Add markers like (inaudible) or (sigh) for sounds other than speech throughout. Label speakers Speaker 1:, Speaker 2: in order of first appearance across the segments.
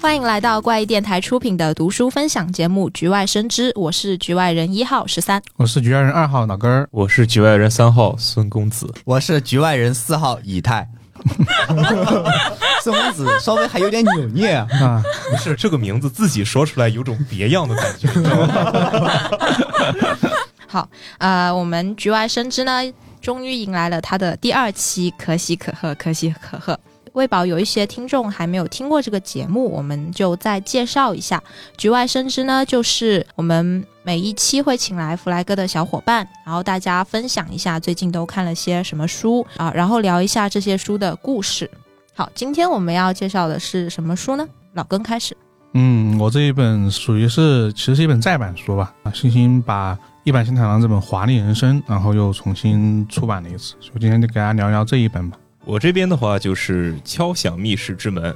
Speaker 1: 欢迎来到怪异电台出品的读书分享节目《局外生枝》，我是局外人一号十三。
Speaker 2: 我是局外人二号脑根 (laughs) 儿，
Speaker 3: 我是局外人三号孙公子，
Speaker 4: 我是局外人四号以太。孙公子稍微还有点扭捏啊， (laughs)
Speaker 2: 啊，
Speaker 3: 不是这个名字自己说出来有种别样的感觉。 (laughs)
Speaker 1: 好，呃，我们《局外生枝》呢，终于迎来了它的第二期，可喜可贺，可喜可贺。为保有一些听众还没有听过这个节目，我们就再介绍一下，《局外生枝》呢，就是我们每一期会请来弗莱哥的小伙伴，然后大家分享一下最近都看了些什么书啊，然后聊一下这些书的故事。好，今天我们要介绍的是什么书呢？老根开始。
Speaker 2: 嗯，我这一本属于是其实是一本再版书吧，啊，星星把一版新太郎这本《华丽人生》，然后又重新出版了一次，所以今天就给大家聊聊这一本吧。
Speaker 3: 我这边的话就是《敲响密室之门》，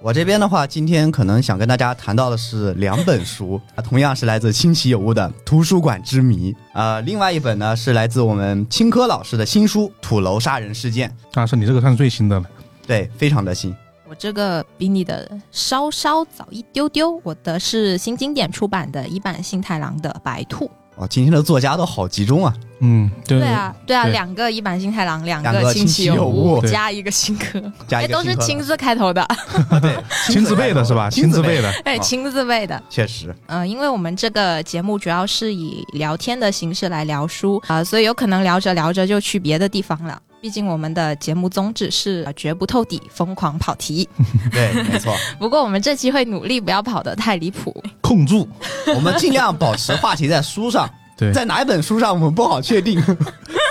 Speaker 4: 我这边的话，今天可能想跟大家谈到的是两本书，啊同样是来自清奇有物的《图书馆之谜》，呃，另外一本呢是来自我们青稞老师的新书《土楼杀人事件》，
Speaker 2: 但是你这个算是最新的了，
Speaker 4: 对，非常的新。
Speaker 1: 我这个比你的稍稍早一丢丢，我的是新经典出版的一版新太郎的《白兔》。
Speaker 4: 哦，今天的作家都好集中啊！
Speaker 2: 嗯，对
Speaker 1: 对啊，对啊，
Speaker 2: 对
Speaker 1: 两个一版新太郎，两
Speaker 4: 两个
Speaker 1: 亲
Speaker 4: 亲戚
Speaker 1: 有
Speaker 4: 有误
Speaker 2: 对
Speaker 1: 加一个新科，
Speaker 4: 加一
Speaker 1: 哎，
Speaker 4: 个
Speaker 1: 都是
Speaker 4: 青
Speaker 1: 亲字开头的，
Speaker 4: 稞对
Speaker 2: 亲自背的是吧？亲
Speaker 4: 亲
Speaker 2: 自
Speaker 4: 自
Speaker 2: 背
Speaker 4: 背
Speaker 2: 的，
Speaker 1: (laughs) 哎，
Speaker 4: 哦
Speaker 1: 亲字辈的。
Speaker 4: 确实，
Speaker 1: 呃，因为我们这个节目主要是以聊天的形式来聊书啊、呃所以有可能聊着聊着就去别的地方了。毕竟我们的节目宗旨是、呃绝不透底，疯狂跑题。
Speaker 4: 对，没错，
Speaker 1: 不过我们这期会努力不要跑得太离谱。
Speaker 2: 控住。
Speaker 4: 我们尽量保持话题在书上，
Speaker 2: (laughs) 对，
Speaker 4: 在哪一本书上我们不好
Speaker 2: (laughs)
Speaker 4: 确定。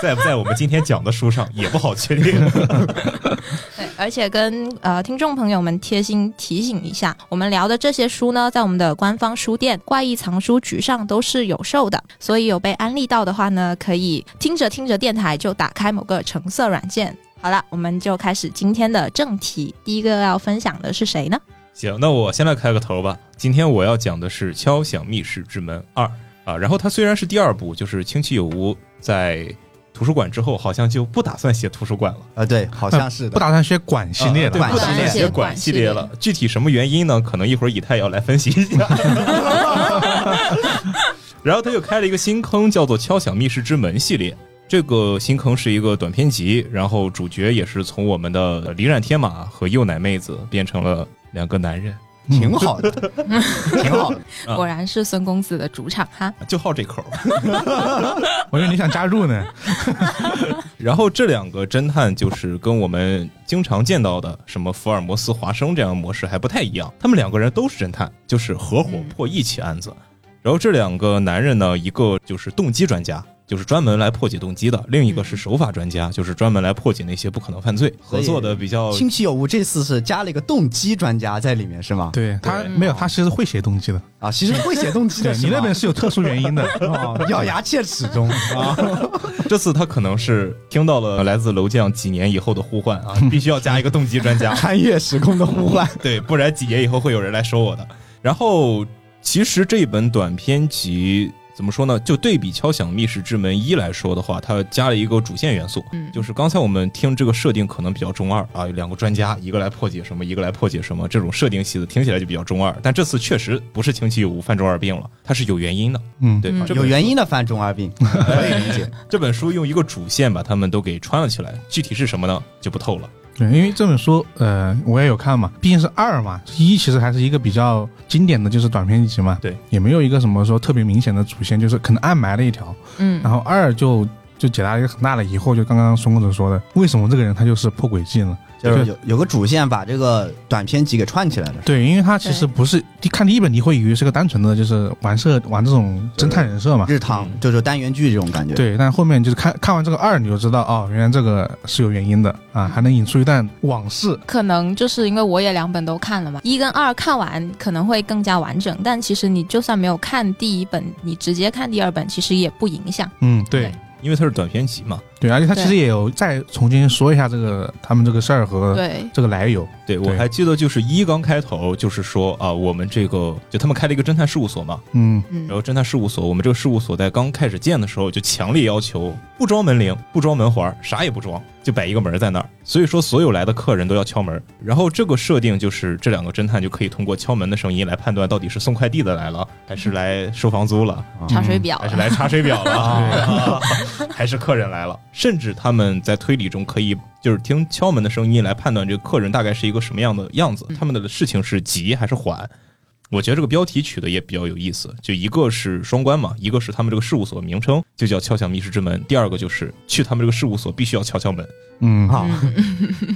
Speaker 3: 在不在我们今天讲的书上也不好确定。 (laughs)
Speaker 1: 对，而且跟呃听众朋友们贴心提醒一下，我们聊的这些书呢，在我们的官方书店怪异藏书局上都是有售的，所以有被安利到的话呢，可以听着听着电台就打开某个橙色软件。好了，我们就开始今天的正题。第一个要分享的是谁呢？
Speaker 3: 行，那我先来开个头吧。今天我要讲的是《敲响密室之门二》啊，然后它虽然是第二部，就是清崎有无在图书馆之后，好像就不打算写图书馆了。
Speaker 4: 呃，对，好像是
Speaker 2: 不
Speaker 4: 的。
Speaker 2: 打算写管系列的，
Speaker 4: 啊对
Speaker 3: 不
Speaker 4: 管系列
Speaker 3: 写管系列了。具体什么原因呢？可能一会儿以太要来分析一 (laughs) 下。然后他又开了一个新坑，叫做《敲响密室之门》系列。这个新坑是一个短篇集，然后主角也是从我们的李染天马和幼奶妹子变成了两个男人，
Speaker 4: 挺好
Speaker 2: (laughs)
Speaker 4: 的，挺好的。
Speaker 3: 啊
Speaker 1: 果然是孙公子的主场哈。
Speaker 3: 就好这口儿。
Speaker 2: 我以为你想加入呢。
Speaker 3: 然后这两个侦探就是跟我们经常见到的什么福尔摩斯、华生这样的模式还不太一样，他们两个人都是侦探，就是合伙破一起案子。然后这两个男人呢，一个就是动机专家，就是专门来破解动机的；另一个是手法专家，就是专门来破解那些不可能犯罪。合作的比
Speaker 2: 哦
Speaker 3: 较
Speaker 4: 亲戚有无这次是加了一个动机专家在里面是吗？
Speaker 2: 对他没有，他其实会写动机的。
Speaker 4: 啊，其实会写动机
Speaker 2: 对
Speaker 4: 的
Speaker 2: 你那本是有特殊原因 (laughs) 的，
Speaker 4: 哦，咬牙切齿
Speaker 2: (laughs)
Speaker 4: 中啊，
Speaker 3: (laughs) 这次他可能是听到了来自楼将几年以后的呼唤啊，必须要加一个动机专家。
Speaker 4: 穿 (laughs) 越时空的呼唤。
Speaker 3: 对，不然几年以后会有人来收我的。然后，其实这本短篇集怎么说呢？就对比《敲响密室之门一》来说的话，它加了一个主线元素，
Speaker 1: 嗯
Speaker 3: 就是刚才我们听这个设定可能比较中二啊，有两个专家，一个来破解什么，一个来破解什么，这种设定系的听起来就比较中二。但这次确实不是清崎有无犯中二病了，它是有原因的。
Speaker 2: 嗯，
Speaker 3: 对，
Speaker 1: 嗯
Speaker 3: 这本
Speaker 4: 有原因的啊犯中
Speaker 2: (laughs)
Speaker 4: 二病，
Speaker 3: (laughs)
Speaker 4: 可以理解。
Speaker 3: 这本书用一个主线把他们都给穿了起来，具体是什么呢？就不透了。
Speaker 2: 对，因为这本书，呃，我也有看嘛，毕竟是二嘛，一其实还是一个比较经典的就是短篇集嘛，
Speaker 3: 对，
Speaker 2: 也没有一个什么说特别明显的主线，就是可能暗埋了一条，
Speaker 1: 嗯
Speaker 2: 然后二就就解答了一个很大的疑惑，就刚刚孙公子说的，为什么这个人他就是破轨迹呢？
Speaker 4: 就是有有个主线把这个短篇集给串起来了。
Speaker 2: 对，因为他其实不是第看第一本你会以为是个单纯的就是玩设玩这种侦探人设嘛，
Speaker 4: 日常就是单元剧这种感觉，，
Speaker 2: 嗯对，但后面就是看看完这个二你就知道哦，原来这个是有原因的啊，还能引出一段往事，
Speaker 1: 可能就是因为我也两本都看了嘛，一跟二看完可能会更加完整，但其实你就算没有看第一本，你直接看第二本其实也不影响。
Speaker 2: 嗯，对
Speaker 1: 对，
Speaker 3: 因为它是短篇集嘛，
Speaker 2: 对，而且他其
Speaker 1: 对
Speaker 2: 实也有再重新说一下这个他们这个事儿和
Speaker 1: 对
Speaker 2: 这个来由。
Speaker 3: 对我
Speaker 2: 对
Speaker 3: 还记得就是一刚开头就是说啊，我们这个就他们开了一个侦探事务所嘛，
Speaker 2: 嗯，
Speaker 1: 嗯
Speaker 3: 然后侦探事务所，我们这个事务所在刚开始建的时候就强烈要求不装门铃、不装门环，啥也不装，就摆一个门在那儿。所以说，所有来的客人都要敲门。然后这个设定就是这两个侦探就可以通过敲门的声音来判断到底是送快递的来了，还是来收房租了，
Speaker 1: 查水表
Speaker 3: 还是来查水表了，啊 (laughs) 还是客人来了。甚至他们在推理中可以就是听敲门的声音来判断这个客人大概是一个什么样的样子，他们的事情是急还是缓。我觉得这个标题取的也比较有意思，就一个是双关嘛，一个是他们这个事务所名称就叫敲响密室之门，第二个就是去他们这个事务所必须要敲敲门。
Speaker 2: 嗯，
Speaker 4: 啊，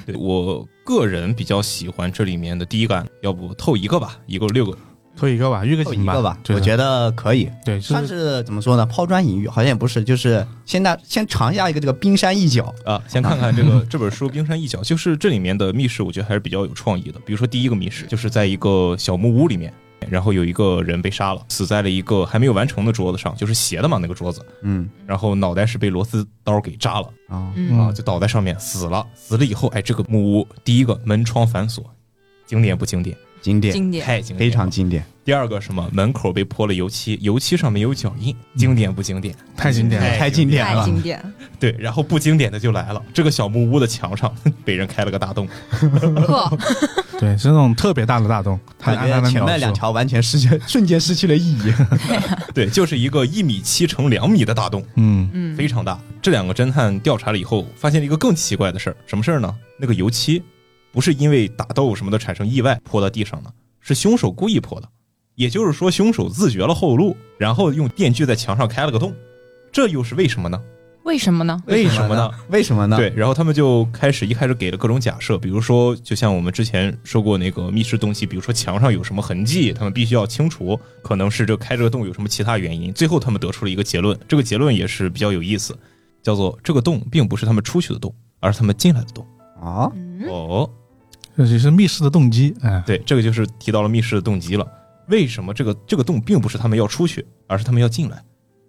Speaker 3: 对我个人比较喜欢这里面的第一感，要不透一个吧，一共六个，
Speaker 2: 推一个吧，预个
Speaker 4: 就
Speaker 2: 情
Speaker 4: 一个吧，我
Speaker 2: 得
Speaker 4: 觉得可以。
Speaker 2: 对，就
Speaker 4: 算
Speaker 2: 是
Speaker 4: 是怎么说呢？抛砖引玉好像也不是，就是先大先尝一下一个这个冰山一角。
Speaker 3: 啊，先看看这 (laughs) 个这本书《冰山一角》，就是这里面的密室，我觉得还是比较有创意的。比如说第一个密室，就是在一个小木屋里面，然后有一个人被杀了，死在了一个还没有完成的桌子上，就是斜的嘛那个桌子，
Speaker 4: 嗯
Speaker 3: 然后脑袋是被螺丝刀给扎了
Speaker 2: 哦
Speaker 4: 啊，
Speaker 1: 嗯
Speaker 3: 啊，就倒在上面死了。死了以后，哎，这个木屋第一个门窗反锁，经典不经典？
Speaker 4: 经典，
Speaker 1: 经典
Speaker 3: 太经典了，
Speaker 4: 非常经典。
Speaker 3: 第二个什么门口被泼了油漆，油漆上面有脚印，经典不经典？
Speaker 2: 太经典了。
Speaker 4: 太经典
Speaker 1: 太
Speaker 4: 了。
Speaker 1: 经典，
Speaker 3: 对，然后不经典的就来了，这个小木屋的墙上 (laughs) 被人开了个大洞。
Speaker 1: 呵，
Speaker 2: 对，是那种特别大的大洞，它按
Speaker 4: 感
Speaker 2: 它
Speaker 4: 觉
Speaker 2: 的
Speaker 4: 前
Speaker 2: 描
Speaker 4: 面两
Speaker 2: 述，
Speaker 4: 条完全失去，瞬间失去了意
Speaker 2: (laughs)
Speaker 4: 义。
Speaker 3: 对，就是一个一米七乘两米的大洞，
Speaker 2: 嗯，
Speaker 1: 嗯，
Speaker 3: 非常大。这两个侦探调查了以后，发现了一个更奇怪的事儿，什么事儿呢？那个油漆不是因为打斗什么的产生意外泼到地上的，是凶手故意泼的。也就是说，凶手自觉了后路，然后用电锯在墙上开了个洞，这又是为什么呢？
Speaker 1: 为什么呢？
Speaker 3: 为什么呢？？
Speaker 4: (laughs) 为什么呢？
Speaker 3: 对，然后他们就开始一开始给了各种假设，比如说，就像我们之前说过那个密室东西，比如说墙上有什么痕迹，他们必须要清除，可能是这开这个洞有什么其他原因。最后他们得出了一个结论，这个结论也是比较有意思，叫做这个洞并不是他们出去的洞，而是他们进来的洞。
Speaker 4: 啊，
Speaker 1: 嗯，
Speaker 3: 哦，
Speaker 2: 这就是密室的动机，哎，
Speaker 3: 对，这个就是提到了密室的动机了。为什么这个这个洞并不是他们要出去，而是他们要进来？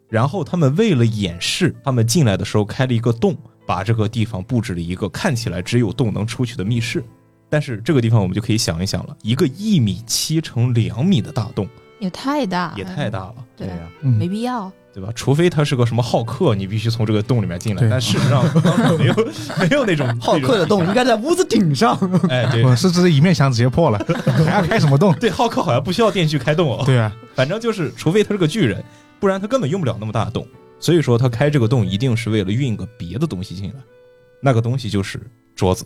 Speaker 3: 然后他们为了掩饰他们进来的时候开了一个洞，把这个地方布置了一个看起来只有洞能出去的密室。但是这个地方我们就可以想一想了，一个一米七乘两米的大洞
Speaker 1: 也太大，
Speaker 3: 也太，大了，
Speaker 1: 对，啊
Speaker 4: 呀，
Speaker 2: 嗯
Speaker 1: 没必要，
Speaker 3: 对吧？除非他是个什么好客，你必须从这个洞里面进来。
Speaker 2: 对
Speaker 3: 但事实上当时没有 (laughs) 没有那种
Speaker 4: 好客的洞应，该在屋子顶上。
Speaker 3: 那种哎，对
Speaker 2: 我是只是一面墙直接破
Speaker 4: (laughs)
Speaker 2: 了，还要开什么洞？
Speaker 3: 对，好客好像不需要电锯开洞哦。
Speaker 2: 对啊，
Speaker 3: 反正就是，除非他是个巨人，不然他根本用不了那么大的洞。所以说，他开这个洞一定是为了运一个别的东西进来，那个东西就是桌子。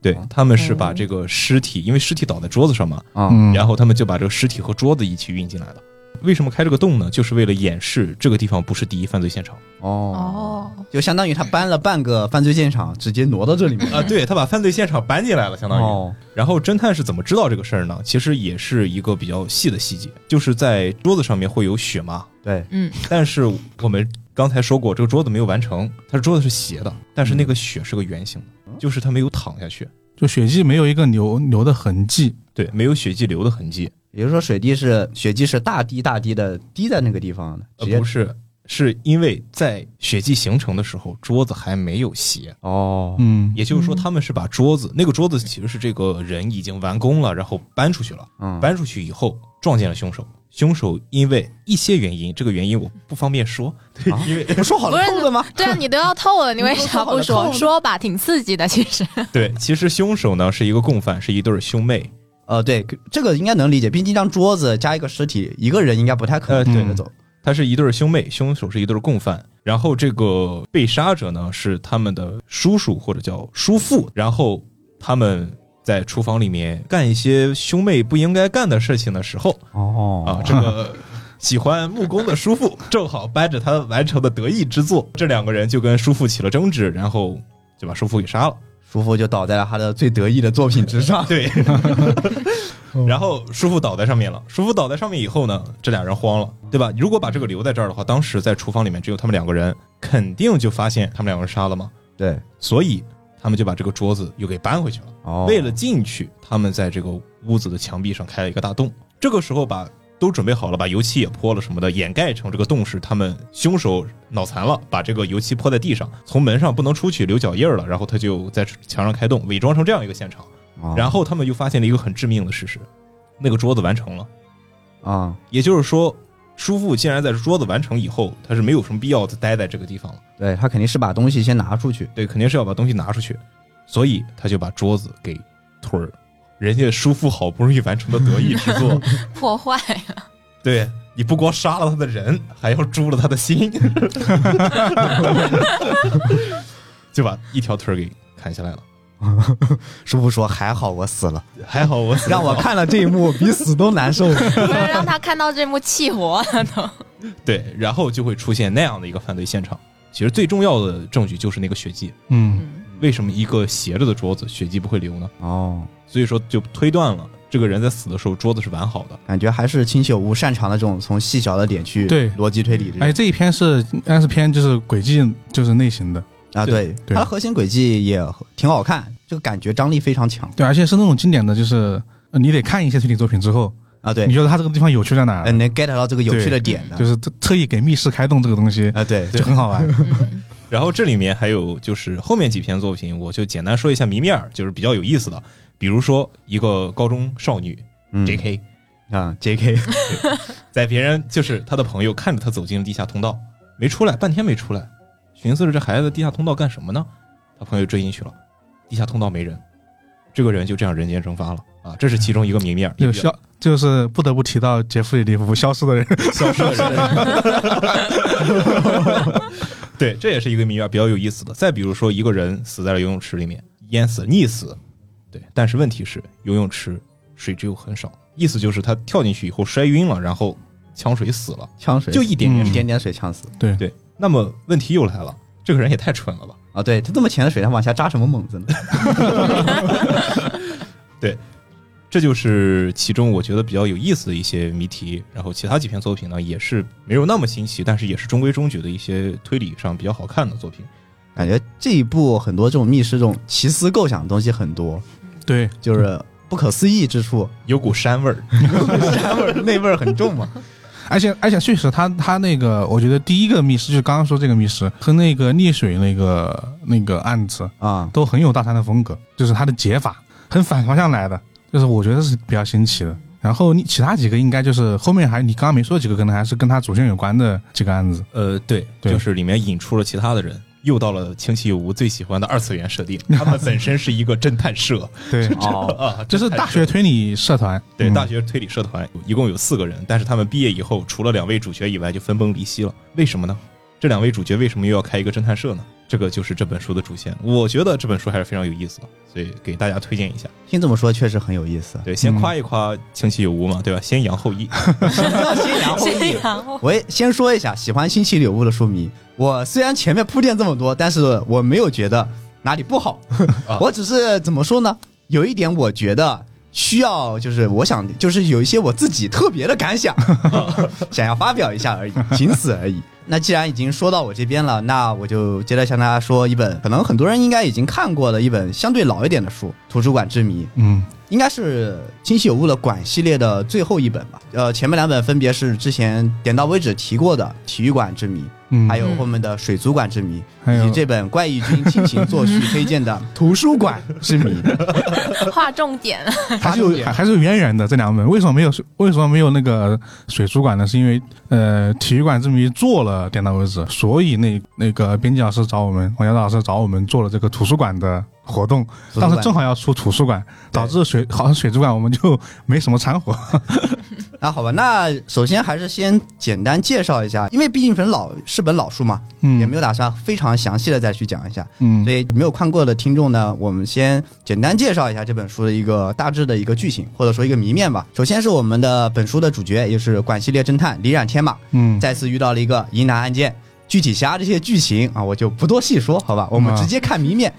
Speaker 3: 对
Speaker 4: 哦
Speaker 3: 他们是把这个尸体，因为尸体倒在桌子上嘛，
Speaker 4: 啊
Speaker 2: 嗯，
Speaker 3: 然后他们就把这个尸体和桌子一起运进来了。为什么开这个洞呢？就是为了掩饰这个地方不是第一犯罪现场
Speaker 4: 哦 (laughs)
Speaker 1: 哦，
Speaker 4: 就相当于他搬了半个犯罪现场，直接挪到这里面。
Speaker 3: 啊、对他把犯罪现场搬进来了，相当于。
Speaker 4: 哦，
Speaker 3: 然后侦探是怎么知道这个事儿呢？其实也是一个比较细的细节，就是在桌子上面会有血嘛，
Speaker 4: 对，
Speaker 1: 嗯，
Speaker 3: 但是我们刚才说过，这个桌子没有完成，它这桌子是斜的，但是那个血是个圆形
Speaker 4: 嗯
Speaker 3: 的，就是它没有淌下去，
Speaker 2: 就血迹没有一个留留的痕迹，
Speaker 3: 对，没有血迹留的痕迹，
Speaker 4: 也就是说水滴是血迹是大滴大滴的滴在那个地方的，直
Speaker 3: 呃，
Speaker 4: 接
Speaker 3: 不是，是因为在血迹形成的时候，桌子还没有斜，
Speaker 4: 哦
Speaker 2: 嗯，
Speaker 3: 也就是说
Speaker 1: 嗯
Speaker 3: 他们是把桌子，那个桌子其实是这个人已经完工了，然后搬出去了，
Speaker 4: 嗯
Speaker 3: 搬出去以后撞见了凶手。凶手因为一些原因，这个原因我不方便说， (laughs) 对，
Speaker 4: 啊
Speaker 3: 因为
Speaker 4: 不说好了
Speaker 1: 不是
Speaker 4: 透了吗？
Speaker 1: 对啊，你都要透了，你为啥不
Speaker 4: 你都说
Speaker 1: 说？
Speaker 4: 好了透了
Speaker 1: 说吧，挺刺激的，其实。
Speaker 3: 对，其实凶手呢是一个共犯，是一对儿兄妹，
Speaker 4: 呃，对，这个应该能理解，毕竟一张桌子加一个尸体，一个人应该不太可能
Speaker 3: 呃
Speaker 2: 对
Speaker 4: 推得走。
Speaker 3: 他是一对儿兄妹，凶手是一对儿共犯。然后这个被杀者呢是他们的叔叔或者叫叔父，然后他们在厨房里面干一些兄妹不应该干的事情的时候
Speaker 4: 哦
Speaker 3: 啊，这个喜欢木工的叔父正好扳着他完成的得意之作，这两个人就跟叔父起了争执，然后就把叔父给杀了。
Speaker 4: 叔父就倒在了他的最得意的作品之上。
Speaker 3: (laughs) 对，然后叔父倒在上面了。叔父倒在上面以后呢，这俩人慌了，对吧？如果把这个留在这儿的话，当时在厨房里面只有他们两个人，肯定就发现他们两个人杀了嘛。
Speaker 4: 对，
Speaker 3: 所以他们就把这个桌子又给搬回去了。
Speaker 4: 哦
Speaker 3: 为了进去，他们在这个屋子的墙壁上开了一个大洞。这个时候把都准备好了，把油漆也泼了什么的，掩盖成这个洞是他们凶手脑残了，把这个油漆泼在地上，从门上不能出去，留脚印儿了，然后他就在墙上开洞，伪装成这样一个现场。
Speaker 4: 啊
Speaker 3: 然后他们又发现了一个很致命的事实，那个桌子完成了。
Speaker 4: 啊，
Speaker 3: 也就是说，叔父竟然在桌子完成以后，他是没有什么必要再待在这个地方了。
Speaker 4: 对他肯定是把东西先拿出去，
Speaker 3: 对，肯定是要把东西拿出去，所以他就把桌子给推儿。人家叔父好不容易完成的得意之
Speaker 4: (laughs)
Speaker 3: 作，
Speaker 1: 破坏，
Speaker 3: 对你不光杀了他的人，还要诛了他的
Speaker 4: (laughs)
Speaker 3: 心，就把一条腿儿给砍下来了。
Speaker 4: 师傅说还好我死了，
Speaker 3: 还好我
Speaker 4: (laughs)
Speaker 3: 死
Speaker 4: 让我看了这一幕比死都难受。
Speaker 1: (laughs) 不是让他看到这幕气活了都。
Speaker 3: 对，然后就会出现那样的一个犯罪现场。其实最重要的证据就是那个血迹。
Speaker 2: 嗯，
Speaker 3: 为什么一个斜着的桌子血迹不会流呢？
Speaker 4: (laughs) 哦，
Speaker 3: 所以说就推断了这个人在死的时候桌子是完好的。
Speaker 4: 感觉还是清秀屋擅长的这种从细小的点去
Speaker 2: 对
Speaker 4: 逻辑推理这种
Speaker 2: 哎，这一篇是应该是偏就是轨迹就是类型的，
Speaker 4: 啊，对，
Speaker 2: 对
Speaker 4: 它的核心轨迹也挺好看，这个感觉张力非常强
Speaker 2: 对，而且是那种经典的，就是呃你得看一些推理作品之后，
Speaker 4: 啊，对
Speaker 2: 你，觉得它这个地方有趣在哪儿
Speaker 4: 呃，能 get 到这个有趣
Speaker 2: 对
Speaker 4: 的点的
Speaker 2: 就是特特意给密室开动这个东西
Speaker 4: 啊，对，
Speaker 2: 就很好
Speaker 4: (laughs)
Speaker 2: 玩。
Speaker 3: 然后这里面还有就是后面几篇作品，我就简单说一下谜面儿，就是比较有意思的，比如说一个高中少女
Speaker 4: 嗯
Speaker 3: J.K.
Speaker 4: 啊，J.K.
Speaker 3: 在别人就是她的朋友看着她走进了地下通道，没出来，半天没出来，寻思着这孩子地下通道干什么呢？他朋友追进去了，地下通道没人，这个人就这样人间蒸发了啊！这是其中一个谜面儿，
Speaker 2: 有消就是不得不提到杰弗里里夫消失的人，
Speaker 3: 消失的人。 (laughs) 对，这也是一个谜啊面，比较有意思的。再比如说，一个人死在了游泳池里面，淹死、溺死，对。但是问题是，游泳池水只有很少，意思就是他跳进去以后摔晕了，然后呛水死了，
Speaker 4: (laughs) 呛水，
Speaker 3: 就一点点
Speaker 4: 一
Speaker 3: 水。
Speaker 4: 点点水呛死
Speaker 2: 对，
Speaker 3: 对，那么问题又来了，这个人也太蠢了吧？
Speaker 4: 啊，对，他这么浅的水，他往下扎什么猛子呢？ (laughs)
Speaker 3: 这就是其中我觉得比较有意思的一些谜题。然后其他几篇作品呢，也是没有那么新奇，但是也是中规中矩的一些推理上比较好看的作品。
Speaker 4: 感觉这一部很多这种密室这种奇思构想的东西很多，
Speaker 2: 对，
Speaker 4: 就是不可思议之处，
Speaker 3: 有股膻 (laughs) 味儿，
Speaker 4: 那味儿那味儿很重嘛。
Speaker 2: 而且而且确实他，他那个，我觉得第一个密室就是刚刚说这个密室和那个溺水那个那个案子
Speaker 4: 啊，
Speaker 2: 都很有大山的风格，就是它的解法很反方向来的，就是我觉得是比较新奇的。然后你其他几个应该就是后面还你刚刚没说几个，可能还是跟他主线有关的几个案子。
Speaker 3: 呃，对，
Speaker 2: 对
Speaker 3: 就是里面引出了其他的人，又到了清崎有无最喜欢的二次元设定。他们本身是一个侦探社
Speaker 2: 对，
Speaker 4: 哦，
Speaker 3: 啊，
Speaker 2: 就是
Speaker 3: 侦探社
Speaker 2: 大学推理社团，
Speaker 3: 对
Speaker 2: 嗯
Speaker 3: 大学推理社团，一共有四个人，但是他们毕业以后，除了两位主角以外，就分崩离析了。为什么呢？这两位主角为什么又要开一个侦探社呢？这个就是这本书的主线。我觉得这本书还是非常有意思的，所以给大家推荐一下。
Speaker 4: 听这么说确实很有意思。
Speaker 3: 对，先
Speaker 2: 嗯
Speaker 3: 夸一夸清崎有无嘛，对吧？先扬后抑。
Speaker 4: 先
Speaker 1: (laughs)
Speaker 4: 扬后抑
Speaker 1: 这。样我
Speaker 4: 我也先说一下，喜欢《星期礼物》的书迷，我虽然前面铺垫这么多，但是我没有觉得哪里不好
Speaker 3: 啊，
Speaker 4: 我只是怎么说呢？有一点我觉得需要，就是我想，就是有一些我自己特别的感想，想要发表一下而已，仅此而已。那既然已经说到我这边了，那我就接着向大家说一本可能很多人应该已经看过的一本相对老一点的书《图书馆之谜》。
Speaker 2: 嗯，
Speaker 4: 应该是清晰有物的馆系列的最后一本吧。呃，前面两本分别是之前点到为止提过的《体育馆之谜》，
Speaker 2: 嗯，
Speaker 4: 还有后面的《水族馆之谜
Speaker 2: 还》，有
Speaker 4: 以及这本怪异君亲情作序 (laughs) 推荐的《图书馆之
Speaker 2: (laughs)
Speaker 4: 谜》。
Speaker 1: 划重点了，
Speaker 2: 还是有还还是有渊源的这两本，为什么没有为什么没有那个水族馆呢？是因为呃体育馆之谜做了点到为止，所以那那个编辑老师找我们，王瑶老师找我们做了这个图书馆的活动，
Speaker 4: 图书馆
Speaker 2: 当时正好要出图书馆，导致水好像水族馆我们就没什么掺和。
Speaker 4: 那好吧，那首先还是先简单介绍一下，因为毕竟本老是本老书嘛，
Speaker 2: 嗯，
Speaker 4: 也没有打算非常详细的再去讲一下。
Speaker 2: 嗯
Speaker 4: 所以没有看过的听众呢，我们先简单介绍一下这本书的一个大致的一个剧情，或者说一个谜面吧。首先是我们的本书的主角，也就是管系列侦探李冉天马，
Speaker 2: 嗯
Speaker 4: 再次遇到了一个疑难案件。具体侠这些剧情啊，我就不多细说，好吧？我们直接看谜面。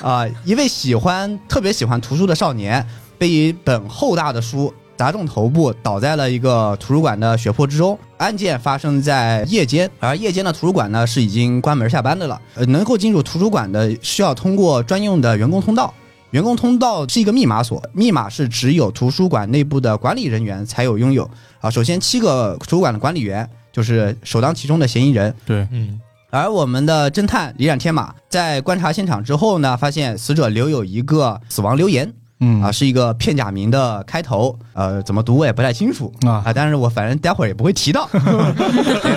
Speaker 4: 啊、一位喜欢特别喜欢图书的少年，被一本厚大的书砸中头部，倒在了一个图书馆的血泊之中。案件发生在夜间，而夜间的图书馆呢是已经关门下班的了。呃，能够进入图书馆的需要通过专用的员工通道。员工通道是一个密码锁，密码是只有图书馆内部的管理人员才有拥有啊。首先，七个图书馆的管理员就是首当其冲的嫌疑人，
Speaker 2: 对，
Speaker 3: 嗯，
Speaker 4: 而我们的侦探李冉天马在观察现场之后呢，发现死者留有一个死亡留言
Speaker 2: 嗯
Speaker 4: 啊，是一个片假名的开头，呃，怎么读我也不太清楚
Speaker 2: 啊，
Speaker 4: 啊，但是我反正待会儿也不
Speaker 2: (laughs)
Speaker 4: 会提到，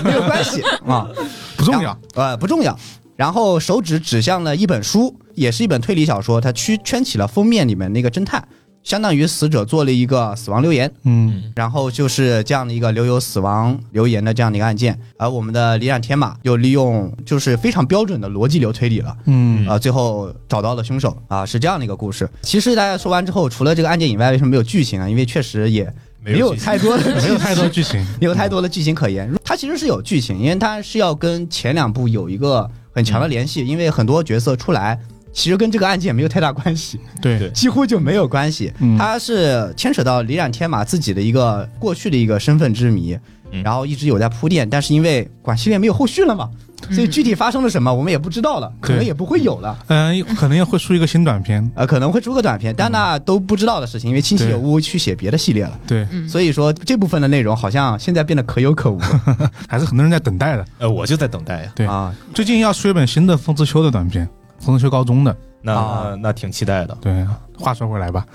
Speaker 4: 没有关系啊，
Speaker 2: 不重要，，
Speaker 4: 呃，不重要。然后手指指向了一本书，也是一本推理小说，它圈圈起了封面里面那个侦探，相当于死者做了一个死亡留言。
Speaker 2: 嗯
Speaker 4: 然后就是这样的一个留有死亡留言的这样的一个案件，而我们的李冉天马又利用就是非常标准的逻辑流推理了。
Speaker 2: 嗯
Speaker 4: 啊、最后找到了凶手啊、是这样的一个故事。其实大家说完之后，除了这个案件以外，为什么没有剧情啊？因为确实也没有
Speaker 3: 剧情
Speaker 4: 太
Speaker 2: (laughs)
Speaker 4: 多的
Speaker 2: 没有太多剧情，
Speaker 4: 没有太多的剧情可言。它其实是有剧情，因为它是要跟前两部有一个很强的联系，
Speaker 2: 嗯
Speaker 4: 因为很多角色出来其实跟这个案件没有太大
Speaker 2: (laughs)
Speaker 4: 关系，
Speaker 2: 对
Speaker 3: 对
Speaker 4: 几乎就没有关系。
Speaker 2: 嗯
Speaker 4: 它是牵扯到李冉天马自己的一个过去的一个身份之谜，
Speaker 3: 嗯
Speaker 4: 然后一直有在铺垫，但是因为管系列没有后续了嘛，所以具体发生了什么我们也不知道了，可能
Speaker 2: 嗯对
Speaker 4: 也不会有了。
Speaker 2: 嗯，可能要会出一个新短片，
Speaker 4: 呃，可能会出个短片，但那都不知道的事情，因为亲戚
Speaker 2: 嗯对嗯
Speaker 4: 有屋去写别的系列了，
Speaker 2: 对，
Speaker 4: 所以说这部分的内容好像现在变得可有可无了
Speaker 2: 还是很多人在等待的。
Speaker 3: 呃，我就在等待呀。
Speaker 2: 对
Speaker 4: 啊。
Speaker 2: 最近要出一本新的风之修的短片，风之修高中的，
Speaker 3: 那、
Speaker 4: 啊
Speaker 3: 那挺期待的。
Speaker 2: 对。啊话说回来吧，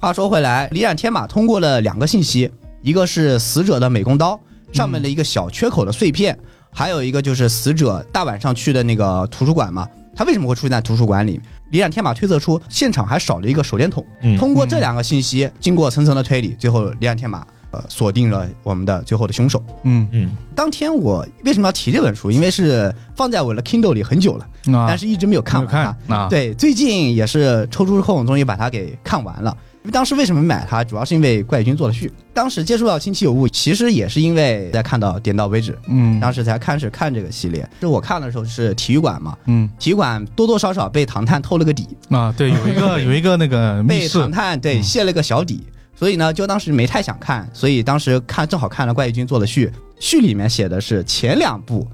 Speaker 4: 话说回来，李冉天马通过了两个信息，一个是死者的美工刀上
Speaker 3: 嗯
Speaker 4: 面的一个小缺口的碎片，还有一个就是死者大晚上去的那个图书馆嘛，他为什么会出现在图书馆里？李冉天马推测出现场还少了一个手电筒。
Speaker 3: 嗯
Speaker 4: 通过这两个信息，经过层层的推理，最后李冉天马呃锁定了我们的最后的凶手。
Speaker 2: 嗯，
Speaker 3: 嗯，
Speaker 4: 当天我为什么要提这本书？因为是放在我的 Kindle 里很久了，
Speaker 2: 那
Speaker 4: 但是一直没有
Speaker 2: 啊
Speaker 4: 看
Speaker 2: 没有
Speaker 4: 完它。
Speaker 2: 看啊，
Speaker 4: 对，最近也是抽出空，终于把它给看完了。当时为什么买它，主要是因为怪君做了序。当时接触到《亲戚有误》，其实也是因为在看到《点到为止》，
Speaker 2: 嗯
Speaker 4: 当时才开始看这个系列。就是我看的时候是体育馆嘛，
Speaker 2: 嗯
Speaker 4: 体育馆多多少少被唐探透了个底，
Speaker 2: 啊，
Speaker 4: (laughs)
Speaker 2: 对，有一个有一个那个密
Speaker 4: 被
Speaker 2: 室
Speaker 4: 唐，探对
Speaker 2: 嗯
Speaker 4: 泄了个小底，所以呢，就当时没太想看，所以当时看正好看了怪异君做的序，序里面写的是前两部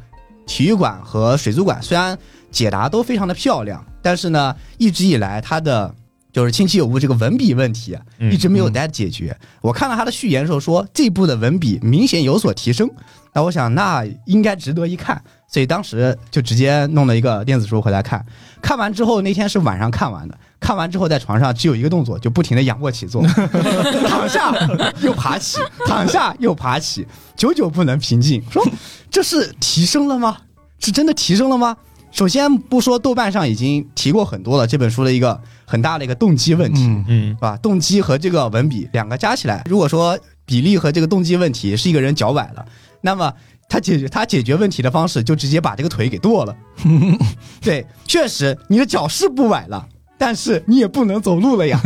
Speaker 4: 体育馆和水族馆虽然解答都非常的漂亮，但是呢，一直以来它的。就是亲戚有误这个文笔问题，啊
Speaker 3: 嗯
Speaker 4: 一直没有待解决。我看到他的序言的时候说，这部的文笔明显有所提升。那我想，那应该值得一看，所以当时就直接弄了一个电子书回来看。看完之后，那天是晚上看完的。看完之后，在床上只有一个动作，就不停的仰卧起坐， (laughs) 躺下又爬起，躺下又爬起，久久不能平静。说这是提升了吗？是真的提升了吗？首先不说豆瓣上已经提过很多了，这本书的一个很大的一个动机问题，
Speaker 2: 嗯
Speaker 3: 嗯
Speaker 4: 是吧？动机和这个文笔两个加起来，如果说比例和这个动机问题是一个人脚崴了，那么他解决他解决问题的方式就直接把这个腿给剁了。对，确实你的脚是不崴了，但是你也不能走路了呀。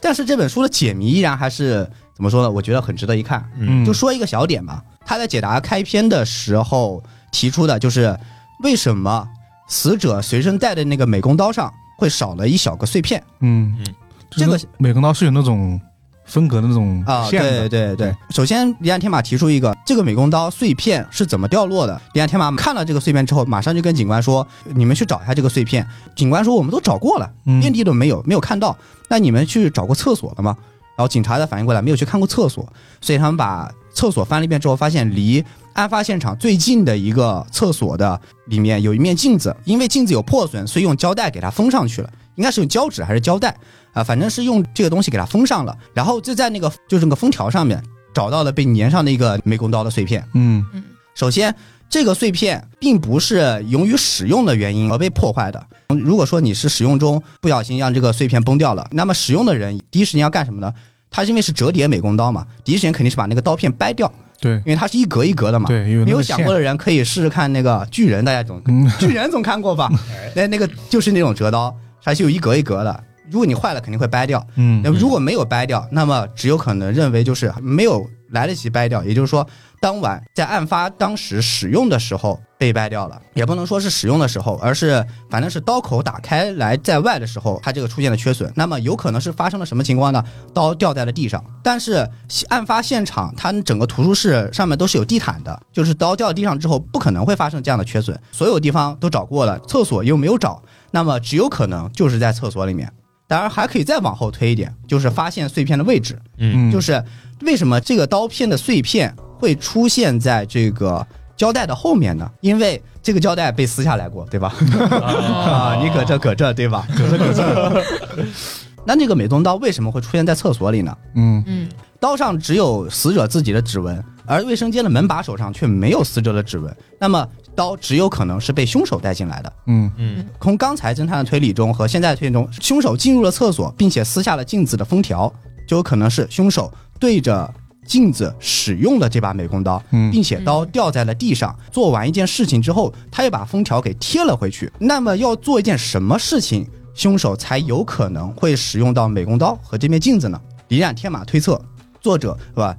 Speaker 4: 但是这本书的解谜依然还是怎么说呢？我觉得很值得一看。
Speaker 2: 嗯，
Speaker 4: 就说一个小点吧，他在解答开篇的时候提出的就是为什么死者随身带的那个美工刀上会少了一小个碎片。
Speaker 2: 嗯
Speaker 3: 嗯，
Speaker 2: 就是
Speaker 4: 这个
Speaker 2: 那美工刀是有那种风格的那种
Speaker 4: 啊，
Speaker 2: 线
Speaker 4: 对
Speaker 2: 的，
Speaker 4: 对对。首先，李安天马提出一个，这个美工刀碎片是怎么掉落的？李安天马看了这个碎片之后，马上就跟警官说：“你们去找一下这个碎片。”警官说：“我们都找过了，
Speaker 2: 嗯
Speaker 4: 遍地都没有，没有看到。那你们去找过厕所了吗？”然后警察才反应过来，没有去看过厕所，所以他们把厕所翻了一遍之后，发现离案发现场最近的一个厕所的里面有一面镜子，因为镜子有破损，所以用胶带给它封上去了，应该是用胶纸还是胶带啊，反正是用这个东西给它封上了，然后就在那个就是那个封条上面找到了被粘上的一个美工刀的碎片。
Speaker 2: 嗯
Speaker 4: 首先，这个碎片并不是由于使用的原因而被破坏的。如果说你是使用中不小心让这个碎片崩掉了，那么使用的人第一时间要干什么呢？他是因为是折叠美工刀嘛，第一时间肯定是把那个刀片掰掉，
Speaker 2: 对
Speaker 4: 因为它是一格一格的嘛。
Speaker 2: 对，有
Speaker 4: 没
Speaker 2: 那
Speaker 4: 有
Speaker 2: 个
Speaker 4: 想
Speaker 2: 线
Speaker 4: 过的人可以试试看那个巨人，大家总
Speaker 2: 嗯
Speaker 4: (laughs) 巨人总看过吧？那那个就是那种折刀，它是有一格一格的。如果你坏了，肯定会掰掉。
Speaker 2: 嗯
Speaker 4: 那如果没有掰掉，那么只有可能认为就是没有来得及掰掉，也就是说，当晚在案发当时使用的时候被掰掉了，也不能说是使用的时候，而是反正是刀口打开来在外的时候，它这个出现了缺损。那么有可能是发生了什么情况呢？刀掉在了地上，但是案发现场它整个图书室上面都是有地毯的，就是刀掉地上之后不可能会发生这样的缺损，所有地方都找过了，厕所又没有找，那么只有可能就是在厕所里面。当然还可以再往后推一点，就是发现碎片的位置。
Speaker 2: 嗯，
Speaker 4: 就是为什么这个刀片的碎片会出现在这个胶带的后面呢？因为这个胶带被撕下来过，对吧？啊， (laughs) 你搁这搁这，对吧？搁这搁这。 (laughs) 那这个美工刀为什么会出现在厕所里呢？
Speaker 2: 嗯
Speaker 1: 嗯
Speaker 4: 刀上只有死者自己的指纹，而卫生间的门把手上却没有死者的指纹。那么刀只有可能是被凶手带进来的。
Speaker 2: 嗯
Speaker 3: 嗯
Speaker 4: 从刚才侦探的推理中和现在的推理中，凶手进入了厕所，并且撕下了镜子的封条，就有可能是凶手对着镜子使用了这把美工刀，
Speaker 2: 嗯
Speaker 4: 并且刀掉在了地上。做完一件事情之后，他又把封条给贴了回去。那么要做一件什么事情，凶手才有可能会使用到美工刀和这面镜子呢？李冉天马推测，作者是吧？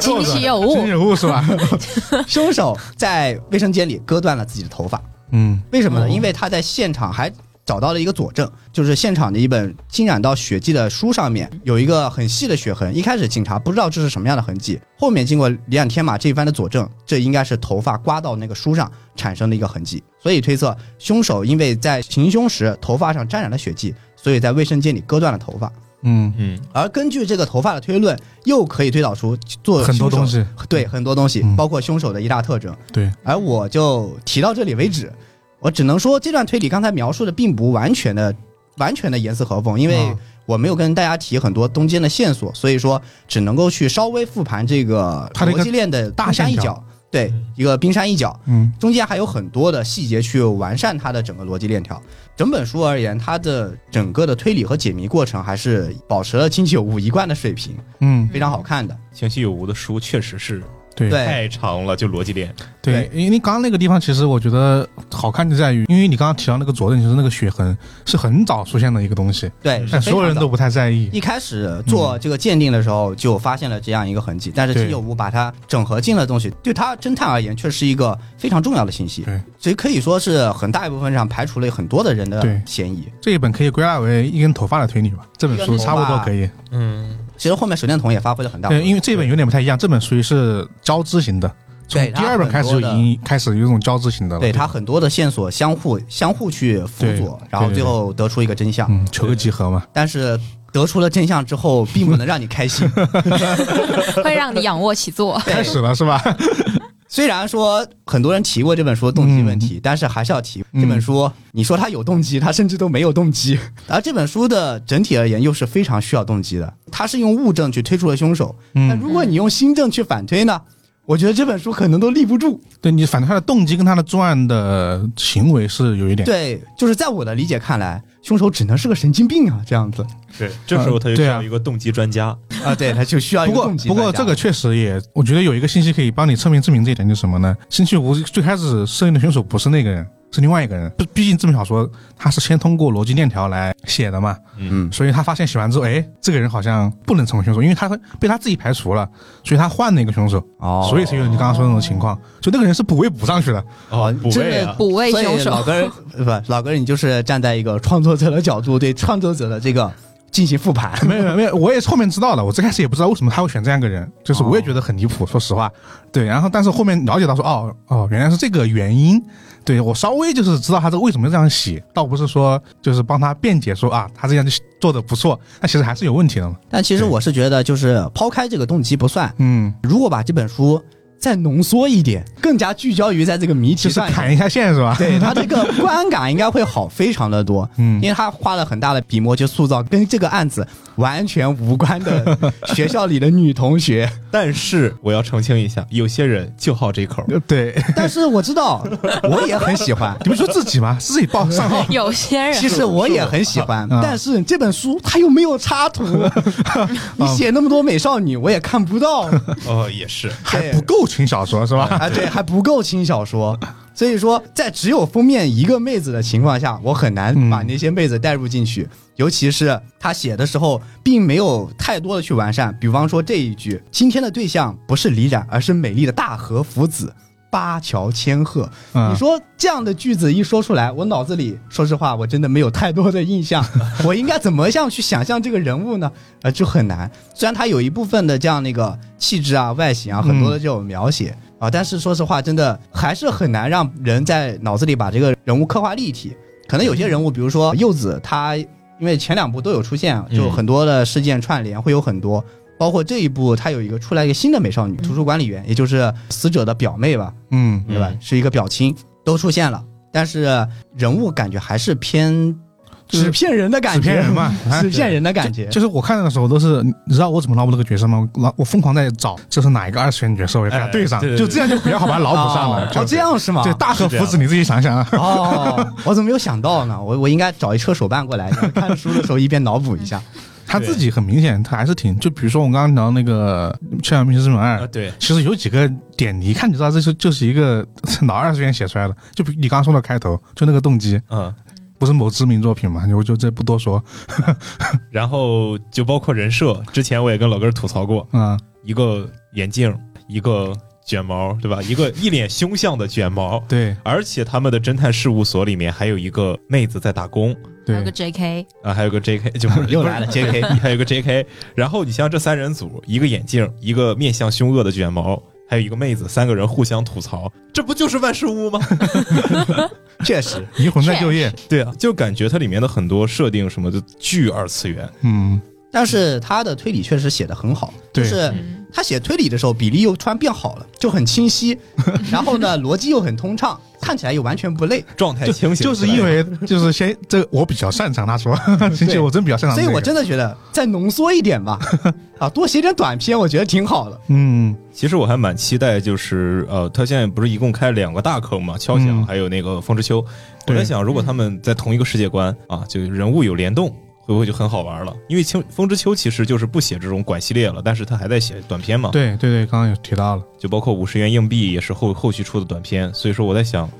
Speaker 1: 惊喜有误
Speaker 2: 真，有误是
Speaker 4: (laughs)
Speaker 2: 吧？
Speaker 4: 凶手在卫生间里割断了自己的头发。
Speaker 2: 嗯
Speaker 4: 为什么呢？因为他在现场还找到了一个佐证，就是现场的一本浸染到血迹的书上面有一个很细的血痕。一开始警察不知道这是什么样的痕迹，后面经过李冉天马这一番的佐证，这应该是头发刮到那个书上产生的一个痕迹。所以推测凶手因为在行凶时头发上沾染了血迹，所以在卫生间里割断了头发。
Speaker 2: 嗯，
Speaker 3: 嗯
Speaker 4: 而根据这个头发的推论，又可以推导出做
Speaker 2: 很多东，西，
Speaker 4: 对很多东西
Speaker 2: 嗯，
Speaker 4: 包括凶手的一大特征。
Speaker 2: 对，
Speaker 4: 而我就提到这里为止。我只能说，这段推理刚才描述的并不完全的、完全的严丝合缝，因为
Speaker 2: 啊
Speaker 4: 我没有跟大家提很多中间的线索，所以说只能够去稍微复盘这个
Speaker 2: 它这个
Speaker 4: 逻辑链的
Speaker 2: 大
Speaker 4: 冰山一
Speaker 2: 线条
Speaker 4: 角，对，一个冰山一角。
Speaker 2: 嗯
Speaker 4: 中间还有很多的细节去完善它的整个逻辑链条。整本书而言，它的整个的推理和解谜过程还是保持了清奇有物一贯的水平，
Speaker 2: 嗯，
Speaker 4: 非常好看的。
Speaker 3: 清晰有无的书确实是
Speaker 2: 对
Speaker 4: 对
Speaker 3: 太长了，就逻辑链。
Speaker 2: 对，因为你刚刚那个地方，其实我觉得好看就在于，因为你刚刚提到那个佐证，就是那个血痕是很早出现的一个东西，
Speaker 4: 对，
Speaker 2: 但
Speaker 4: 是非
Speaker 2: 所有
Speaker 4: 常
Speaker 2: 人
Speaker 4: 的
Speaker 2: 都不太在意。
Speaker 4: 一开始做这个鉴定的时候，就发现了这样一个痕迹，但是
Speaker 2: 嗯对
Speaker 4: 七九五把它整合进了东西，对他侦探而言却是一个非常重要的信息，
Speaker 2: 对，
Speaker 4: 所以可以说是很大一部分上排除了很多的人的
Speaker 2: 对
Speaker 4: 嫌疑。
Speaker 2: 这一本可以归纳为一根头发的推理吧，这本书差不多可以。
Speaker 3: 嗯
Speaker 4: 其实后面手电筒也发挥了很大作
Speaker 2: 对，
Speaker 4: 用，
Speaker 2: 因为这本有点不太一样，这本属于是交织型的，从
Speaker 4: 对
Speaker 2: 第二本开始就已经开始有一种交织型的了。
Speaker 4: 对它很多的线索相互相互去辅佐
Speaker 2: 对，
Speaker 4: 然后
Speaker 2: 对对
Speaker 4: 最后得出一个真相。
Speaker 2: 嗯，求个集合嘛。
Speaker 4: 但是得出了真相之后，并不能让你
Speaker 2: (laughs)
Speaker 4: 开心。
Speaker 1: 会让你仰卧起
Speaker 4: (laughs)
Speaker 1: 坐。
Speaker 4: 对
Speaker 2: 开始了是吧？ (laughs)
Speaker 4: 虽然说很多人提过这本书的动机问题，但是还是要提
Speaker 2: 嗯
Speaker 4: 这本书。你说它有动机，它甚至都没有动机。 (laughs) 而这本书的整体而言，又是非常需要动机的。它是用物证去推出了凶手，那
Speaker 2: 嗯，
Speaker 4: 如果你用新证去反推呢？我觉得这本书可能都立不住。
Speaker 2: 对你反正他的动机跟他的作案的行为是有一点。
Speaker 4: 对，就是在我的理解看来，凶手只能是个神经病啊，这样子
Speaker 3: 对，这时候他就需
Speaker 2: 对啊
Speaker 3: 要一个动机专家。
Speaker 4: 啊，对，他就需要一
Speaker 2: 不
Speaker 4: 个
Speaker 2: 过
Speaker 4: 动机
Speaker 2: 不过
Speaker 4: 专家
Speaker 2: 这个确实也，我觉得有一个信息可以帮你侧面证明这一点，就是什么呢？星期五最开始设定的凶手不是那个人，是另外一个人。毕毕竟这本小说他是先通过逻辑链条来写的嘛，
Speaker 4: 嗯
Speaker 2: 所以他发现写完之后，哎，这个人好像不能成为凶手，因为他会被他自己排除了，所以他换了一个凶手，
Speaker 4: 哦
Speaker 2: 所以才有你刚刚说的那种情况。所以那个人是补位补上去的，
Speaker 3: 哦，补
Speaker 4: 真
Speaker 3: 位
Speaker 4: 的
Speaker 3: 啊，
Speaker 1: 补位
Speaker 4: 所以
Speaker 1: 凶手，
Speaker 4: 老哥，不，老哥，你就是站在一个创作者的角度，对创作者的这个进行复盘。
Speaker 2: 没有没有没有，我也是后面知道了，我最开始也不知道为什么他会选这样一个人，就是我也觉得很离谱，说实话，对。然后但是后面了解到说，哦哦，原来是这个原因，对我稍微就是知道他这个为什么这样写，倒不是说就是帮他辩解说啊，他这样就做的不错，那其实还是有问题的嘛，
Speaker 4: 但其实我是觉得，就是抛开这个动机不算，
Speaker 2: 嗯，
Speaker 4: 如果把这本书再浓缩一点，更加聚焦于在这个谜
Speaker 2: 就
Speaker 4: 题
Speaker 2: 是
Speaker 4: 上，
Speaker 2: 砍一下线是吧？
Speaker 4: 对它这个观感应该会好非常的多。
Speaker 2: 嗯
Speaker 4: 因为他花了很大的笔墨去塑造跟这个案子完全无关的学校里的女
Speaker 2: (laughs)
Speaker 4: 同学，
Speaker 3: 但是我要澄清一下，有些人就好这口。
Speaker 2: 对， (laughs)
Speaker 4: 但是我知道，我也很喜欢。
Speaker 2: 你不是说自己吗？自己报上
Speaker 1: (laughs)
Speaker 2: 号
Speaker 1: 有些人
Speaker 4: 其实我也很喜欢，
Speaker 2: 嗯
Speaker 4: 但是这本书它又没有
Speaker 2: (laughs)
Speaker 4: 插图，你写那么多美少女我也看不到，
Speaker 3: (laughs) 哦，也是，
Speaker 2: 还
Speaker 4: 对
Speaker 2: 不够轻小说是吧？
Speaker 4: (laughs) 啊，对，还不够轻小说。所以说，在只有封面一个妹子的情况下，我很难
Speaker 2: 嗯
Speaker 4: 把那些妹子带入进去。尤其是他写的时候，并没有太多的去完善。比方说这一句：“今天的对象不是李冉，而是美丽的大和福子八桥千鹤。”
Speaker 2: 嗯
Speaker 4: 你，说这样的句子一说出来，我脑子里说实话，我真的没有太多的印象。 (laughs) 我应该怎么样去想象这个人物呢？呃，就很难。虽然他有一部分的这样那个气质啊、外形啊，很多的这种描写、啊，但是说实话，真的还是很难让人在脑子里把这个人物刻画立体。可能有些人物，比如说柚子，他因为前两部都有出现啊，
Speaker 3: 嗯
Speaker 4: 就很多的事件串联，会有很多。包括这一部，它有一个出来一个新的美少女图书管理员，也就是死者的表妹吧，
Speaker 2: 嗯，
Speaker 4: 对吧？
Speaker 3: 嗯
Speaker 4: 是一个表亲，都出现了，但是人物感觉还是偏
Speaker 2: 就是
Speaker 4: 纸片人的感
Speaker 2: 纸
Speaker 4: 觉，
Speaker 2: 片人嘛哎
Speaker 4: 纸片人的感觉。
Speaker 2: 就是我看的时候都是，你你知道我怎么脑补这个角色吗？我我疯狂在找这是哪一个二次元角色，我就给它
Speaker 3: 哎
Speaker 2: 对上，
Speaker 3: 对对
Speaker 2: 就这样就比较好把它脑补上了。
Speaker 4: 哦
Speaker 2: 就
Speaker 4: 哦，这样是吗？
Speaker 2: 对，大可
Speaker 3: 是这样
Speaker 2: 福祉你自己想想啊。
Speaker 4: 哦，我怎么没有想到呢？我我应该找一车手办过来，看书的时候一边脑补一下。
Speaker 2: 他自己很明显，他还是挺就比如说我们刚刚聊那个《千万密室之门二
Speaker 3: 啊，》，对，
Speaker 2: 其实有几个点你一看就知道这是就是一个 (laughs) 老二次元写出来的，就比你刚刚说的开头，就那个动机
Speaker 3: 嗯，
Speaker 2: 不是某知名作品嘛，我就这不多说
Speaker 3: 然后就包括人设，之前我也跟老根儿吐槽过，
Speaker 2: 啊、
Speaker 3: 一个眼镜，一个卷毛，对吧？一个一脸凶相的卷毛，
Speaker 2: 对
Speaker 3: 而且他们的侦探事务所里面还有一个妹子在打工
Speaker 1: 还有
Speaker 2: 对
Speaker 1: 个 JK，
Speaker 3: 啊，还有个 J.K. (laughs) 就
Speaker 2: (laughs)
Speaker 3: 不是
Speaker 4: 又来了 JK
Speaker 3: 还有个 J.K. 然后你像这三人组，一个眼镜，一个面向凶恶的卷毛。还有一个妹子，三个人互相吐槽，这不就是万事
Speaker 2: (laughs)
Speaker 3: 屋吗？
Speaker 4: 确实，
Speaker 2: 迷魂在就业，
Speaker 3: 对啊，就感觉它里面的很多设定什么的巨二次元，
Speaker 2: 嗯，
Speaker 4: 但是他的推理确实写得很好，就
Speaker 2: 对
Speaker 4: 是
Speaker 1: 嗯
Speaker 4: 他写推理的时候比例又突然变好了，就很清晰，然后呢逻辑又很通畅，看起来又完全不累。
Speaker 3: 状态
Speaker 2: 就
Speaker 3: 清醒
Speaker 2: 就是
Speaker 3: 起来
Speaker 2: 因
Speaker 3: 了
Speaker 2: 为 (laughs) 就是先这个我比较擅长，他
Speaker 4: (laughs)
Speaker 2: 说，其实我真比较擅长、
Speaker 4: 所
Speaker 2: 这
Speaker 4: 以
Speaker 2: 个，
Speaker 4: 我真的觉得再浓缩一点吧，啊，多写点短篇，我觉得挺好的。
Speaker 2: 嗯
Speaker 3: 其实我还蛮期待，就是呃，他现在不是一共开了两个大坑嘛，敲响
Speaker 2: 嗯
Speaker 3: 还有那个风之丘。我
Speaker 2: 对
Speaker 3: 在想，如果他们在同一个世界观啊，就人物有联动，会不会就很好玩了？因为青风之丘其实就是不写这种管系列了，但是他还在写短篇
Speaker 4: 哦
Speaker 3: 嘛，，
Speaker 2: 对对对，刚刚有提到了，
Speaker 3: 就包括五十元硬币也是后后续出的短篇，所以说我在想，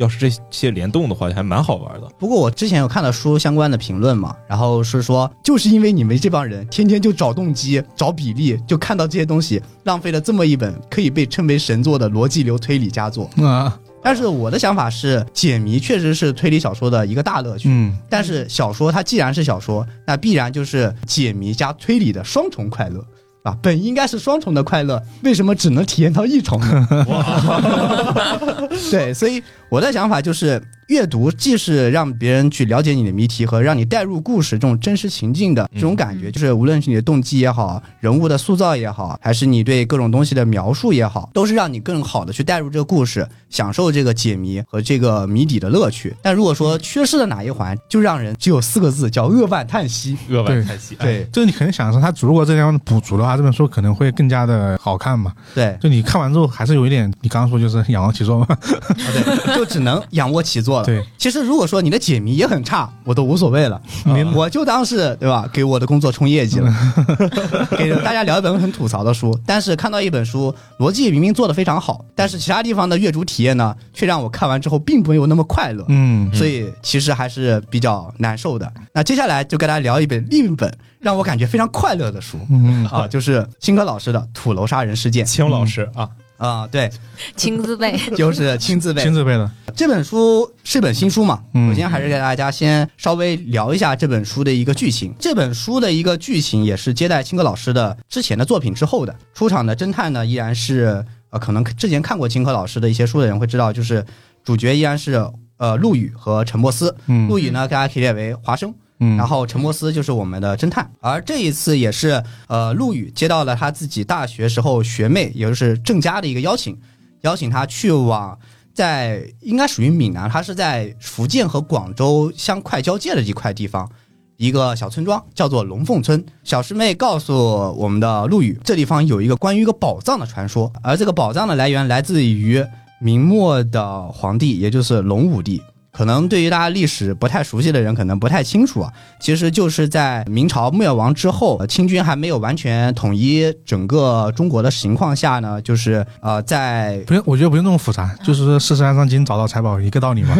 Speaker 3: 要是这些联动的话，还蛮好玩的。
Speaker 4: 不过我之前有看到书相关的评论嘛，然后是说，就是因为你们这帮人天天就找动机、找比例，就看到这些东西，浪费了这么一本可以被称为神作的逻辑流推理佳作。
Speaker 2: 啊
Speaker 4: 但是我的想法是，解谜确实是推理小说的一个大乐趣。
Speaker 2: 嗯，
Speaker 4: 但是小说它既然是小说，那必然就是解谜加推理的双重快乐。啊，本应该是双重的快乐，为什么只能体验到一重呢？对，所以我的想法就是，阅读既是让别人去了解你的谜题和让你带入故事这种真实情境的这种感觉，就是无论是你的动机也好，人物的塑造也好，还是你对各种东西的描述也好，都是让你更好的去带入这个故事，享受这个解谜和这个谜底的乐趣。但如果说缺失了哪一环，就让人只有四个字叫扼腕叹息。
Speaker 3: 扼腕
Speaker 2: 对
Speaker 3: 叹息，哎，
Speaker 4: 对
Speaker 2: 就是你很想说他如果这样补足的话，这本书可能会更加的好看嘛。
Speaker 4: 对，
Speaker 2: 就你看完之后还是有一点，你刚刚说就是仰卧起坐嘛，
Speaker 4: 啊，对，就只能仰卧起坐了。
Speaker 2: 对，
Speaker 4: 其实如果说你的解谜也很差，我都无所
Speaker 2: (laughs)
Speaker 4: 谓了，
Speaker 2: 嗯
Speaker 4: 我就当是对吧，给我的工作冲业绩了，
Speaker 2: 嗯
Speaker 4: (laughs) 给大家聊一本很吐槽的书。但是看到一本书逻辑明明做得非常好，但是其他地方的阅读体验呢，却让我看完之后并没有那么快乐。
Speaker 2: 嗯，
Speaker 4: 所以其实还是比较难受的。那接下来就跟大家聊一本另一本让我感觉非常快乐的书，
Speaker 2: 嗯
Speaker 4: 啊，就是辛科老师的《土楼杀人事件》
Speaker 3: 青老师啊，
Speaker 4: 啊，对，
Speaker 1: 亲自背，
Speaker 4: 就是亲自
Speaker 2: (laughs)
Speaker 4: 背
Speaker 2: 亲自背的，
Speaker 4: 这本书是本新书嘛，
Speaker 2: 嗯
Speaker 4: 首先还是给大家先稍微聊一下这本书的一个剧情。这本书的一个剧情也是接待青哥老师的之前的作品之后的。出场的侦探呢，依然是呃，可能之前看过青科老师的一些书的人会知道，就是主角依然是呃陆羽和陈伯斯。
Speaker 2: 嗯
Speaker 4: 陆羽呢，大家可以列为华生，
Speaker 2: 嗯，
Speaker 4: 然后陈伯斯就是我们的侦探，而这一次也是呃，陆羽接到了他自己大学时候学妹，也就是郑佳的一个邀请，邀请他去往在应该属于闽南，他是在福建和广州相快交界的一块地方。一个小村庄叫做龙凤村，小师妹告诉我们的陆羽，这地方有一个关于一个宝藏的传说，而这个宝藏的来源来自于明末的皇帝，也就是隆武帝。可能对于大家历史不太熟悉的人，可能不太清楚啊。其实就是在明朝灭亡之后，呃清军还没有完全统一整个中国的情况下呢，就是呃，在
Speaker 2: 不用，我觉得不用那么复杂，就是说四十三章经找到财宝一个道理
Speaker 4: (laughs)
Speaker 2: 嘛。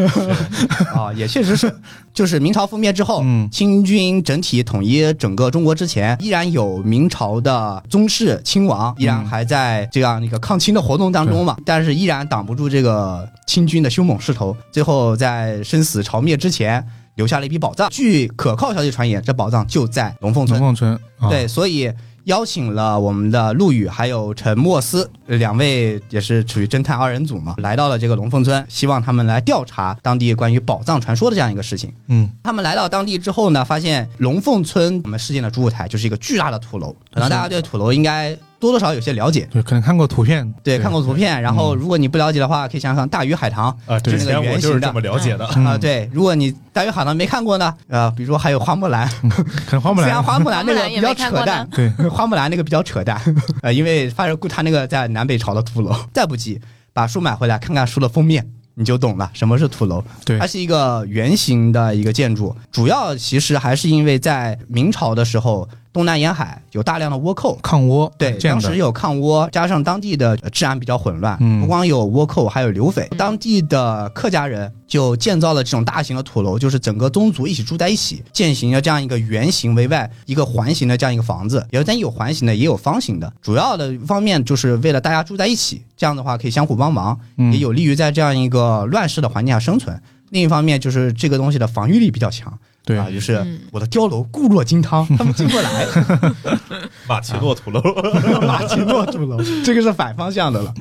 Speaker 4: 啊、也确实是， (laughs) 就是明朝覆灭之后，
Speaker 2: 嗯
Speaker 4: 清军整体统一整个中国之前，依然有明朝的宗室亲王，依然还在这样一个抗清的活动当中嘛，但是依然挡不住这个清军的凶猛势头，最后在生死朝灭之前。留下了一批宝藏，据可靠消息传言，这宝藏就在龙凤
Speaker 2: 龙
Speaker 4: 村。
Speaker 2: 凤村，啊
Speaker 4: 对，所以邀请了我们的陆羽还有陈默思呃两位，也是处于侦探二人组嘛，来到了这个龙凤村，希望他们来调查当地关于宝藏传说的这样一个事情。
Speaker 2: 嗯，
Speaker 4: 他们来到当地之后呢，发现龙凤村我们事件的主舞台就是一个巨大的土楼，可能大家对土楼应该多多少少有些了解。
Speaker 2: 对，可能看过图片，
Speaker 4: 对，看过图片。然后，如果你不了解的话，可以想想大鱼海棠
Speaker 3: 啊，
Speaker 4: 就
Speaker 3: 之
Speaker 4: 是那
Speaker 3: 前
Speaker 4: 个
Speaker 3: 我
Speaker 4: 圆
Speaker 3: 就是
Speaker 4: 形
Speaker 3: 这
Speaker 4: 的
Speaker 3: 么了解的。
Speaker 4: 啊、对，如果你大鱼海棠没看过呢，呃，比如说还有花木兰，
Speaker 2: 可能花木
Speaker 4: 虽然
Speaker 2: 兰，
Speaker 4: 花木兰那个
Speaker 1: 花木兰
Speaker 4: 比
Speaker 1: 也
Speaker 4: 较
Speaker 1: 没看过呢
Speaker 4: 扯淡，
Speaker 2: 对，
Speaker 4: (laughs) 花木兰那个比较扯淡， (laughs) 呃，因为发生他那个在南北朝的土楼，再不济把书买回来看看书的封面。你就懂了什么是土楼，
Speaker 2: 对
Speaker 4: 它是一个圆形的一个建筑，主要其实还是因为在明朝的时候，东南沿海有大量的倭寇，
Speaker 2: 抗倭，
Speaker 4: 对，
Speaker 2: 这样
Speaker 4: 当
Speaker 2: 的
Speaker 4: 时，有抗倭，加上当地的呃治安比较混乱，
Speaker 2: 嗯
Speaker 4: 不光有倭寇，还有流匪。当地的客家人就建造了这种大型的土楼，就是整个宗族一起住在一起，践行了这样一个圆形为外、一个环形的这样一个房子。有但有环形的，也有方形的。主要的方面就是为了大家住在一起，这样的话可以相互帮忙，
Speaker 2: 嗯
Speaker 4: 也有利于在这样一个乱世的环境下生存。另一方面就是这个东西的防御力比较强，
Speaker 2: 对
Speaker 4: 啊，，就是
Speaker 1: 嗯
Speaker 4: 我的碉楼固若金汤，他们进不来。
Speaker 3: 马奇诺土楼，
Speaker 4: (laughs) 马奇诺主楼，这个是反方向的了。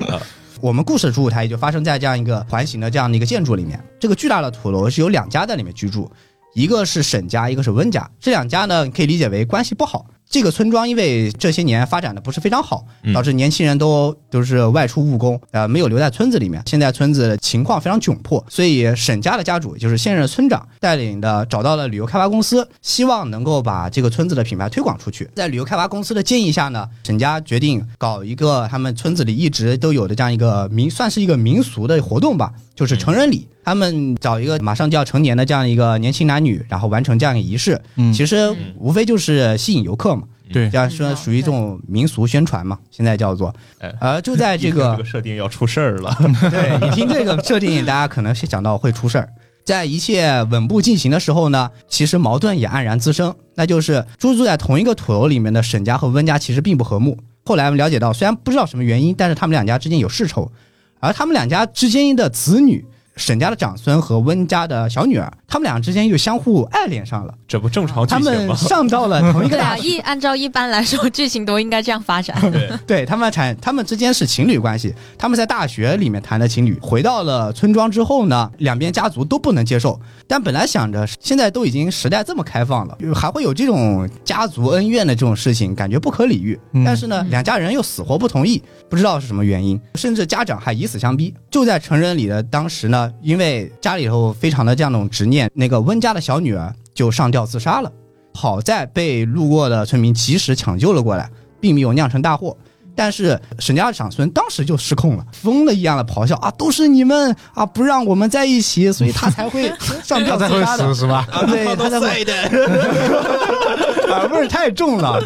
Speaker 4: 我们故事的主舞台也就发生在这样一个环形的这样的一个建筑里面。这个巨大的土楼是有两家在里面居住，一个是沈家，一个是温家。这两家呢，你可以理解为关系不好。这个村庄因为这些年发展的不是非常好，
Speaker 3: 嗯
Speaker 4: 导致年轻人都都是外出务工，呃，没有留在村子里面。现在村子情况非常窘迫，所以沈家的家主，也就是现任的村长带领的，找到了旅游开发公司，希望能够把这个村子的品牌推广出去。在旅游开发公司的建议下呢，沈家决定搞一个他们村子里一直都有的这样一个民，算是一个民俗的活动吧，就是成人礼。他们找一个马上就要成年的这样一个年轻男女，然后完成这样一个仪式，
Speaker 2: 嗯，
Speaker 4: 其实
Speaker 1: 嗯
Speaker 4: 无非就是吸引游客嘛。
Speaker 2: 对，
Speaker 4: 这样说属于这种民俗宣传嘛，现在叫做
Speaker 3: 哎，
Speaker 4: 呃，就在这
Speaker 3: (laughs)
Speaker 4: 个
Speaker 3: 这个设定要出事儿了。
Speaker 4: 对你听这个设定，大家可能想到会出事儿。在一切稳步进行的时候呢，其实矛盾也黯然滋生，那就是居住在同一个土楼里面的沈家和温家其实并不和睦。后来我们了解到，虽然不知道什么原因，但是他们两家之间有世仇，而他们两家之间的子女，沈家的长孙和温家的小女儿，他们俩之间又相互爱恋上了，
Speaker 3: 这不正常剧
Speaker 4: 他
Speaker 3: 情
Speaker 4: 们
Speaker 3: 吗？
Speaker 4: 上到了同一个
Speaker 1: (laughs) 对
Speaker 4: 大
Speaker 1: 啊，
Speaker 4: 学。
Speaker 1: 一按照一般来说，剧情都应该这样发展。
Speaker 3: 对，
Speaker 4: 对他们产，他们之间是情侣关系。他们在大学里面谈的情侣，回到了村庄之后呢，两边家族都不能接受。但本来想着现在都已经时代这么开放了，还会有这种家族恩怨的这种事情，感觉不可理喻。
Speaker 2: 嗯
Speaker 4: 但是呢，两家人又死活不同意，不知道是什么原因，甚至家长还以死相逼。就在成人礼的当时呢，因为家里头非常的这样一种执念，那个温家的小女儿就上吊自杀了。好在被路过的村民及时抢救了过来，并没有酿成大祸。但是沈家的长孙当时就失控了，疯了一样的咆哮啊，都是你们啊，不让我们在一起，所以他
Speaker 2: (laughs)
Speaker 4: 才会上吊
Speaker 2: 嗯他才
Speaker 4: 自
Speaker 2: 会
Speaker 4: 杀的
Speaker 2: 死。是吧？
Speaker 4: 啊，对，他才会啊，味儿太重了。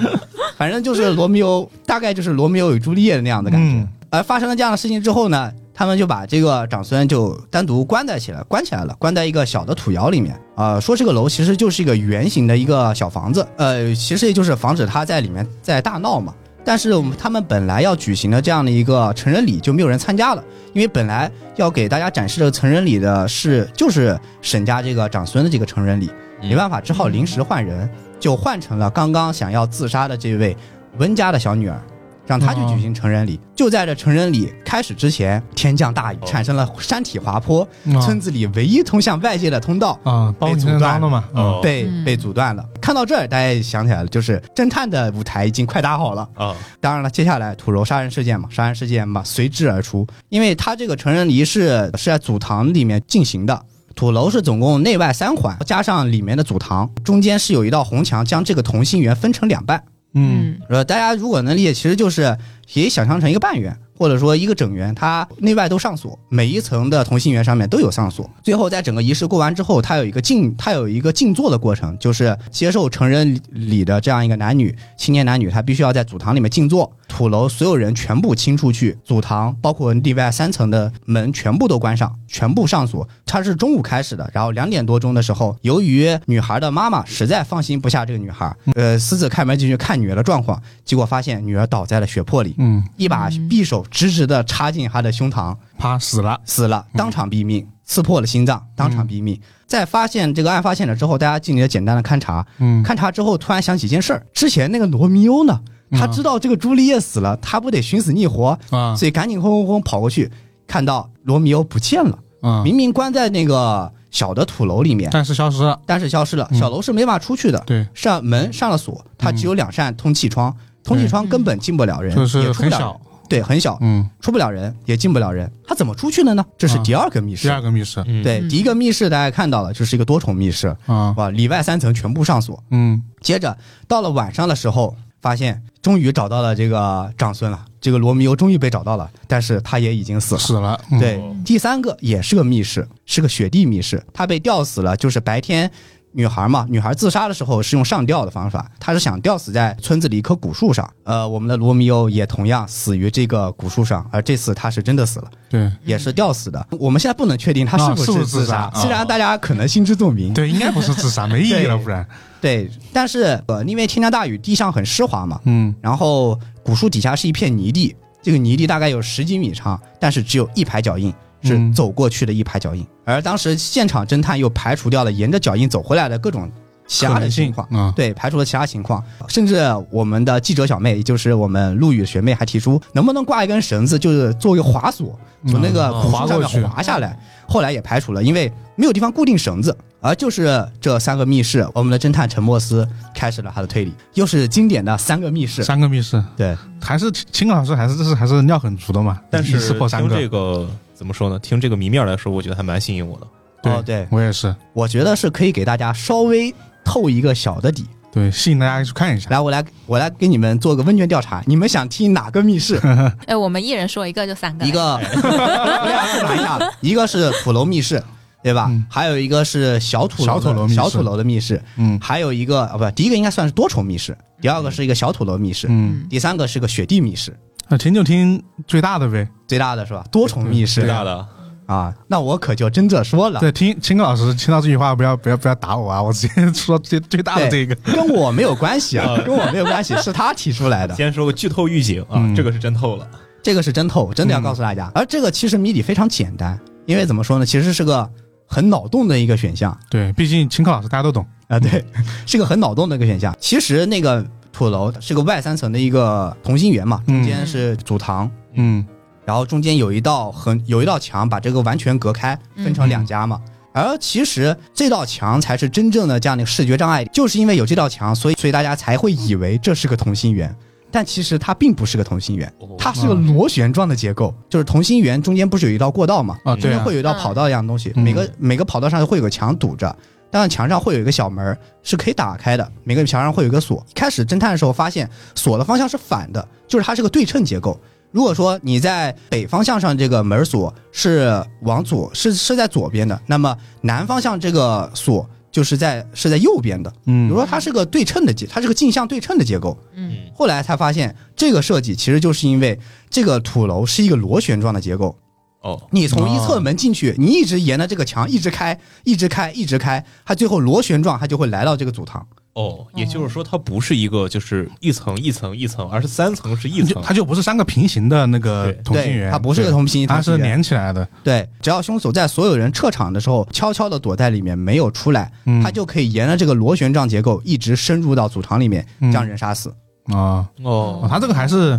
Speaker 4: 反正就是罗密欧，大概就是罗密欧与朱丽叶的那样的感觉。
Speaker 2: 嗯，
Speaker 4: 而发生了这样的事情之后呢，他们就把这个长孙就单独关在起来，关起来了，关在一个小的土窑里面。啊，说这个楼其实就是一个圆形的一个小房子，呃，其实也就是防止他在里面在大闹嘛。但是我们他们本来要举行的这样的一个成人礼就没有人参加了，因为本来要给大家展示的成人礼的是就是沈家这个长孙的这个成人礼，没办法，只好临时换人，就换成了刚刚想要自杀的这位温家的小女儿，让她去举行成人礼。就在这成人礼开始之前，天降大雨，
Speaker 3: 哦
Speaker 4: 产生了山体滑坡，
Speaker 2: 嗯
Speaker 4: 村子里唯一通向外界的通道
Speaker 2: 啊，包
Speaker 4: 被
Speaker 2: 你
Speaker 4: 阻
Speaker 2: 身
Speaker 4: 断
Speaker 2: 上了嘛，
Speaker 3: 哦
Speaker 2: 嗯，
Speaker 4: 被、
Speaker 1: 嗯
Speaker 4: 被阻断了。看到这儿，大家也想起来了，就是侦探的舞台已经快搭好了。
Speaker 3: 啊，
Speaker 4: 当然了，接下来土楼杀人事件嘛，杀人事件嘛随之而出，因为他这个成人仪式是在祖堂里面进行的。土楼是总共内外三环，加上里面的祖堂，中间是有一道红墙将这个同心圆分成两半。
Speaker 2: 嗯，
Speaker 4: 呃，大家如果能理解，其实就是也想象成一个半圆，或者说一个整圆，它内外都上锁，每一层的同心圆上面都有上锁。最后，在整个仪式过完之后，它有一个静，它有一个静坐的过程，就是接受成人礼的这样一个男女青年男女，他必须要在祖堂里面静坐，土楼所有人全部清出去，祖堂包括内外三层的门全部都关上，全部上锁。它是中午开始的，然后两点多钟的时候，由于女孩的妈妈实在放心不下这个女孩，呃，私自开门进去看女儿的状况，结果发现女儿倒在了血泊里，
Speaker 2: 嗯，
Speaker 4: 一把匕首直直的插进她的胸膛，
Speaker 2: 啪死了，
Speaker 4: 死了，
Speaker 2: 嗯
Speaker 4: 当场毙命，刺破了心脏，当场毙命。在发现这个案发现场之后，大家进行了简单的勘查，
Speaker 2: 嗯，
Speaker 4: 勘查之后突然想起一件事儿，之前那个罗密欧呢？
Speaker 2: 啊
Speaker 4: 他知道这个朱丽叶死了，他不得寻死觅活，
Speaker 2: 啊
Speaker 4: 所以赶紧轰轰轰跑过去，看到罗密欧不见了，
Speaker 2: 啊！
Speaker 4: 明明关在那个小的土楼里面，
Speaker 2: 但是消失了，
Speaker 4: 但是消失了，
Speaker 2: 嗯
Speaker 4: 小楼是没法出去的，
Speaker 2: 对，嗯
Speaker 4: 上门上了锁，它只有两扇通气窗，通气窗根本进不了人，
Speaker 2: 就是
Speaker 4: 也出不
Speaker 2: 很
Speaker 4: 了人
Speaker 2: 小，，
Speaker 4: 对，很小，
Speaker 2: 嗯，
Speaker 4: 出不了人，也进不了人，他怎么出去的呢？这是
Speaker 2: 啊
Speaker 4: 第二个密室
Speaker 2: 第，二个密室
Speaker 3: 嗯，
Speaker 4: 对，
Speaker 1: 嗯
Speaker 4: 第一个密室大家看到了，就是一个多重密室，
Speaker 2: 啊，
Speaker 4: 哇，里外三层全部上锁。
Speaker 2: 嗯
Speaker 4: 接着到了晚上的时候，发现终于找到了这个长孙了，这个罗密欧终于被找到了，但是他也已经死了。
Speaker 2: 死了，嗯
Speaker 4: 对，第三个也是个密室，是个雪地密室，他被吊死了，就是白天。女孩嘛，女孩自杀的时候是用上吊的方法，她是想吊死在村子里一棵古树上。呃，我们的罗密欧也同样死于这个古树上，而这次他是真的死了，
Speaker 2: 对
Speaker 4: 也是吊死的。我们现在不能确定他
Speaker 2: 啊
Speaker 4: 是不
Speaker 2: 是不是
Speaker 4: 自
Speaker 2: 自杀
Speaker 4: 杀，
Speaker 2: 啊
Speaker 4: 虽然大家可能心知肚明，
Speaker 2: 对，应该不是自杀，没意义了，
Speaker 4: 对
Speaker 2: 不然，
Speaker 4: 对，但是呃，因为天降大雨，地上很湿滑嘛，
Speaker 2: 嗯
Speaker 4: 然后古树底下是一片泥地，这个泥地大概有十几米长，但是只有一排脚印，是
Speaker 2: 嗯
Speaker 4: 走过去的一排脚印。而当时现场侦探又排除掉了沿着脚印走回来的各种其
Speaker 2: 可
Speaker 4: 他的
Speaker 2: 能
Speaker 4: 情
Speaker 2: 性
Speaker 4: 况。
Speaker 2: 啊，
Speaker 4: 对，排除了其他情况，甚至我们的记者小妹，也就是我们陆羽学妹，还提出能不能挂一根绳子，就是做一个滑索，从那个
Speaker 2: 嗯
Speaker 4: 古树
Speaker 2: 滑
Speaker 4: 上
Speaker 2: 过
Speaker 4: 面
Speaker 2: 去
Speaker 4: 滑下来。后来也排除了，因为没有地方固定绳子。而就是这三个密室，我们的侦探陈莫斯开始了他的推理，又是经典的三个密室。
Speaker 2: 三个密室，
Speaker 4: 对，
Speaker 2: 还是青老师还是这是还是料很足的嘛，
Speaker 3: 但
Speaker 2: 一
Speaker 3: 是
Speaker 2: 次破三
Speaker 3: 听
Speaker 2: 个
Speaker 3: 这，个怎么说呢？听这个谜面来说，我觉得还蛮吸引我的。
Speaker 4: 哦对
Speaker 2: 我也是，
Speaker 4: 我觉得是可以给大家稍微透一个小的底。
Speaker 2: 对，吸引大家去看一下，
Speaker 4: 来，我来，我来给你们做个问卷调查，你们想听哪个密室？
Speaker 1: 哎，我们一人说一个就三个，
Speaker 4: (laughs) 一个，来一下，一个是土楼密室，对吧？
Speaker 2: 嗯
Speaker 4: 还有一个是小土楼的
Speaker 2: 小土楼密室
Speaker 4: 小土楼的密室，
Speaker 2: 嗯
Speaker 4: 还有一个啊，不，第一个应该算是多重密室，第二个是一个小土楼密室，
Speaker 2: 嗯，
Speaker 4: 第三个是个雪地密室，
Speaker 2: 那听就啊听最大的呗，
Speaker 4: 最大的是吧？多重密
Speaker 3: 最
Speaker 4: 室
Speaker 3: 大的
Speaker 4: 啊，那我可就真这说了，
Speaker 2: 对，听青老师听到这句话，不要不要不要打我啊！我直接说最最大的这个，哦
Speaker 4: 跟我没有
Speaker 2: (laughs)
Speaker 4: 关系啊
Speaker 3: 啊，
Speaker 4: 跟我没有关系，是他提出来的。
Speaker 3: 先说个剧透预警啊
Speaker 2: 嗯，
Speaker 3: 这个是真透了。
Speaker 4: 这个是真透，真的要告诉大家。而这个其实谜底非常简单，因为怎么说呢，其实是个很脑洞的一个选项
Speaker 2: 对，毕竟青科老师大家都懂，
Speaker 4: 啊，对， (laughs) 是个很脑洞的一个选项。其实那个土楼是个外三层的一个同心圆嘛，
Speaker 2: 嗯
Speaker 4: 中间是主堂，
Speaker 2: 嗯
Speaker 4: 然后中间有一道很有一道墙把这个完全隔开，分成两家嘛。而其实这道墙才是真正的这样的一个视觉障碍，就是因为有这道墙，所以所以大家才会以为这是个同心圆，但其实它并不是个同心圆，
Speaker 2: 哦
Speaker 4: 它是个螺旋状的结构。就是同心圆中间不是有一道过道嘛，
Speaker 2: 啊，
Speaker 3: 嗯
Speaker 4: 中
Speaker 2: 对
Speaker 4: 间
Speaker 2: 啊
Speaker 4: 会，有一道跑道一样的东西，
Speaker 2: 嗯
Speaker 4: 每个每个跑道上会有个墙堵着，但墙上会有一个小门儿是可以打开的，每个墙上会有一个锁。一开始侦探的时候发现锁的方向是反的，就是它是个对称结构。如果说你在北方向上这个门锁是往左，是是在左边的，那么南方向这个锁就是在是在右边的。比
Speaker 2: 嗯
Speaker 4: 如说它是个对称的结，它是个镜像对称的结构。
Speaker 1: 嗯
Speaker 4: 后来才发现这个设计其实就是因为这个土楼是一个螺旋状的结构，
Speaker 3: 哦，
Speaker 4: 你从一侧门进去，你一直沿着这个墙一直开，一直开，一直开，它最后螺旋状，它就会来到这个主堂。
Speaker 3: 哦，也
Speaker 4: 嗯
Speaker 3: 就是说，它不是一个就是一层一层一层，而是三层是一
Speaker 2: 就
Speaker 3: 层。
Speaker 2: 它就不是三个平行的那个同心
Speaker 4: 嗯对，
Speaker 2: 圆，
Speaker 4: 它不是个同心
Speaker 2: 对，
Speaker 4: 圆，
Speaker 2: 它是
Speaker 4: 同心圆。
Speaker 2: 连起来的，
Speaker 4: 对，只要凶手在所有人撤场的时候，悄悄的躲在里面没有出来，
Speaker 2: 嗯
Speaker 4: 他就可以沿着这个螺旋状结构一直深入到主堂里面，
Speaker 2: 嗯
Speaker 4: 将人杀死。
Speaker 2: 啊，
Speaker 3: 哦
Speaker 2: 哦，它这个还是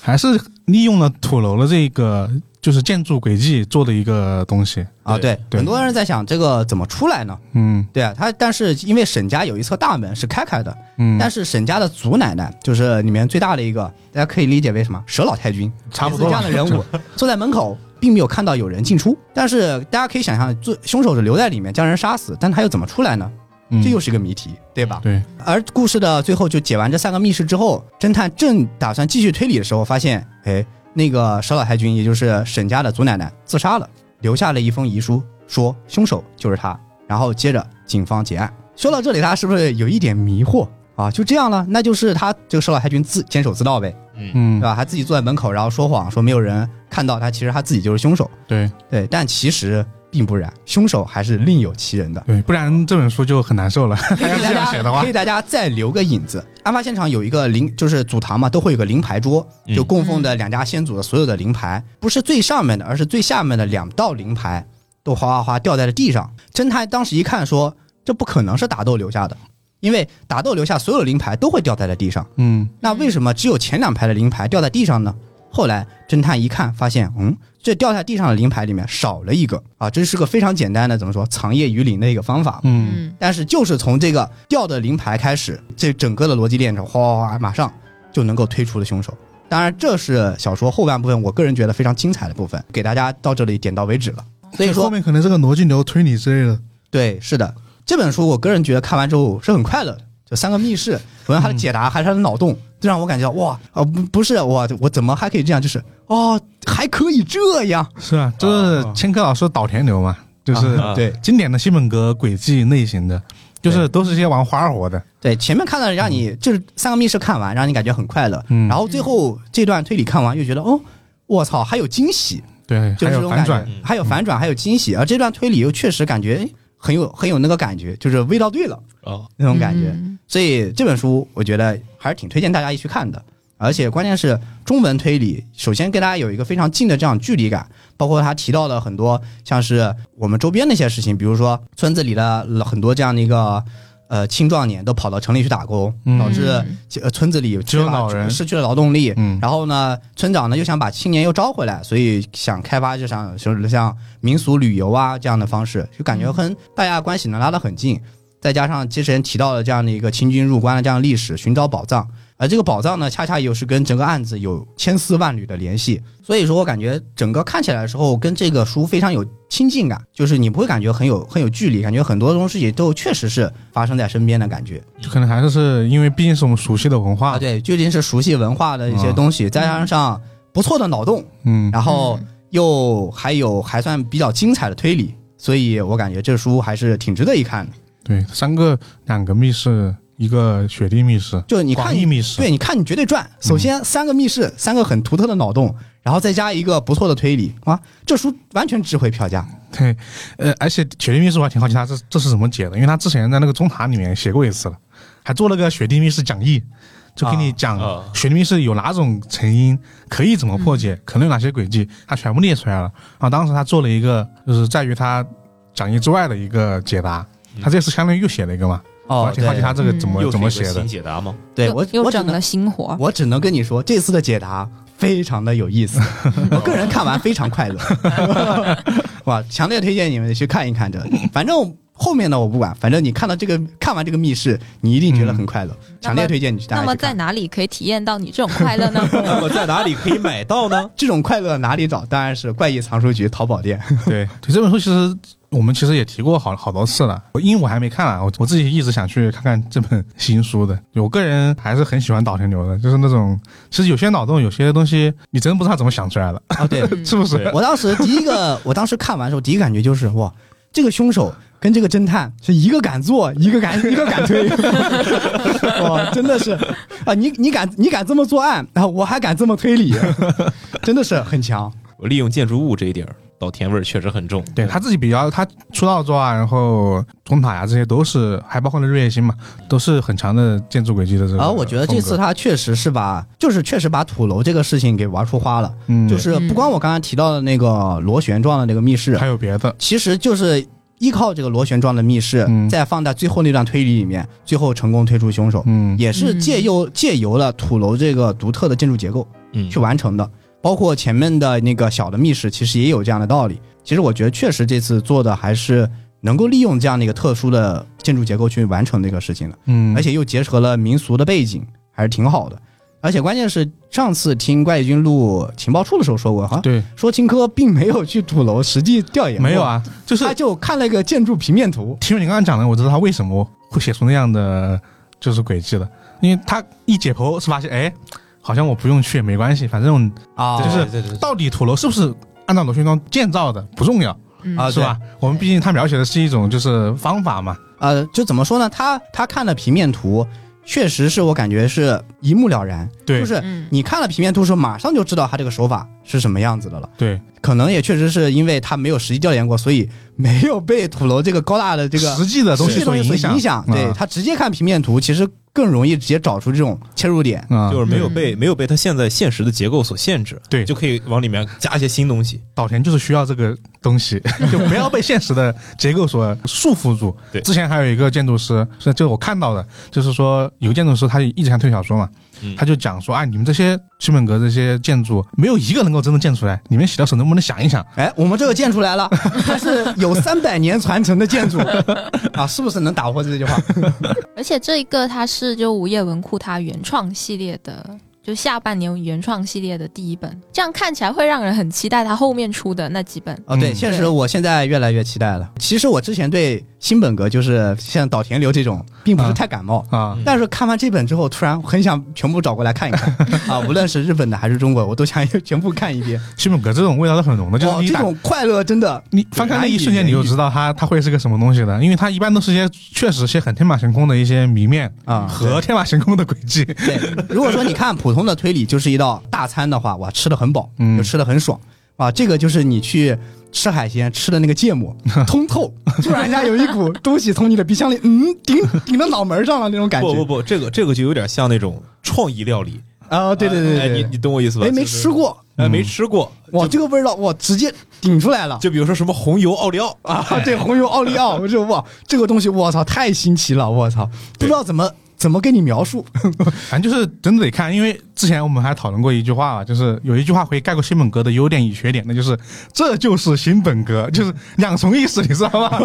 Speaker 2: 还是利用了土楼的这个就是建筑轨迹做的一个东西，
Speaker 4: 啊，
Speaker 3: 对
Speaker 4: 对，
Speaker 2: 对
Speaker 4: 很多人在想这个怎么出来呢？
Speaker 2: 嗯
Speaker 4: 对啊，他但是因为沈家有一侧大门是开开的，
Speaker 2: 嗯，
Speaker 4: 但是沈家的祖奶奶就是里面最大的一个，大家可以理解为什么佘老太君，
Speaker 2: 差不
Speaker 4: 类
Speaker 2: 多
Speaker 4: 似这样的
Speaker 2: (laughs)
Speaker 4: 人物坐在门口，并没有看到有人进出。但是大家可以想象，最凶手是留在里面将人杀死，但他又怎么出来呢？
Speaker 2: 嗯
Speaker 4: 这又是一个谜题，对吧？
Speaker 2: 对，
Speaker 4: 而故事的最后就解完这三个密室之后，侦探正打算继续推理的时候，发现，哎，那个佘老太君，也就是沈家的祖奶奶自杀了，留下了一封遗书，说凶手就是他。然后接着警方结案。说到这里，大家是不是有一点迷惑啊？就这样了，那就是他这个佘老太君自坚守自盗呗，对
Speaker 2: 嗯
Speaker 4: 吧？他自己坐在门口，然后说谎，说没有人看到他，其实他自己就是凶手。
Speaker 2: 对
Speaker 4: 对，但其实并不然，凶手还是另有其人的。
Speaker 2: 对，不然这本书就很难受了，
Speaker 4: 可以
Speaker 2: 要是
Speaker 4: 给大
Speaker 2: 这样
Speaker 4: 家
Speaker 2: 写的话
Speaker 4: 可以大家再留个影子。案发现场有一个零，就是祖堂嘛，都会有个零牌桌，
Speaker 3: 嗯
Speaker 4: 就供奉的两家先祖的所有的灵牌，不是最上面的，而是最下面的两道灵牌都哗哗哗掉在了地上。侦探当时一看说，这不可能是打斗留下的，因为打斗留下所有的灵牌都会掉在了地上。
Speaker 2: 嗯
Speaker 4: 那为什么只有前两排的灵牌掉在地上呢？后来侦探一看，发现，嗯，这掉在地上的灵牌里面少了一个啊，这是个非常简单的怎么说藏掖于林的一个方法。
Speaker 2: 嗯
Speaker 1: 嗯
Speaker 4: 但是就是从这个掉的灵牌开始，这整个的逻辑链条哗哗哗，马上就能够推出了凶手。当然，这是小说后半部分，我个人觉得非常精彩的部分，给大家到这里点到为止了。所以
Speaker 2: 就后
Speaker 4: 说，
Speaker 2: 面可能是个逻辑流推理之类的，
Speaker 4: 对，是的，这本书我个人觉得看完之后是很快乐的。就三个密室，无论它的解答还是它的脑洞，都让我感觉到哇啊不不是我我怎么还可以这样？就是哦还可以这样，
Speaker 2: 是啊，这是千科老师的岛田流嘛，就是
Speaker 3: 啊
Speaker 4: 哦对
Speaker 2: 经典的西本格轨迹类型的，就是都是些玩花活的。
Speaker 4: 对，前面看到让你、就是三个密室看完，让你感觉很快乐，
Speaker 2: 嗯
Speaker 4: 然后最后这段推理看完又觉得哦我操还有惊喜，
Speaker 2: 对，
Speaker 4: 就是
Speaker 2: 还
Speaker 4: 这
Speaker 2: 有
Speaker 4: 种
Speaker 2: 反
Speaker 4: 感觉
Speaker 2: 转，
Speaker 4: 还有反转，还有惊喜，而这段推理又确实感觉哎很有很有那个感觉，就是味道对了
Speaker 3: 哦，
Speaker 4: 那种感觉。
Speaker 1: 嗯
Speaker 4: 所以这本书我觉得还是挺推荐大家一起去看的。而且关键是中文推理，首先跟大家有一个非常近的这样距离感，包括他提到了很多像是我们周边的一些事情，比如说村子里的很多这样的一个呃青壮年都跑到城里去打工，
Speaker 2: 嗯
Speaker 4: 导致呃村子里有
Speaker 2: 只有老人
Speaker 4: 失去了劳动力，
Speaker 2: 嗯
Speaker 4: 然后呢村长呢又想把青年又招回来，所以想开发就像就是像民俗旅游啊这样的方式，就
Speaker 2: 嗯
Speaker 4: 感觉跟大家关系能拉得很近。再加上之前提到的这样的一个清军入关的这样的历史，寻找宝藏，而这个宝藏呢，恰恰又是跟整个案子有千丝万缕的联系。所以说我感觉整个看起来的时候，跟这个书非常有亲近感，就是你不会感觉很有很有距离，感觉很多东西都确实是发生在身边的感觉
Speaker 2: 就可能还是是因为毕竟是我们熟悉的文化。
Speaker 4: 啊。，对，究竟是熟悉文化的一些东西，再加上不错的脑洞，
Speaker 2: 嗯，
Speaker 4: 然后又还有还算比较精彩的推理，所以我感觉这书还是挺值得一看的。
Speaker 2: 对，三个两个密室，一个雪地密室，
Speaker 4: 就你看
Speaker 2: 广义密室，嗯
Speaker 4: 对，你看你绝对赚。首先三个密室，三个很独特的脑洞，然后再加一个不错的推理，哇，这书完全值回票价。
Speaker 2: 对，呃，而且雪地密室我还挺好奇他这这是怎么解的，因为他之前在那个中塔里面写过一次了，还做了个雪地密室讲义，就给你讲
Speaker 3: 啊啊
Speaker 2: 雪地密室有哪种成因，可以怎么破解，可能有哪些轨迹，他全部列出来了。啊，当时他做了一个，就是在于他讲义之外的一个解答，他这次相当于又写了一个嘛，
Speaker 4: 哦
Speaker 2: 我还挺好奇他这个怎么、
Speaker 3: 嗯又是
Speaker 2: 怎
Speaker 3: 一
Speaker 2: 么
Speaker 3: 个
Speaker 2: 写的
Speaker 3: 新。解答吗？
Speaker 4: 对
Speaker 1: 又
Speaker 4: 我
Speaker 1: 又
Speaker 4: 我只
Speaker 1: 整了
Speaker 4: 能
Speaker 1: 新活，
Speaker 4: 我只能跟你说，这次的解答非常的有
Speaker 2: (laughs)
Speaker 4: 意思，我个人看完非常快乐， (laughs) 哇，强烈推荐你们去看一看这，反正。后面的我不管，反正你看到这个看完这个密室，你一定觉得很快乐，强烈推荐你去大家
Speaker 1: 嗯那么
Speaker 4: 去看。
Speaker 1: 在哪里可以体验到你这种快乐呢？
Speaker 3: (laughs) 那么在哪里可以买到呢？
Speaker 4: 这种快乐哪里找？当然是怪异藏书局淘宝店。
Speaker 2: 对，对这本书其实我们其实也提过好好多次了，我因为我还没看啊，我我自己一直想去看看这本新书的。我个人还是很喜欢岛田流的，就是那种其实有些脑洞，有些东西你真不知道怎么想出来的，
Speaker 4: 啊，对，
Speaker 2: 是 (laughs) 不是？ (laughs)
Speaker 3: 对
Speaker 4: 我当时第一个，我当时看完的时候，第一感觉就是哇，这个凶手跟这个侦探是一个敢做，一
Speaker 2: (laughs)
Speaker 4: 个敢一个敢推，哇，真的是啊，你你敢你敢这么作案，然后我还敢这么
Speaker 2: (laughs)
Speaker 4: 推理，真的是很强。
Speaker 3: 我利用建筑物这一点儿，岛田味儿确实很重。
Speaker 2: 对他自己比较，他出道作啊，然后中塔呀、这些都是，还包括那日月星嘛，都是很强的建筑轨迹的这个风格。
Speaker 4: 然哦后我觉得这次他确实是把，就是确实把土楼这个事情给玩出花了，
Speaker 2: 嗯，
Speaker 4: 就是不光我刚刚提到的那个螺旋状的那个密室
Speaker 2: 还，有别的，
Speaker 4: 其实就是依靠这个螺旋状的密室，
Speaker 2: 嗯
Speaker 4: 再放在最后那段推理里面，最后成功推出凶手。
Speaker 2: 嗯，
Speaker 4: 也是借由、借由了土楼这个独特的建筑结构
Speaker 3: 嗯
Speaker 4: 去完成的。包括前面的那个小的密室，其实也有这样的道理。其实我觉得确实这次做的还是能够利用这样的一个特殊的建筑结构去完成这个事情的，
Speaker 2: 嗯，
Speaker 4: 而且又结合了民俗的背景，还是挺好的。而且关键是上次听怪异君录情报处的时候说过，哈，
Speaker 2: 对，
Speaker 4: 说青科并没有去土楼实际调研，
Speaker 2: 没有，啊，就是
Speaker 4: 他就看了一个建筑平面图，
Speaker 2: 听你刚刚讲的，我知道他为什么会写出那样的就是轨迹了，因为他一解剖是发现，哎，好像我不用去也没关系，反正嗯
Speaker 4: 啊
Speaker 2: 就是
Speaker 3: 对对对
Speaker 2: 到底土楼是不是按照螺旋状建造的不重要，
Speaker 4: 啊，
Speaker 2: 是
Speaker 4: 对
Speaker 2: 吧？我们毕竟他描写的是一种就是方法嘛，
Speaker 4: 呃，就怎么说呢？他他看了平面图，确实是我感觉是一目了然，
Speaker 2: 对，
Speaker 4: 就是
Speaker 1: 嗯
Speaker 4: 你看了平面图的时候，马上就知道他这个手法是什么样子的了。
Speaker 2: 对，
Speaker 4: 可能也确实是因为他没有实际调研过，所以没有被土楼这个高大的这个
Speaker 2: 实际的东
Speaker 4: 实
Speaker 2: 西
Speaker 4: 际东西所
Speaker 2: 影响，
Speaker 4: 影响。对
Speaker 2: 啊
Speaker 4: 他直接看平面图，其实更容易直接找出这种切入点。
Speaker 2: 啊，
Speaker 3: 就是没有
Speaker 1: 嗯
Speaker 3: 被没有被它现在现实的结构所限制，
Speaker 2: 对
Speaker 3: 就可以往里面加一些新东西。
Speaker 2: 岛田就是需要这个东西， (laughs) 就不要被现实的结构所束缚住。
Speaker 3: 对
Speaker 2: 之前还有一个建筑师，是就我看到的，就是说有个建筑师他一直想推小说嘛，
Speaker 3: 嗯
Speaker 2: 他就讲说啊，你们这些西本格这些建筑没有一个能够真的建出来，你们写到手能不能想一想？
Speaker 4: 哎，我们这个建出来了，它是有三百年传承的建筑 (laughs) 啊，是不是能打破这句话？
Speaker 1: 而且这一个它是就午夜文库它原创系列的，就下半年原创系列的第一本，这样看起来会让人很期待它后面出的那几本。
Speaker 4: 啊，对，
Speaker 2: 嗯
Speaker 4: 确实
Speaker 1: 对
Speaker 4: 我现在越来越期待了。其实我之前对新本格就是像岛田流这种，并不是太感冒。
Speaker 2: 啊，
Speaker 3: 嗯
Speaker 4: 但是看完这本之后，突然很想全部找过来看
Speaker 2: (laughs)
Speaker 4: 一看啊！无论是日本的还是中国，我都想全部看一遍。
Speaker 2: 西本格这种味道是很浓的，
Speaker 3: 哦
Speaker 2: 就是
Speaker 4: 哇，
Speaker 2: 你一
Speaker 4: 这
Speaker 2: 打
Speaker 4: 种快乐真的
Speaker 2: 你翻开那一瞬间，你就知道它它会是个什么东西了，因为它一般都是些确实些很天马行空的一些谜面
Speaker 4: 啊
Speaker 3: 嗯
Speaker 2: 和天马行空的轨迹。
Speaker 4: 对，如果说你看普通的推理就是一道大餐的话，哇，吃的很饱，
Speaker 2: 嗯
Speaker 4: 就吃的很爽啊。这个就是你去吃海鲜吃的那个芥
Speaker 2: (laughs)
Speaker 4: 末通透，突然一下有一股东西从你的鼻腔里，嗯，顶顶到脑门上了那种感觉。
Speaker 3: 不不不，这个这个就有点像那种创意料理。
Speaker 4: 啊，对对对
Speaker 3: 哎，
Speaker 4: 对
Speaker 3: 你
Speaker 4: 对，
Speaker 3: 你懂我意思吧？
Speaker 4: 哎，没
Speaker 3: 就是
Speaker 4: 吃，过，
Speaker 3: 哎，没吃过。
Speaker 4: 哇，这个味道哇，直接顶出来了。
Speaker 3: 就比如说什么红油奥利奥，
Speaker 4: 啊，对，红油奥利 (laughs) 奥，我就哇，这个东西，我操，太新奇了，我操，不知道怎么怎么跟你描述。 (laughs)
Speaker 2: 反正就是真的得看，因为之前我们还讨论过一句话啊，就是有一句话可以概括新本格的优点与缺点，那就是这就是新本
Speaker 4: (laughs)
Speaker 2: 格，就是两重意思，你知道吗？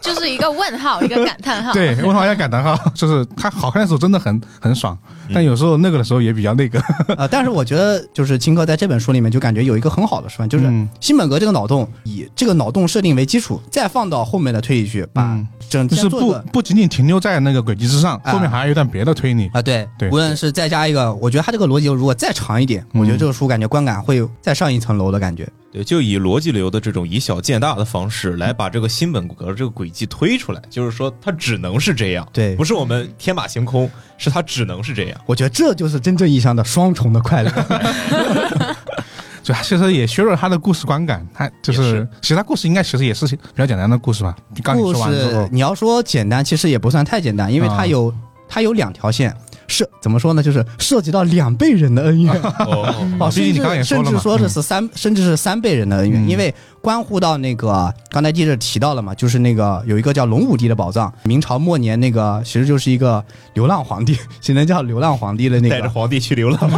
Speaker 1: 就是一个问号，一个感叹号。
Speaker 2: (laughs) 对，问号要感叹号，就是它好看的时候真的很很爽，但有时候那个的时候也比较那个。
Speaker 4: 呃，但是我觉得就是青哥在这本书里面就感觉有一个很好的示范，就是
Speaker 2: 嗯
Speaker 4: 新本格这个脑洞以这个脑洞设定为基础，再放到后面的推理去，把
Speaker 2: 嗯
Speaker 4: 整
Speaker 2: 就是
Speaker 4: 先做一
Speaker 2: 不
Speaker 4: 个
Speaker 2: 不仅仅停留在那个轨迹之上，
Speaker 4: 啊
Speaker 2: 后面还有一段别的推理。
Speaker 4: 啊，对，
Speaker 2: 对
Speaker 4: 无论是再加一个，我觉得他这个逻辑如果再长一点，我觉得这个书感觉观感会再上一层楼的感觉。
Speaker 3: 对，就以逻辑流的这种以小见大的方式来把这个新本格这个轨迹推出来，就是说它只能是这样，
Speaker 4: 对
Speaker 3: 不是我们天马行空，是它只能是这
Speaker 4: (laughs)
Speaker 3: 样。
Speaker 4: 我觉得这就是真正意义上的双重的快乐。
Speaker 2: 就它其实也削弱了它的故事观感，它就
Speaker 3: 也
Speaker 2: 是
Speaker 3: 是
Speaker 2: 其实它故事应该其实也是比较简单的故事吧。就刚你
Speaker 4: 故
Speaker 2: 说完之
Speaker 4: 事
Speaker 2: 后，
Speaker 4: 你要说简单，其实也不算太简单，因为它
Speaker 2: 啊
Speaker 4: 有、它有两条线，涉怎么说呢，就是涉及到两辈人的
Speaker 2: (laughs)
Speaker 4: 恩怨。
Speaker 1: 嗯
Speaker 3: 哦，
Speaker 4: 哦，
Speaker 2: 啊毕
Speaker 4: 甚
Speaker 2: 竟
Speaker 4: 至
Speaker 2: 你刚刚也说了
Speaker 4: 甚
Speaker 2: 嘛
Speaker 4: 至说的是三，甚至是三辈人的恩怨，
Speaker 2: 嗯
Speaker 4: 因为关乎到那个刚才记者提到了嘛，就是那个有一个叫龙武帝的宝藏，明朝末年那个其实就是一个流浪皇帝， (laughs) 现在叫流浪皇帝的那
Speaker 3: 带着
Speaker 4: 个，
Speaker 3: 皇帝去流浪，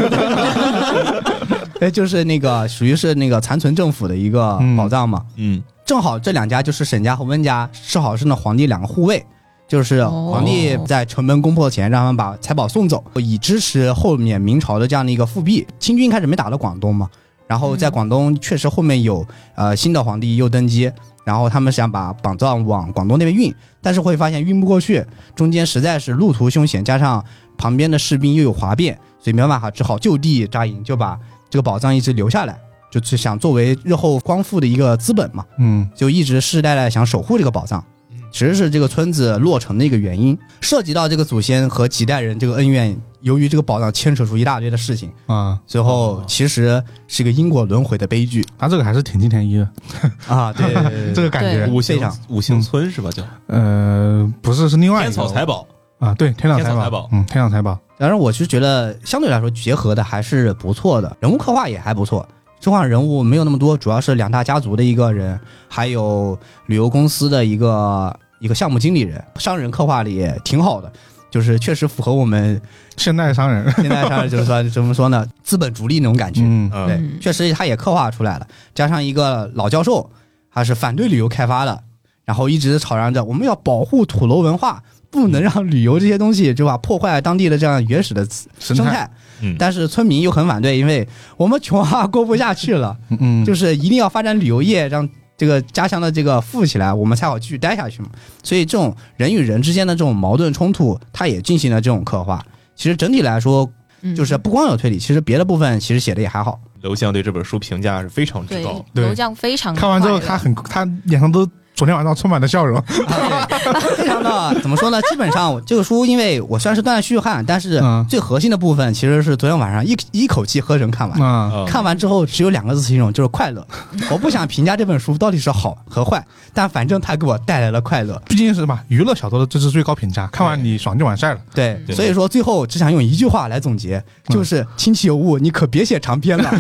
Speaker 4: 哎，就是那个属于是那个残存政府的一个
Speaker 2: 嗯
Speaker 4: 宝藏嘛。
Speaker 3: 嗯，
Speaker 4: 正好这两家就是沈家和温家，正好是那皇帝两个护卫。就是
Speaker 1: 哦
Speaker 4: 皇帝在城门攻破前，让他们把财宝送走，以支持后面明朝的这样的一个复辟。清军开始没打到广东嘛，然后在
Speaker 1: 嗯
Speaker 4: 广东确实后面有呃新的皇帝又登基，然后他们想把宝藏往广东那边运，但是会发现运不过去，中间实在是路途凶险，加上旁边的士兵又有哗变，所以没有办法，只好就地扎营，就把这个宝藏一直留下来，就是想作为日后光复的一个资本嘛。
Speaker 2: 嗯，
Speaker 4: 就一直世世代代想守护这个宝藏，其实是这个村子落成的一个原因。涉及到这个祖先和几代人这个恩怨，由于这个宝藏牵扯出一大堆的事情，
Speaker 2: 啊，
Speaker 4: 最后其实是一个因果轮回的悲剧
Speaker 2: 他这个还是挺金田一的，
Speaker 4: 啊！对对 (laughs) 对
Speaker 2: 这
Speaker 4: 对
Speaker 2: 个感觉
Speaker 1: 对。
Speaker 3: 五
Speaker 4: 非
Speaker 3: 星
Speaker 4: 常
Speaker 3: 五星村是吧？叫
Speaker 2: 呃，不是，是另外一
Speaker 3: 天
Speaker 2: 个
Speaker 3: 草财宝，
Speaker 2: 啊，对，天
Speaker 3: 天
Speaker 2: 草
Speaker 3: 草
Speaker 2: 财宝
Speaker 3: 财宝，
Speaker 2: 嗯，天草财宝，
Speaker 4: 当然，我是觉得相对来说结合的还是不错的，人物刻画也还不错。这块人物没有那么多，主要是两大家族的一个人，还有旅游公司的一个一个项目经理人，商人刻画的也挺好的，就是确实符合我们
Speaker 2: 现代商人，
Speaker 4: 现在上就是说怎么说呢，资本逐利那种感觉。
Speaker 2: 嗯，
Speaker 3: 嗯，
Speaker 4: 对，确实他也刻画出来了，加上一个老教授，他是反对旅游开发的，然后一直吵嚷着我们要保护土楼文化，不
Speaker 2: 嗯
Speaker 4: 能让旅游这些东西就把破坏当地的这样原始的
Speaker 2: 生
Speaker 4: 生
Speaker 2: 态，
Speaker 4: 态。
Speaker 3: 嗯
Speaker 4: 但是村民又很反对，因为我们穷啊，过不下去了，
Speaker 2: 嗯嗯，
Speaker 4: (laughs) 就是一定要发展旅游业，让这个家乡的这个富起来，我们才好继续待下去嘛。所以这种人与人之间的这种矛盾冲突，他也进行了这种刻画。其实整体来说，
Speaker 1: 嗯
Speaker 4: 就是不光有推理，其实别的部分其实写的也
Speaker 3: (laughs)
Speaker 4: 还好。
Speaker 3: 楼翔对这本书评价是非常之
Speaker 1: 对
Speaker 3: 高，
Speaker 2: 对
Speaker 1: 楼酱非常
Speaker 2: 看完之后
Speaker 1: 快乐
Speaker 2: 他很，他脸上都昨天晚上充满了笑容。
Speaker 4: 啊对，非常的怎么说呢？基本上我这个书，因为我虽然是断断续续看，但是
Speaker 2: 嗯
Speaker 4: 最核心的部分其实是昨天晚上一一口气喝成看完。
Speaker 2: (laughs) 啊，
Speaker 3: 嗯
Speaker 4: 看完之后只有两个字形容，就是快乐。我不想评价这本书到底是好和坏，但反正它给我带来了快乐。
Speaker 2: 毕竟是吧，娱乐小说的这是最高评价，看完你爽就完事 (laughs) 儿了。
Speaker 4: 对，
Speaker 3: 对嗯
Speaker 4: 所以说最后只想用一句话来总结，就是“亲戚有误，你可别写长篇了。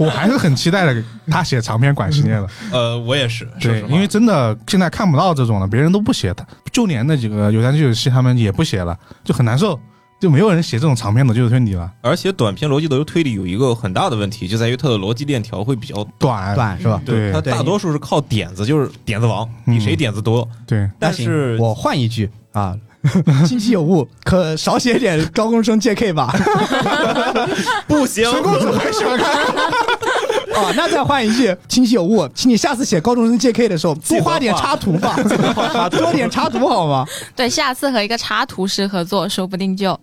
Speaker 2: 我还是很期待的，他写长篇管系列的，
Speaker 3: 呃，我也是，说
Speaker 2: 对
Speaker 3: 实，话
Speaker 2: 因为真的现在看不到这种了，别人都不写的，就连那几个有三九七他们也不写了，就很难受，就没有人写这种长篇的，就是推理了，
Speaker 3: 而且短篇逻辑流推理有一个很大的问题，就在于它的逻辑链条会比较”
Speaker 2: 短，
Speaker 4: 短是吧？
Speaker 2: 对
Speaker 3: 它大多数是靠点子，就是点子王，比谁点子多。
Speaker 2: 对，
Speaker 4: 那
Speaker 3: (laughs) 但
Speaker 4: 行
Speaker 3: 是
Speaker 4: 我换一句啊。亲戚有误，可少写点高中生 JK 吧。
Speaker 3: 不行， (laughs)
Speaker 2: 陈公主还喜欢看，
Speaker 4: (laughs) 哦，那再换一句，亲戚有误，请你下次写高中生 JK 的时候多画点插图吧，
Speaker 2: (laughs)
Speaker 4: 多点插图好吗？
Speaker 1: 对，下次和一个插图师合作，说不定就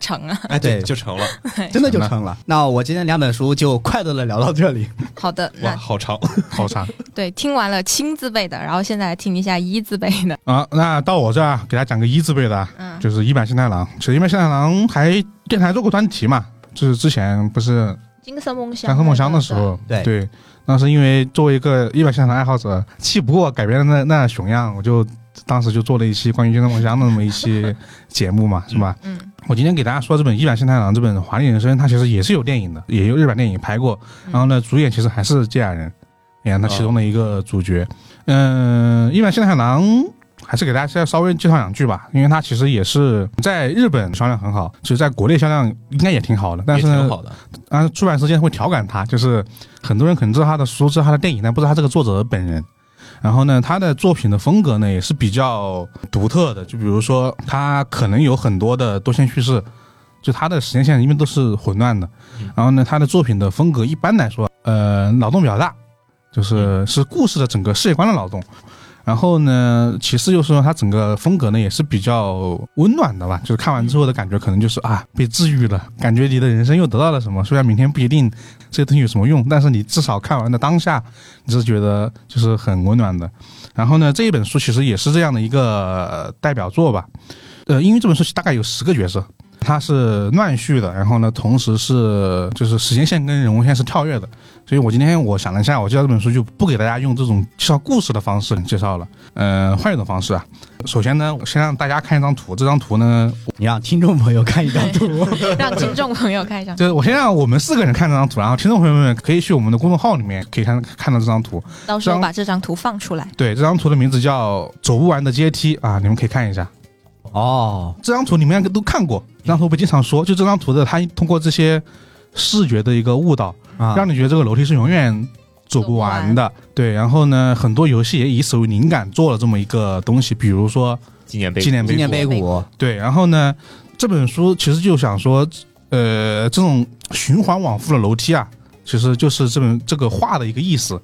Speaker 1: 成了。
Speaker 3: 哎，对，
Speaker 4: 对
Speaker 3: 就
Speaker 2: (laughs)
Speaker 3: 成了。
Speaker 4: 真的就成了。那我今天两本书就快乐的聊到这里。
Speaker 1: 好的，
Speaker 3: 哇，
Speaker 1: 那
Speaker 3: 好长，
Speaker 2: 好长
Speaker 1: 对，听完了青字辈的，然后现在来听一下一字辈的。
Speaker 2: 啊！那到我这儿给大家讲个一字辈的啊，
Speaker 1: 嗯
Speaker 2: 就是一版新太郎。其实一版新太郎还电台做过专题嘛，就是之前不是
Speaker 1: 金色梦想，
Speaker 2: 三喝梦乡的时，候，
Speaker 4: 对
Speaker 2: 对，那是因为作为一个一百现场爱好者，气不过改编的那那熊样，我就当时就做了一期关于金色梦乡的那么
Speaker 1: (laughs)
Speaker 2: 一期节目嘛，是吧？
Speaker 1: 嗯，
Speaker 2: 我今天给大家说这本《一百现太郎》这本《华丽人生》，它其实也是有电影的，也有日本电影拍过。
Speaker 1: 嗯
Speaker 2: 然后呢，主演其实还是芥雅人，演他其中的一个主角。嗯，《一百现太郎》还是给大家稍微介绍两句吧，因为它其实也是在日本销量很好，其实在国内销量应该也挺好的，但
Speaker 3: 也
Speaker 2: 是呢
Speaker 3: 挺，好的。
Speaker 2: 啊，出版社现在会调侃他，就是很多人可能知道他的书，知道他的电影，但不知道他这个作者本人。然后呢，他的作品的风格呢也是比较独特的，就比如说他可能有很多的多线叙事，就他的时间线因为都是混乱的。然后呢，他的作品的风格一般来说，呃，脑洞比较大，就是是故事的整个世界观的脑洞。然后呢，其次就是说他整个风格呢也是比较温暖的吧，就是看完之后的感觉可能就是啊被治愈了，感觉你的人生又得到了什么。虽然明天不一定这些东西有什么用，但是你至少看完的当下，你是觉得就是很温暖的。然后呢，这一本书其实也是这样的一个呃代表作吧。呃，因为这本书大概有十个角色，它是乱序的，然后呢，同时是就是时间线跟人物线是跳跃的。所以我今天我想了一下，我介绍这本书就不给大家用这种介绍故事的方式介绍了，呃，换一种方式啊。首先呢，我先让大家看一张图，这张图呢，
Speaker 4: 你让听众朋友看一张图，
Speaker 2: (laughs)
Speaker 1: 让听众朋友看一下。
Speaker 2: 就是我先让我们四个人看这张图，然后听众朋友们可以去我们的公众号里面可以看看到这张图。
Speaker 1: 到时候把这张图放出来。
Speaker 2: 对，这张图的名字叫《走不完的阶梯》啊，你们可以看一下。
Speaker 4: 哦，
Speaker 2: 这张图你们应该都看过，这张图我经常说，就这张图的，它通过这些视觉的一个误导，
Speaker 4: 啊
Speaker 2: 让你觉得这个楼梯是永远走不完的。对，然后呢，很多游戏也以此为灵感做了这么一个东西，比如说
Speaker 3: 纪念碑，
Speaker 2: 纪念碑
Speaker 4: 纪念碑谷，
Speaker 2: 对，然后呢，这本书其实就想说，呃，这种循环往复的楼梯啊，其实就是这本这个画的一个意思。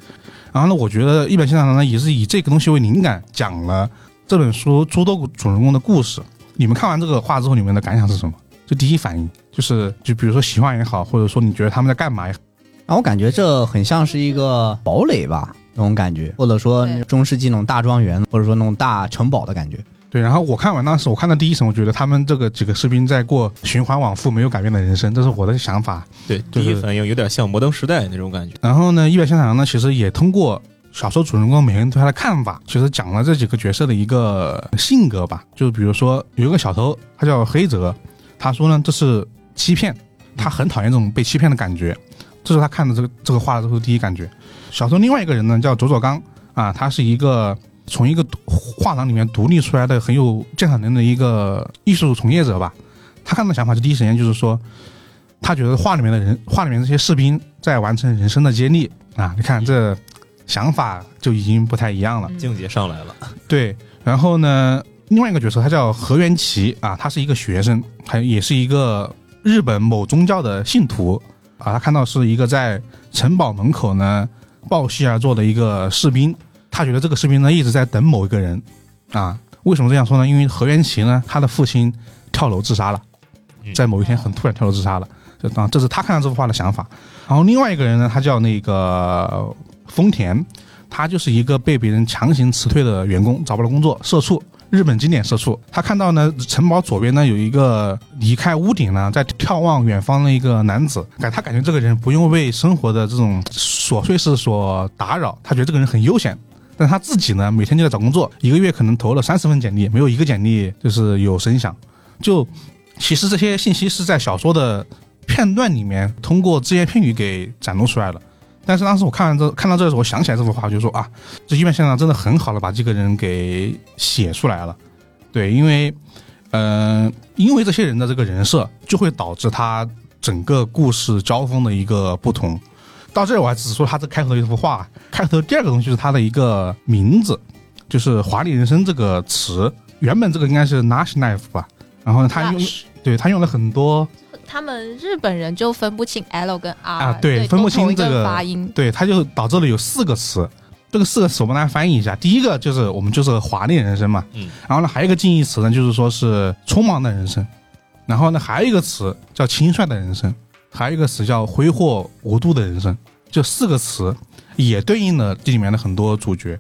Speaker 2: 然后呢，我觉得一本现场呢也是以这个东西为灵感，讲了这本书诸多主人公的故事。你们看完这个画之后，你们的感想是什么？就第一反应就是，就比如说喜欢也好，或者说你觉得他们在干嘛也好，
Speaker 4: 然后我感觉这很像是一个堡垒吧，那种感觉，或者说
Speaker 1: 对
Speaker 4: 中世纪那种大庄园，或者说那种大城堡的感觉。
Speaker 2: 对。然后我看完当时，我看到第一层，我觉得他们这个几个士兵在过循环往复、没有改变的人生，这是我的想法。
Speaker 3: 对，
Speaker 2: 就
Speaker 3: 第
Speaker 2: 是
Speaker 3: 一反应有点像《摩登时代》那种感觉。
Speaker 2: 然后呢，《一百现场》呢，其实也通过小说主人公每个人对他的看法，其实讲了这几个角色的一个性格吧。就比如说，有一个小偷，他叫黑泽，他说呢这是欺骗，他很讨厌这种被欺骗的感觉，这是他看的这个这个画的之后第一感觉。小说另外一个人呢叫佐佐刚啊，他是一个。从一个独画廊里面独立出来的很有鉴赏能力的一个艺术从业者吧，他看到的想法就第一时间就是说，他觉得画里面的人，画里面这些士兵在完成人生的接力啊，你看这想法就已经不太一样了。
Speaker 3: 境界上来了，
Speaker 2: 对，然后呢，另外一个角色他叫河原琪啊，他是一个学生，还也是一个日本某宗教的信徒啊。他看到是一个在城堡门口呢抱膝而坐的一个士兵，他觉得这个士兵呢一直在等某一个人啊。为什么这样说呢？因为河原琪呢，他的父亲跳楼自杀了，
Speaker 3: 嗯
Speaker 2: 在某一天很突然跳楼自杀了。这啊，这是他看到这幅画的想法。然后另外一个人呢，他叫那个丰田，他就是一个被别人强行辞退的员工，找不到工作，社畜，日本经典社畜。他看到呢，城堡左边呢有一个离开屋顶呢，在眺望远方的一个男子，感他感觉这个人不用为生活的这种琐碎事所打扰，他觉得这个人很悠闲。但他自己呢，每天就在找工作，一个月可能投了三十份简历，没有一个简历就是有声响。就其实这些信息是在小说的片段里面通过只言片语给展露出来了。但是当时我看完这看到这的时候，我想起来这幅画，我就说啊，这一般现场真的很好的把这个人给写出来了。对，因为，嗯、因为这些人的这个人设，就会导致他整个故事交锋的一个不同。到这儿我还只说他这开头的一幅画，开头第二个东西就是他的一个名字，就是“华丽人生”这个词。原本这个应该是 Nash Knife 吧，然后呢，他用
Speaker 1: Nash
Speaker 2: 对他用了很多
Speaker 1: 他们日本人就分不清 L 跟 R，
Speaker 2: 啊对
Speaker 1: 对，
Speaker 2: 分不
Speaker 1: 都同一
Speaker 2: 清这个
Speaker 1: 发音。
Speaker 2: 对，它就导致了有四个词。这个四个词我们来翻译一下，第一个就是我们就是华丽人生嘛，
Speaker 3: 嗯，
Speaker 2: 然后呢还有一个近义词呢，就是说是匆忙的人生，然后呢还有一个词叫轻率的人生，还有一个词叫挥霍无度的人生，这四个词也对应了这里面的很多主角。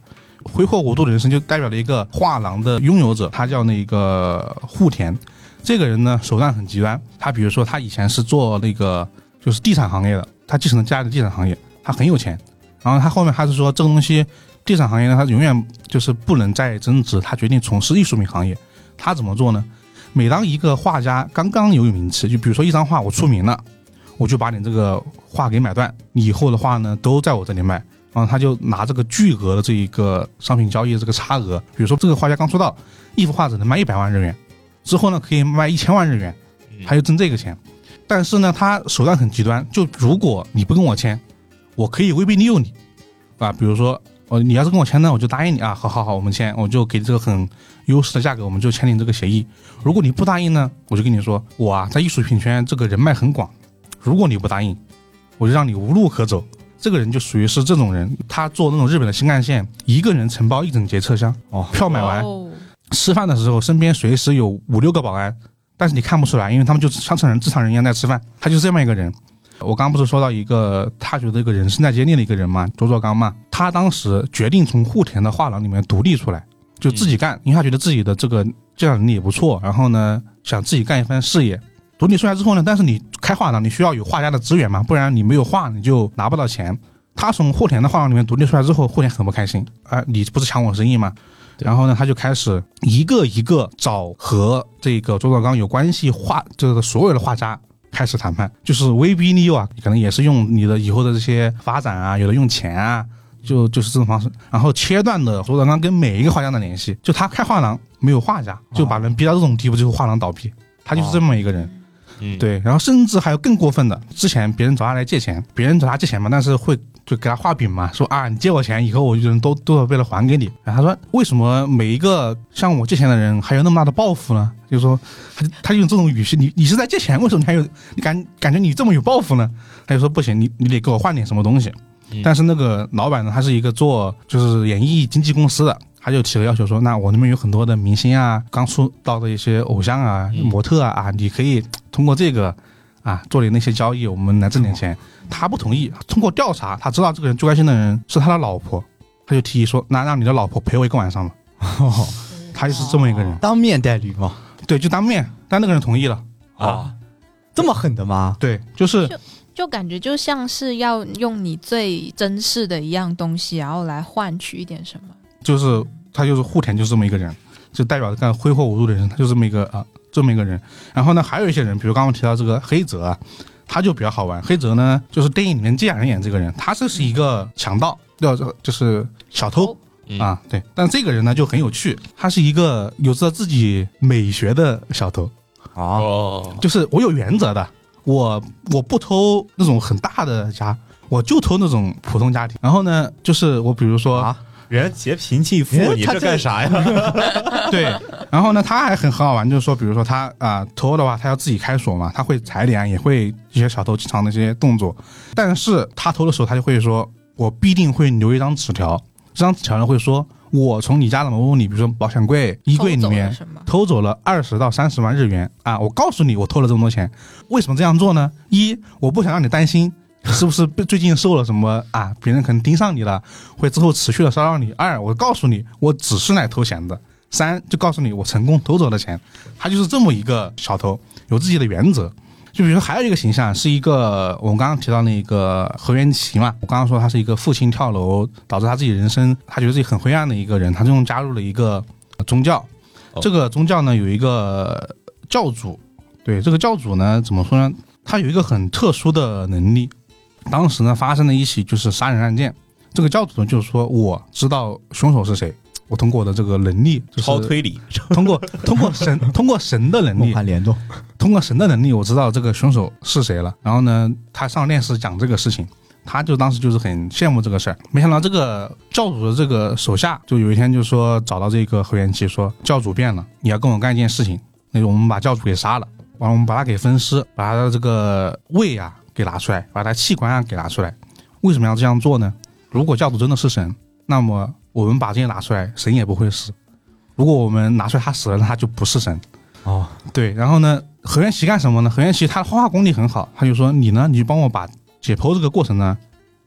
Speaker 2: 挥霍无度的人生就代表了一个画廊的拥有者，他叫那个户田。这个人呢，手段很极端。他比如说，他以前是做那个就是地产行业的，他继承了家里的地产行业，他很有钱。然后他后面他是说，这个东西地产行业呢，它永远就是不能再增值。他决定从事艺术品行业。他怎么做呢？每当一个画家刚刚有名气，就比如说一张画我出名了，我就把你这个画给买断，你以后的画呢都在我这里卖。然后他就拿这个巨额的这一个商品交易的这个差额，比如说这个画家刚出道，一幅画只能卖一百万日元，之后呢可以卖一千万日元，他就挣这个钱。但是呢，他手段很极端，就如果你不跟我签，我可以威逼利诱你，啊，比如说，哦，你要是跟我签呢，我就答应你啊，好好好，我们签，我就给这个很优势的价格，我们就签订这个协议。如果你不答应呢，我就跟你说，我啊在艺术品圈这个人脉很广，如果你不答应，我就让你无路可走。这个人就属于是这种人，他做那种日本的新干线，一个人承包一整节车厢，
Speaker 3: 哦，
Speaker 2: 票买完，
Speaker 1: 哦，
Speaker 2: 吃饭的时候，身边随时有五六个保安，但是你看不出来，因为他们就像正常人、正常人一样在吃饭。他就是这么一个人。我刚刚不是说到一个他觉得一个人生在接力的一个人嘛，佐佐刚嘛，他当时决定从户田的画廊里面独立出来，就自己干，因为他觉得自己的这个鉴赏能力也不错，然后呢，想自己干一番事业。独立出来之后呢，但是你开画廊，你需要有画家的资源嘛，不然你没有画，你就拿不到钱。他从户田的画廊里面独立出来之后，户田很不开心，啊、你不是抢我生意吗？
Speaker 3: 对
Speaker 2: 然后呢，他就开始一个一个找和这个周兆刚有关系画这个所有的画家开始谈判，就是威逼利诱啊，可能也是用你的以后的这些发展啊，有的用钱啊，就就是这种方式，然后切断了周兆刚跟每一个画家的联系，就他开画廊没有画家，就把人逼到这种地步，就是画廊倒闭，他就是这么一个人。
Speaker 3: 嗯，
Speaker 2: 对，然后甚至还有更过分的，之前别人找他来借钱，别人找他借钱嘛，但是会就给他画饼嘛，说啊，你借我钱，以后我就能多多少倍的还给你。然后他说，为什么每一个向我借钱的人还有那么大的抱负呢？就是说，他就他就用这种语气，你你是在借钱，为什么你还有你感感觉你这么有抱负呢？他就说不行，你你得给我换点什么东西。
Speaker 3: 嗯
Speaker 2: 但是那个老板呢，他是一个做就是演艺经纪公司的，他就提了要求说，那我那边有很多的明星啊，刚出道的一些偶像啊、
Speaker 3: 嗯
Speaker 2: 模特啊啊，你可以通过这个啊做点那些交易，我们来挣点钱。他不同意，通过调查，他知道这个人最关心的人是他的老婆，他就提议说，那让你的老婆陪我一个晚上吧。他就是这么一个人，
Speaker 4: 当面戴绿帽，
Speaker 2: 对，就当面，但那个人同意了，
Speaker 3: 啊，
Speaker 4: 这么狠的吗？
Speaker 2: 对，就是
Speaker 1: 就感觉就像是要用你最珍视的一样东西，然后来换取一点什么。
Speaker 2: 就是他就是户田就是这么一个人，就代表干挥霍无度的人，他就是这么一个啊这么一个人。然后呢，还有一些人，比如刚刚提到这个黑泽啊，他就比较好玩。黑泽呢，就是电影里面芥雅人演这个人，他这是一个强盗，叫就是小偷。
Speaker 3: 嗯
Speaker 2: 啊，对，但这个人呢就很有趣，他是一个有着自己美学的小偷，
Speaker 4: 啊，
Speaker 3: 哦，
Speaker 2: 就是我有原则的，我我不偷那种很大的家，我就偷那种普通家庭。然后呢，就是我比如说，
Speaker 4: 啊
Speaker 3: 人家劫贫济富
Speaker 4: 人，家
Speaker 3: 你
Speaker 4: 他
Speaker 3: 这
Speaker 4: 这
Speaker 3: 干啥呀？
Speaker 1: (laughs)
Speaker 2: 对，然后呢，他还很很好玩，就是说，比如说他啊、偷的话，他要自己开锁嘛，他会踩点，也会一些小偷经常的一些动作。但是他偷的时候，他就会说，我必定会留一张纸条，这张纸条呢会说，我从你家的某某里，比如说保险柜、衣柜里
Speaker 1: 偷走了
Speaker 2: 面 (laughs)
Speaker 1: 什么？
Speaker 2: 偷走了二十到三十万日元啊！我告诉你，我偷了这么多钱，为什么这样做呢？一，我不想让你担心，是不是被最近受了什么啊？别人可能盯上你了，会之后持续的骚扰你。二，我告诉你，我只是来偷钱的。三，就告诉你我成功偷走了钱。他就是这么一个小偷，有自己的原则。就比如说还有一个形象是一个我们刚刚提到那个何元奇嘛，我刚刚说他是一个父亲跳楼导致他自己人生，他觉得自己很灰暗的一个人，他最终加入了一个宗教
Speaker 3: 哦。
Speaker 2: 这个宗教呢有一个教主，对这个教主呢怎么说呢？他有一个很特殊的能力，当时呢发生了一起就是杀人案件，这个教主呢就是说我知道凶手是谁。我通过我的这个能力，就是
Speaker 3: 超推理，
Speaker 2: 通过通过神通过神的能
Speaker 3: (laughs)
Speaker 4: 梦
Speaker 2: 力，
Speaker 4: 幻联动，
Speaker 2: 通过神的能力，我知道这个凶手是谁了。然后呢，他上电视讲这个事情，他就当时就是很羡慕这个事儿。没想到这个教主的这个手下，就有一天就说找到这个何元奇，说教主变了，你要跟我干一件事情，那个我们把教主给杀了，完了我们把他给分尸，把他的这个胃啊给拿出来，把他器官啊给拿出来。为什么要这样做呢？如果教主真的是神，那么我们把这些拿出来，神也不会死。如果我们拿出来他死了，那他就不是神。
Speaker 4: 哦，
Speaker 2: 对，然后呢，何元奇干什么呢？何元奇他画画功力很好，他就说你呢，你帮我把解剖这个过程呢，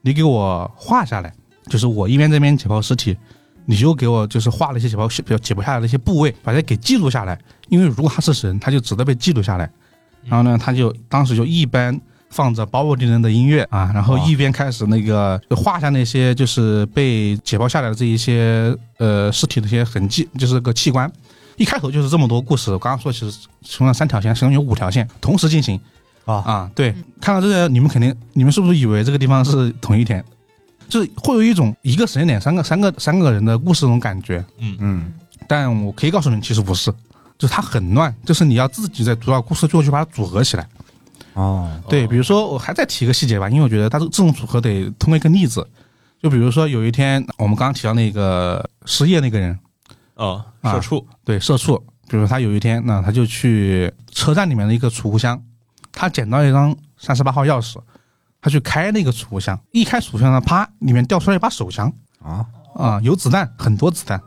Speaker 2: 你给我画下来，就是我一边这边解剖尸体，你就给我就是画了一些解剖解解剖下来的一些部位，把它给记录下来，因为如果他是神，他就值得被记录下来。然后呢，他就当时就一边放着鲍勃迪伦的音乐啊，然后
Speaker 4: 哇
Speaker 2: 一边开始那个就画下那些就是被解剖下来的这一些呃尸体的一些痕迹，就是这个器官。一开头就是这么多故事，我刚刚说其实从了三条线，其中有五条线同时进行
Speaker 4: 啊
Speaker 2: 啊。对，看到这个你们肯定，你们是不是以为这个地方是同一天？就是会有一种一个时间点三个三个三个人的故事那种感觉，
Speaker 4: 嗯，
Speaker 2: 但我可以告诉你们，其实不是，就是它很乱，就是你要自己在读到故事最后去把它组合起来。
Speaker 4: 哦，
Speaker 2: 对，比如说我还再提一个细节吧，因为我觉得它这这种组合得通过一个例子，就比如说有一天我们刚刚提到那个失业那个人，
Speaker 3: 啊，
Speaker 2: 啊
Speaker 3: 社畜
Speaker 2: 对，社畜，比如他有一天呢，他就去车站里面的一个储物箱，他捡到一张三十八号钥匙，他去开那个储物箱，一开储物箱呢，啪，里面掉出来一把手枪
Speaker 4: 啊，
Speaker 2: 啊、有子弹，很多子弹。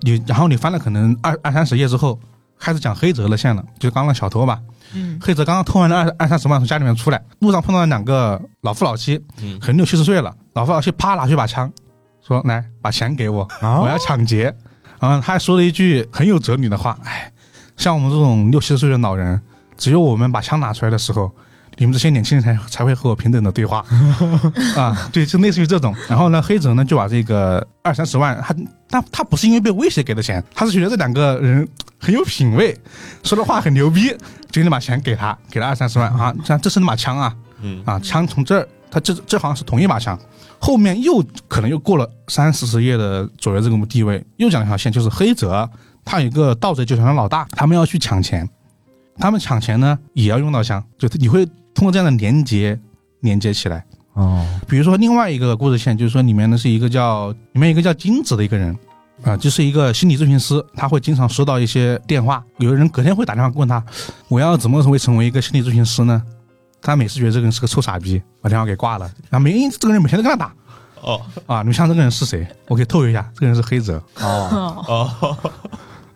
Speaker 2: 你然后你翻了可能二二三十页之后，开始讲黑泽的线了，就是刚刚小偷吧。
Speaker 1: 嗯，
Speaker 2: 黑泽刚刚偷完了二二三十万，从家里面出来，路上碰到了两个老夫老妻，
Speaker 3: 嗯
Speaker 2: 可能六七十岁了，老夫老妻啪拿出一把枪，说来把钱给我，
Speaker 4: 啊
Speaker 2: 我要抢劫。然后他还说了一句很有哲理的话，哎，像我们这种六七十岁的老人，只有我们把枪拿出来的时候，你们这些年轻人才才会和我平等的对话啊，对，就类似于这种。然后呢，黑泽呢就把这个二三十万，他他他不是因为被威胁给的钱，他是觉得这两个人很有品位，说的话很牛逼，决定把钱给他，给了二三十万啊，像这是那把枪啊，
Speaker 3: 嗯
Speaker 2: 啊，枪从这儿，他这这好像是同一把枪，后面又可能又过了三四十页的左右这个地位，又讲一条线，就是黑泽他有一个盗贼集团的老大，他们要去抢钱，他们抢钱呢也要用到枪，就你会通过这样的连接连接起来。
Speaker 4: 哦，
Speaker 2: 比如说另外一个故事线，就是说里面呢是一个叫里面一个叫金子的一个人，啊、就是一个心理咨询师，他会经常收到一些电话，有人隔天会打电话问他，我要怎么会成为一个心理咨询师呢？他每次觉得这个人是个臭傻逼，把电话给挂了，然后每这个人每天都跟他打
Speaker 3: 哦
Speaker 2: 啊，你们想这个人是谁？我给透露一下，这个人是黑泽。
Speaker 4: 哦，
Speaker 1: 哦，
Speaker 3: (laughs) 哦，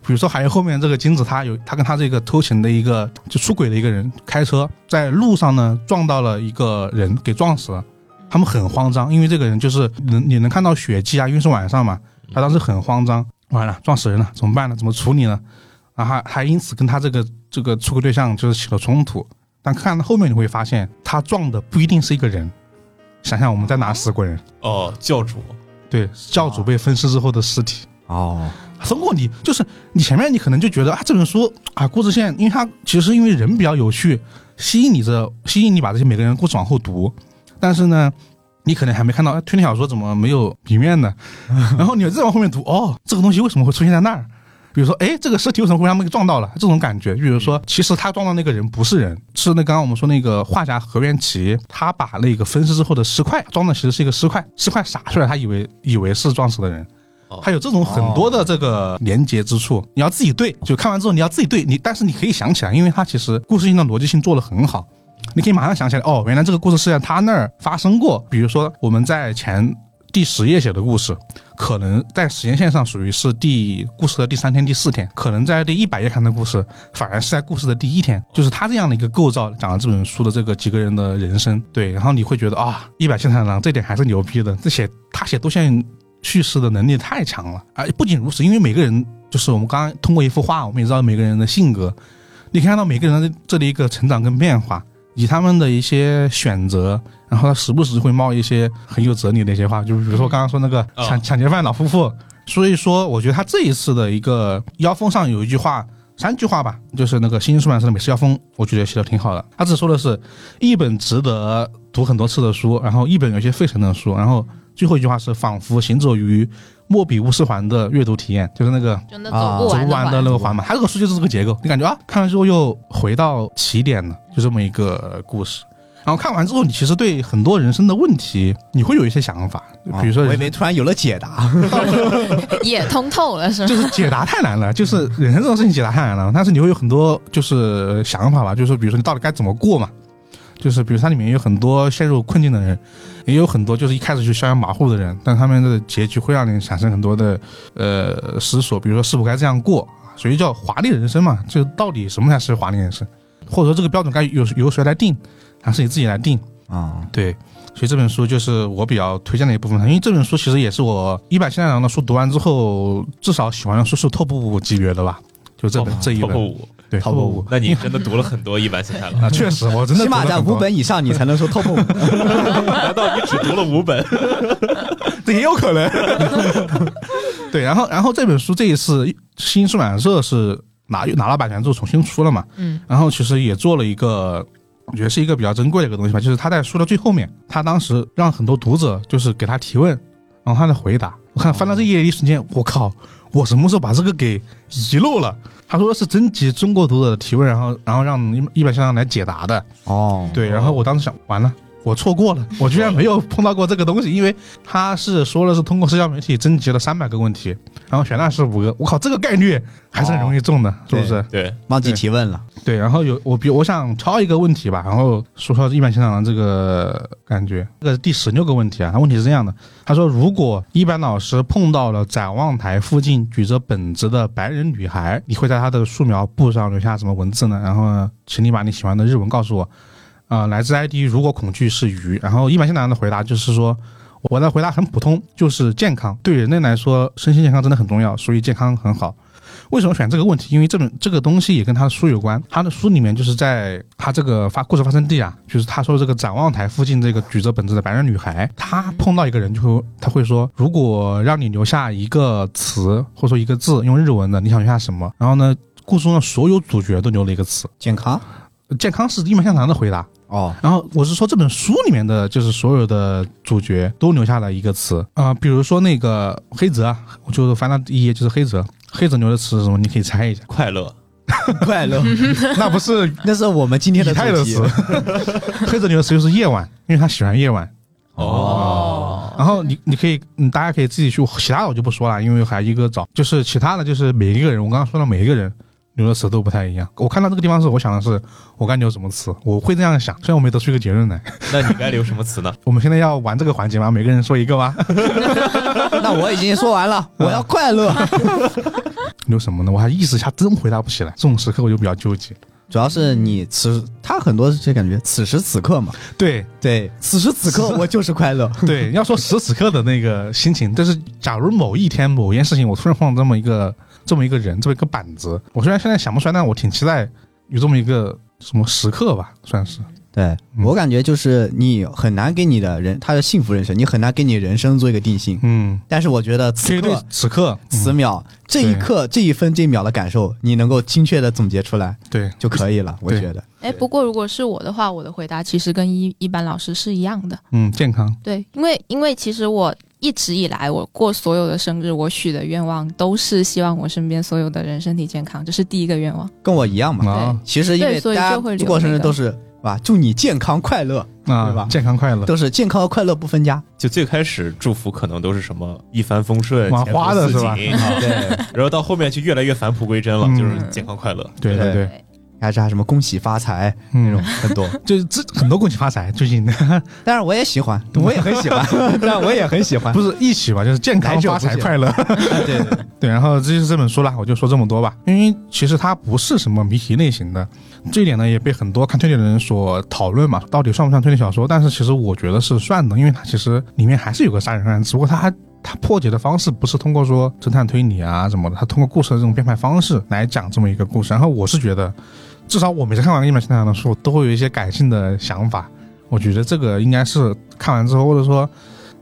Speaker 2: 比如说还有后面这个金子，他有他跟他这个偷情的一个就出轨的一个人开车在路上呢撞到了一个人，给撞死了。他们很慌张，因为这个人就是能你能看到血迹啊，因为是晚上嘛，他当时很慌张，完了撞死人了，怎么办呢？怎么处理呢？然后还还因此跟他这个这个出轨对象就是起了冲突。但看到后面你会发现，他撞的不一定是一个人。想想我们在哪死过人？
Speaker 3: 哦，教主
Speaker 2: 对，教主被分尸之后的尸体。
Speaker 4: 哦，
Speaker 2: 通过你就是你前面你可能就觉得啊这本书啊故事线，因为它其实因为人比较有趣，吸引你这吸引你把这些每个人故事往后读，但是呢，你可能还没看到哎推理小说怎么没有平面呢？然后你再往后面读，哦，这个东西为什么会出现在那儿？比如说，哎，这个尸体为什么会让他们给撞到了？这种感觉。比如说，其实他撞到那个人不是人，是那刚刚我们说那个画家何元奇，他把那个分尸之后的尸块装的其实是一个尸块，尸块撒出来，他以为以为是撞死的人
Speaker 3: 哦。
Speaker 2: 还有这种很多的这个连接之处，你要自己对，就看完之后你要自己对你，但是你可以想起来，因为他其实故事性的逻辑性做得很好，你可以马上想起来，哦，原来这个故事是在他那儿发生过。比如说我们在前第十页写的故事，可能在时间线上属于是第故事的第三天、第四天，可能在第一百页看的故事，反而是在故事的第一天，就是他这样的一个构造讲了这本书的这个几个人的人生，对，然后你会觉得啊，一百现场郎这点还是牛逼的，这写他写多线 (laughs) 叙事的能力太强了，而不仅如此，因为每个人就是我们刚刚通过一幅画，我们也知道每个人的性格，你可以看到每个人的这里一个成长跟变化，以他们的一些选择，然后他时不时会冒一些很有哲理的一些话，就比如说刚刚说那个
Speaker 3: 嗯
Speaker 2: 抢、抢劫犯老夫妇，所以说我觉得他这一次的一个腰封上有一句话。三句话吧，就是那个新出版社的美食腰封，我觉得写的挺好的。他只说的是一本值得读很多次的书，然后一本有些费神的书，然后最后一句话是仿佛行走于莫比乌斯环的阅读体验，就是那个
Speaker 1: 就那
Speaker 4: 啊
Speaker 1: 走不
Speaker 2: 走
Speaker 1: 完
Speaker 2: 不
Speaker 1: 的
Speaker 2: 完
Speaker 1: 环。
Speaker 2: 的那个环嘛。它这个书就是这个结构，你感觉啊，看完之后又回到起点了，就这么一个故事。然后看完之后，你其实对很多人生的问题，你会有一些想法，比如说
Speaker 4: 啊我
Speaker 2: 人生
Speaker 4: 以为突然有了解答，
Speaker 1: (laughs) 也通透了，是吗？
Speaker 2: 就是解答太难了，就是人生这种事情解答太难了。但是你会有很多就是想法吧，就是比如说你到底该怎么过嘛，就是比如它里面有很多陷入困境的人，也有很多就是一开始就逍遥马虎的人，但他们的结局会让你产生很多的呃思索，比如说是否该这样过，所以叫华丽人生嘛，就到底什么才是华丽人生，或者说这个标准该由由谁来定，还是你自己来定？
Speaker 4: 啊，
Speaker 2: 对，所以这本书就是我比较推荐的一部分，因为这本书其实也是我一百现在郎的书读完之后，至少喜欢的书是 top 五级别的吧，就这本、这一本，
Speaker 3: 哦五，
Speaker 2: 对 top 五。
Speaker 3: 那你真的读了很多一百现场
Speaker 2: (laughs)
Speaker 3: 了，
Speaker 2: 啊，确实，我真的
Speaker 4: 起码
Speaker 2: 读了
Speaker 4: 在
Speaker 2: 很
Speaker 4: 五
Speaker 2: 多，
Speaker 4: 本以 (laughs) 上你才能说 top 五，
Speaker 3: 难道你只读了五本？ (laughs)
Speaker 4: 这也有可能。
Speaker 2: (laughs) 对，然后然后这本书这一次新出版社是拿拿了版权之后重新出了嘛，
Speaker 1: 嗯，
Speaker 2: 然后其实也做了一个，我觉得是一个比较珍贵的一个东西吧，就是他在书的最后面，他当时让很多读者就是给他提问，然后他的回答，我看翻到这一页的一瞬间，我靠，我什么时候把这个给遗漏了？他说是征集中国读者的提问，然后然后让一一百先生来解答的，
Speaker 4: 哦，
Speaker 2: 对，然后我当时想，完了。我错过了，我居然没有碰到过这个东西，因为他是说的是通过社交媒体征集了三百个问题，然后选了十五个，我靠，这个概率还是很容易中的，是不是？
Speaker 3: 对，
Speaker 4: 忘记提问了，
Speaker 2: 对，然后有我比我想抄一个问题吧，然后说说一般现场的这个感觉。这个是第十六个问题啊，他问题是这样的：他说，如果一般老师碰到了展望台附近举着本子的白人女孩，你会在她的树苗布上留下什么文字呢？然后呢，请你把你喜欢的日文告诉我。啊、来自 ID 如果恐惧是鱼，然后一般现场的回答就是说。我的回答很普通，就是健康。对人类来说，身心健康真的很重要，所以健康很好。为什么选这个问题？因为这本这个东西也跟他的书有关。他的书里面就是在他这个发故事发生地啊，就是他说这个展望台附近这个举着本子的白人女孩，她碰到一个人就会，他会说，如果让你留下一个词或者说一个字，用日文的，你想留下什么？然后呢，故事中的所有主角都留了一个词，
Speaker 4: 健康
Speaker 2: 健康是一脉相传的回答。
Speaker 4: 哦，
Speaker 2: 然后我是说这本书里面的，就是所有的主角都留下了一个词啊、比如说那个黑泽啊，我就是翻到第一页就是黑泽，黑泽留的词是什么？你可以猜一下。
Speaker 3: 快乐，
Speaker 4: 快 (laughs) 乐，
Speaker 2: (laughs) 那不是
Speaker 4: 那是我们今天的
Speaker 2: 以太
Speaker 4: 主
Speaker 2: 的 (laughs)
Speaker 4: 题
Speaker 2: 词。，黑泽牛的词就是夜晚，因为他喜欢夜晚。
Speaker 3: 哦
Speaker 2: 然后你你可以，嗯，大家可以自己去，其他的我就不说了，因为还一个找，就是其他的就是每一个人，我刚刚说的每一个人留的词都不太一样。我看到这个地方的时候，我想的是我该留什么词，我会这样想，虽然我没得出一个结论来。
Speaker 3: 那你该留什么词呢？
Speaker 2: 我们现在要玩这个环节吗？每个人说一个吗？
Speaker 4: (laughs)
Speaker 2: (laughs)
Speaker 4: 那我已经说完 (laughs) 了，我要快乐。
Speaker 2: 留什么呢？我还一时一下真回答不起来，这种时刻我就比较纠结。
Speaker 4: 主要是你此他很多是感觉此时此刻嘛，
Speaker 2: 对，
Speaker 4: 对，此时此刻我就是快乐。
Speaker 2: (laughs) 对，要说此时此刻的那个心情，但是假如某一天某件事情，我突然碰到这么一个这么一个人，这么一个板子，我虽然现在想不出来，但我挺期待有这么一个什么时刻吧，算是。
Speaker 4: (laughs) 对
Speaker 2: 嗯
Speaker 4: 我感觉就是你很难给你的人他的幸福人生，你很难给你人生做一个定性。
Speaker 2: 嗯，
Speaker 4: 但是我觉得
Speaker 2: 可
Speaker 4: 此
Speaker 2: 以对
Speaker 4: 刻、
Speaker 2: 此刻，
Speaker 4: 此
Speaker 2: 嗯、
Speaker 4: 秒、这一刻、这一分、这一秒的感受，你能够精确的总结出来
Speaker 2: 对
Speaker 4: 就可以了。我
Speaker 2: 对
Speaker 4: 觉得
Speaker 1: 哎，不过如果是我的话，我的回答其实跟一一般老师是一样的。
Speaker 2: 嗯健康，
Speaker 1: 对，因为因为其实我一直以来，我过所有的生日，我许的愿望都是希望我身边所有的人身体健康，这是第一个愿望。
Speaker 4: 跟我一样嘛。
Speaker 2: 啊
Speaker 4: 其实因为
Speaker 1: 对所
Speaker 4: 大
Speaker 1: 以
Speaker 4: 家
Speaker 1: 就会留
Speaker 4: 过生日
Speaker 1: 那个
Speaker 4: 都是哇，祝你健康快乐，对吧
Speaker 2: 啊健康快乐，
Speaker 4: 都是健康和快乐不分家。
Speaker 3: 就最开始祝福可能都是什么一帆风顺、
Speaker 2: 往
Speaker 3: 前
Speaker 2: 花的
Speaker 3: 途似
Speaker 2: 是吧
Speaker 3: (laughs) 锦啊
Speaker 4: 对，
Speaker 3: 然后到后面就越来越返璞归真了，
Speaker 2: 嗯
Speaker 3: 就是健康快乐。
Speaker 2: 对对
Speaker 4: 对
Speaker 2: 对，
Speaker 4: 还是还什么恭喜发财那
Speaker 2: 那
Speaker 4: 种
Speaker 2: 种，
Speaker 4: 很多。
Speaker 2: 就是这很多恭喜发财最 (laughs) 近的，
Speaker 4: 但是我也
Speaker 2: (laughs)
Speaker 4: 喜欢，我也很喜 (laughs) 欢，但我也很喜欢。
Speaker 2: 不是一起吧，就是健
Speaker 4: 来
Speaker 2: 康
Speaker 4: 者
Speaker 2: 发
Speaker 4: 不
Speaker 2: 财
Speaker 4: 懈
Speaker 2: 快乐。
Speaker 4: 对对对，
Speaker 2: 对，然后这就是这本书啦，我就说这么多吧。因为其实它不是什么谜题类型的，这一点呢也被很多看推理的人所讨论嘛，到底算不算推理小说？但是其实我觉得是算的，因为它其实里面还是有个杀人案，只不过它它破解的方式不是通过说侦探推理啊什么的，它通过故事的这种编排方式来讲这么一个故事。然后我是觉得，至少我每次看完一本现场的书，都会有一些感性的想法。我觉得这个应该是看完之后，或者说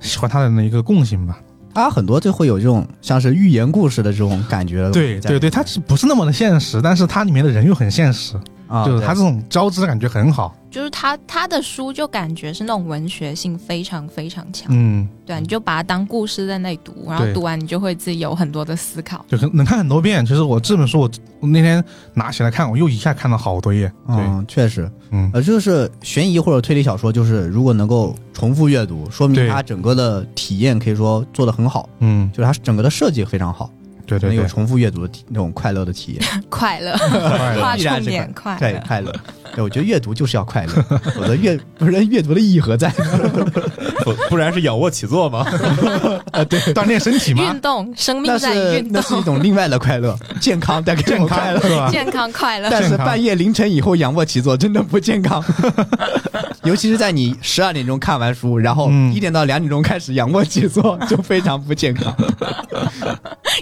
Speaker 2: 喜欢他的人的一个共性吧。
Speaker 4: 它很多就会有这种像是寓言故事的这种感觉了。
Speaker 2: 对对对，它是不是那么的现实，但是它里面的人又很现实，
Speaker 4: 啊，
Speaker 2: 就是
Speaker 4: 对
Speaker 2: 它这种交织的感觉很好。
Speaker 1: 就是他他的书就感觉是那种文学性非常非常强，
Speaker 2: 嗯，
Speaker 1: 对啊、你就把它当故事在那里读，然后
Speaker 2: 对
Speaker 1: 读完你就会自己有很多的思考。 (laughs)
Speaker 2: 就很能看很多遍。其实我这本书我我那天拿起来看，我又一下看了好多页。对，
Speaker 4: 嗯，确实，
Speaker 2: 嗯，
Speaker 4: 呃，就是悬疑或者推理小说，就是如果能够重复阅读，说明
Speaker 2: 对
Speaker 4: 它整个的体验可以说做得很好，
Speaker 2: 嗯，
Speaker 4: 就是它整个的设计非常好，
Speaker 2: 对对
Speaker 4: 能有
Speaker 2: 对，
Speaker 4: 重复阅读的体那种快乐的体验。
Speaker 1: (laughs) 快乐，
Speaker 2: 快乐
Speaker 1: 画
Speaker 4: 依然
Speaker 1: 重
Speaker 4: 是
Speaker 1: 点快
Speaker 4: 对，
Speaker 1: 乐。
Speaker 4: (laughs) 快乐。对，我觉得阅读就是要快乐，否则阅不是阅读的意义何在？
Speaker 3: 不不然是仰卧起坐吗？ (laughs)
Speaker 4: 呃
Speaker 2: 锻炼身体嘛
Speaker 1: 运，动，生 (laughs) 命
Speaker 4: 那
Speaker 1: 在
Speaker 4: 是
Speaker 1: 于运
Speaker 4: 那是一
Speaker 1: (laughs) 动，
Speaker 4: 种另外的快乐，健康带给我
Speaker 2: 健
Speaker 4: 们
Speaker 2: 康
Speaker 4: 快乐。
Speaker 2: 是吧？
Speaker 1: 健康快乐。
Speaker 4: (laughs)
Speaker 1: (laughs)
Speaker 4: 但是
Speaker 2: 健康
Speaker 4: 半夜凌晨以后仰卧起坐真的不健康， (laughs) 尤其是在你十二点钟看完书，然后
Speaker 2: 嗯
Speaker 4: 一点到两点钟开始仰卧起坐，就非常不健康。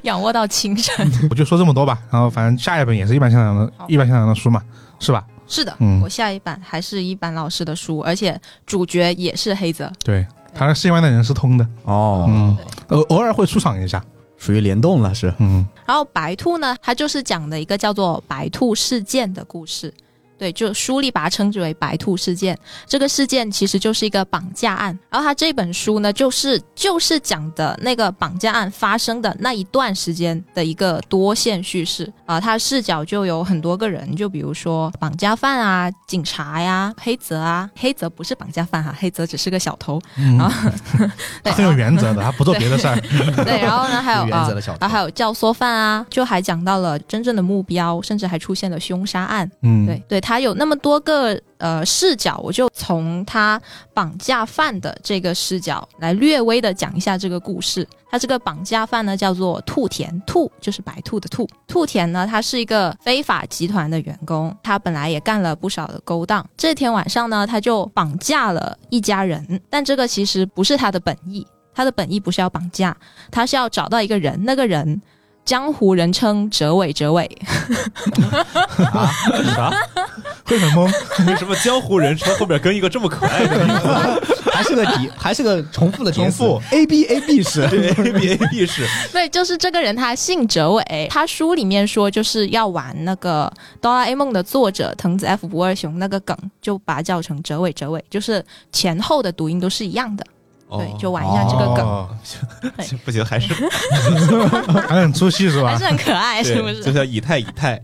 Speaker 1: 仰卧到清晨。
Speaker 2: 我就说这么多吧。然后反正下一本也是一般现场的，一般现场的书嘛，是吧？
Speaker 1: (laughs) 是的，
Speaker 2: 嗯
Speaker 1: 我下一版还是一版老师的书，而且主角也是黑泽。
Speaker 2: 对，他的世界观的人是通的，
Speaker 4: (laughs) 哦
Speaker 2: 嗯，偶偶尔会出场一下，
Speaker 4: 属于联动了是。
Speaker 2: 嗯，
Speaker 1: 然后白兔呢，它就是讲的一个叫做白兔事件的故事。对，就书里把它称之为白兔事件。这个事件其实就是一个绑架案。然后它这本书呢，就是就是讲的那个绑架案发生的那一段时间的一个多线叙事啊、它视角就有很多个人，就比如说绑架犯啊、警察呀、黑泽啊。黑泽不是绑架犯哈、啊黑泽只是个小偷。
Speaker 2: 嗯
Speaker 1: 啊对，
Speaker 2: 很有原
Speaker 1: (laughs)
Speaker 2: 则的，他不做别的事儿。
Speaker 1: 对，然后呢，还有
Speaker 4: 有原则的小偷
Speaker 1: 啊，还有教唆犯啊，就还讲到了真正的目标，甚至还出现了凶杀案。
Speaker 2: 嗯，
Speaker 1: 对，对，他有那么多个呃视角，我就从他绑架犯的这个视角来略微的讲一下这个故事。他这个绑架犯呢叫做兔田兔，就是白兔的兔。兔田呢，他是一个非法集团的员工，他本来也干了不少的勾当。这天晚上呢，他就绑架了一家人，但这个其实不是他的本意，他的本意不是要绑架，他是要找到一个人，那个人。江湖人称折尾折尾，
Speaker 3: 啥？
Speaker 2: 会很懵。
Speaker 3: 为什么江湖人称后边跟一个这么可爱的 (laughs) 名字
Speaker 4: 还是个
Speaker 1: (laughs)
Speaker 4: 叠，还是个重复的叠词
Speaker 3: 重
Speaker 4: A B A B 式， (laughs)
Speaker 3: 对 A B A B 是
Speaker 1: 对，就是这个人，他姓哲伟。他书里面说，就是要玩那个《哆啦 A 梦》的作者藤子 F 不二雄那个梗，就把它叫成哲伟哲伟，就是前后的读音都是一样的。对，就玩一下这个梗，
Speaker 2: 哦，
Speaker 3: 哦不行，还是
Speaker 2: 还很出戏是吧
Speaker 1: (laughs) 还是？很可爱，是不？
Speaker 3: 啊对，就
Speaker 1: (laughs)
Speaker 3: 是叫以太以太，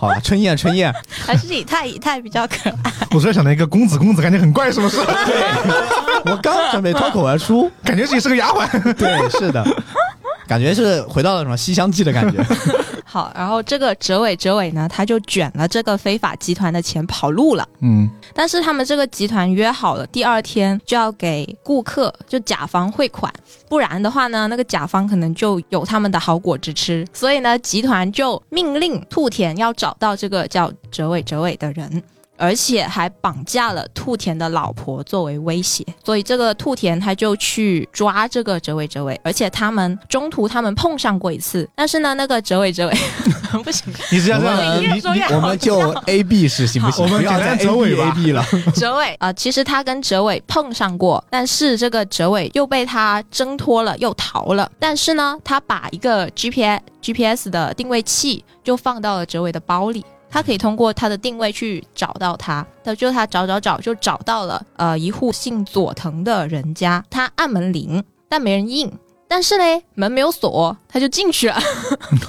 Speaker 4: 好吧，春燕春燕，
Speaker 1: 还是以太以太比较可爱。
Speaker 2: 我突然想到一个公子，公子感觉很怪，是 (laughs) 不是？
Speaker 4: 我刚准备脱口而出，
Speaker 2: 感觉自己是个丫鬟。
Speaker 4: (laughs) 对，是的，感觉是回到了什么《西厢记》的 (laughs) 感觉，
Speaker 1: 好，然后这个哲伟哲伟呢，他就卷了这个非法集团的钱跑路了。
Speaker 2: 嗯
Speaker 1: 但是他们这个集团约好了，第二天就要给顾客就甲方汇款，不然的话呢，那个甲方可能就有他们的好果子吃。所以呢，集团就命令兔田要找到这个叫哲伟哲伟的人。而且还绑架了兔田的老婆作为威胁，所以这个兔田他就去抓这个哲伟哲伟，而且他们中途他们碰上过一次，但是呢，那个哲伟 (laughs) 哲伟不行，
Speaker 2: 你只要这
Speaker 4: 我
Speaker 2: 样，
Speaker 4: 们
Speaker 2: 你你
Speaker 4: 我们就 A B 式行不行？
Speaker 2: 我们
Speaker 4: 不要
Speaker 2: 简
Speaker 4: 再
Speaker 2: 单
Speaker 4: A
Speaker 2: 折
Speaker 4: B
Speaker 2: 尾
Speaker 4: A
Speaker 2: 吧
Speaker 4: B 了。 (laughs)
Speaker 1: 哲伟啊、呃其实他跟哲伟碰上过，但是这个哲伟又被他挣脱了，又逃了。但是呢，他把一个 GPS GPS 的定位器就放到了哲伟的包里，他可以通过他的定位去找到他。他就他找找找，就找到了呃一户姓佐藤的人家，他按门铃，但没人应。但是呢，门没有锁，他就进去了， (laughs)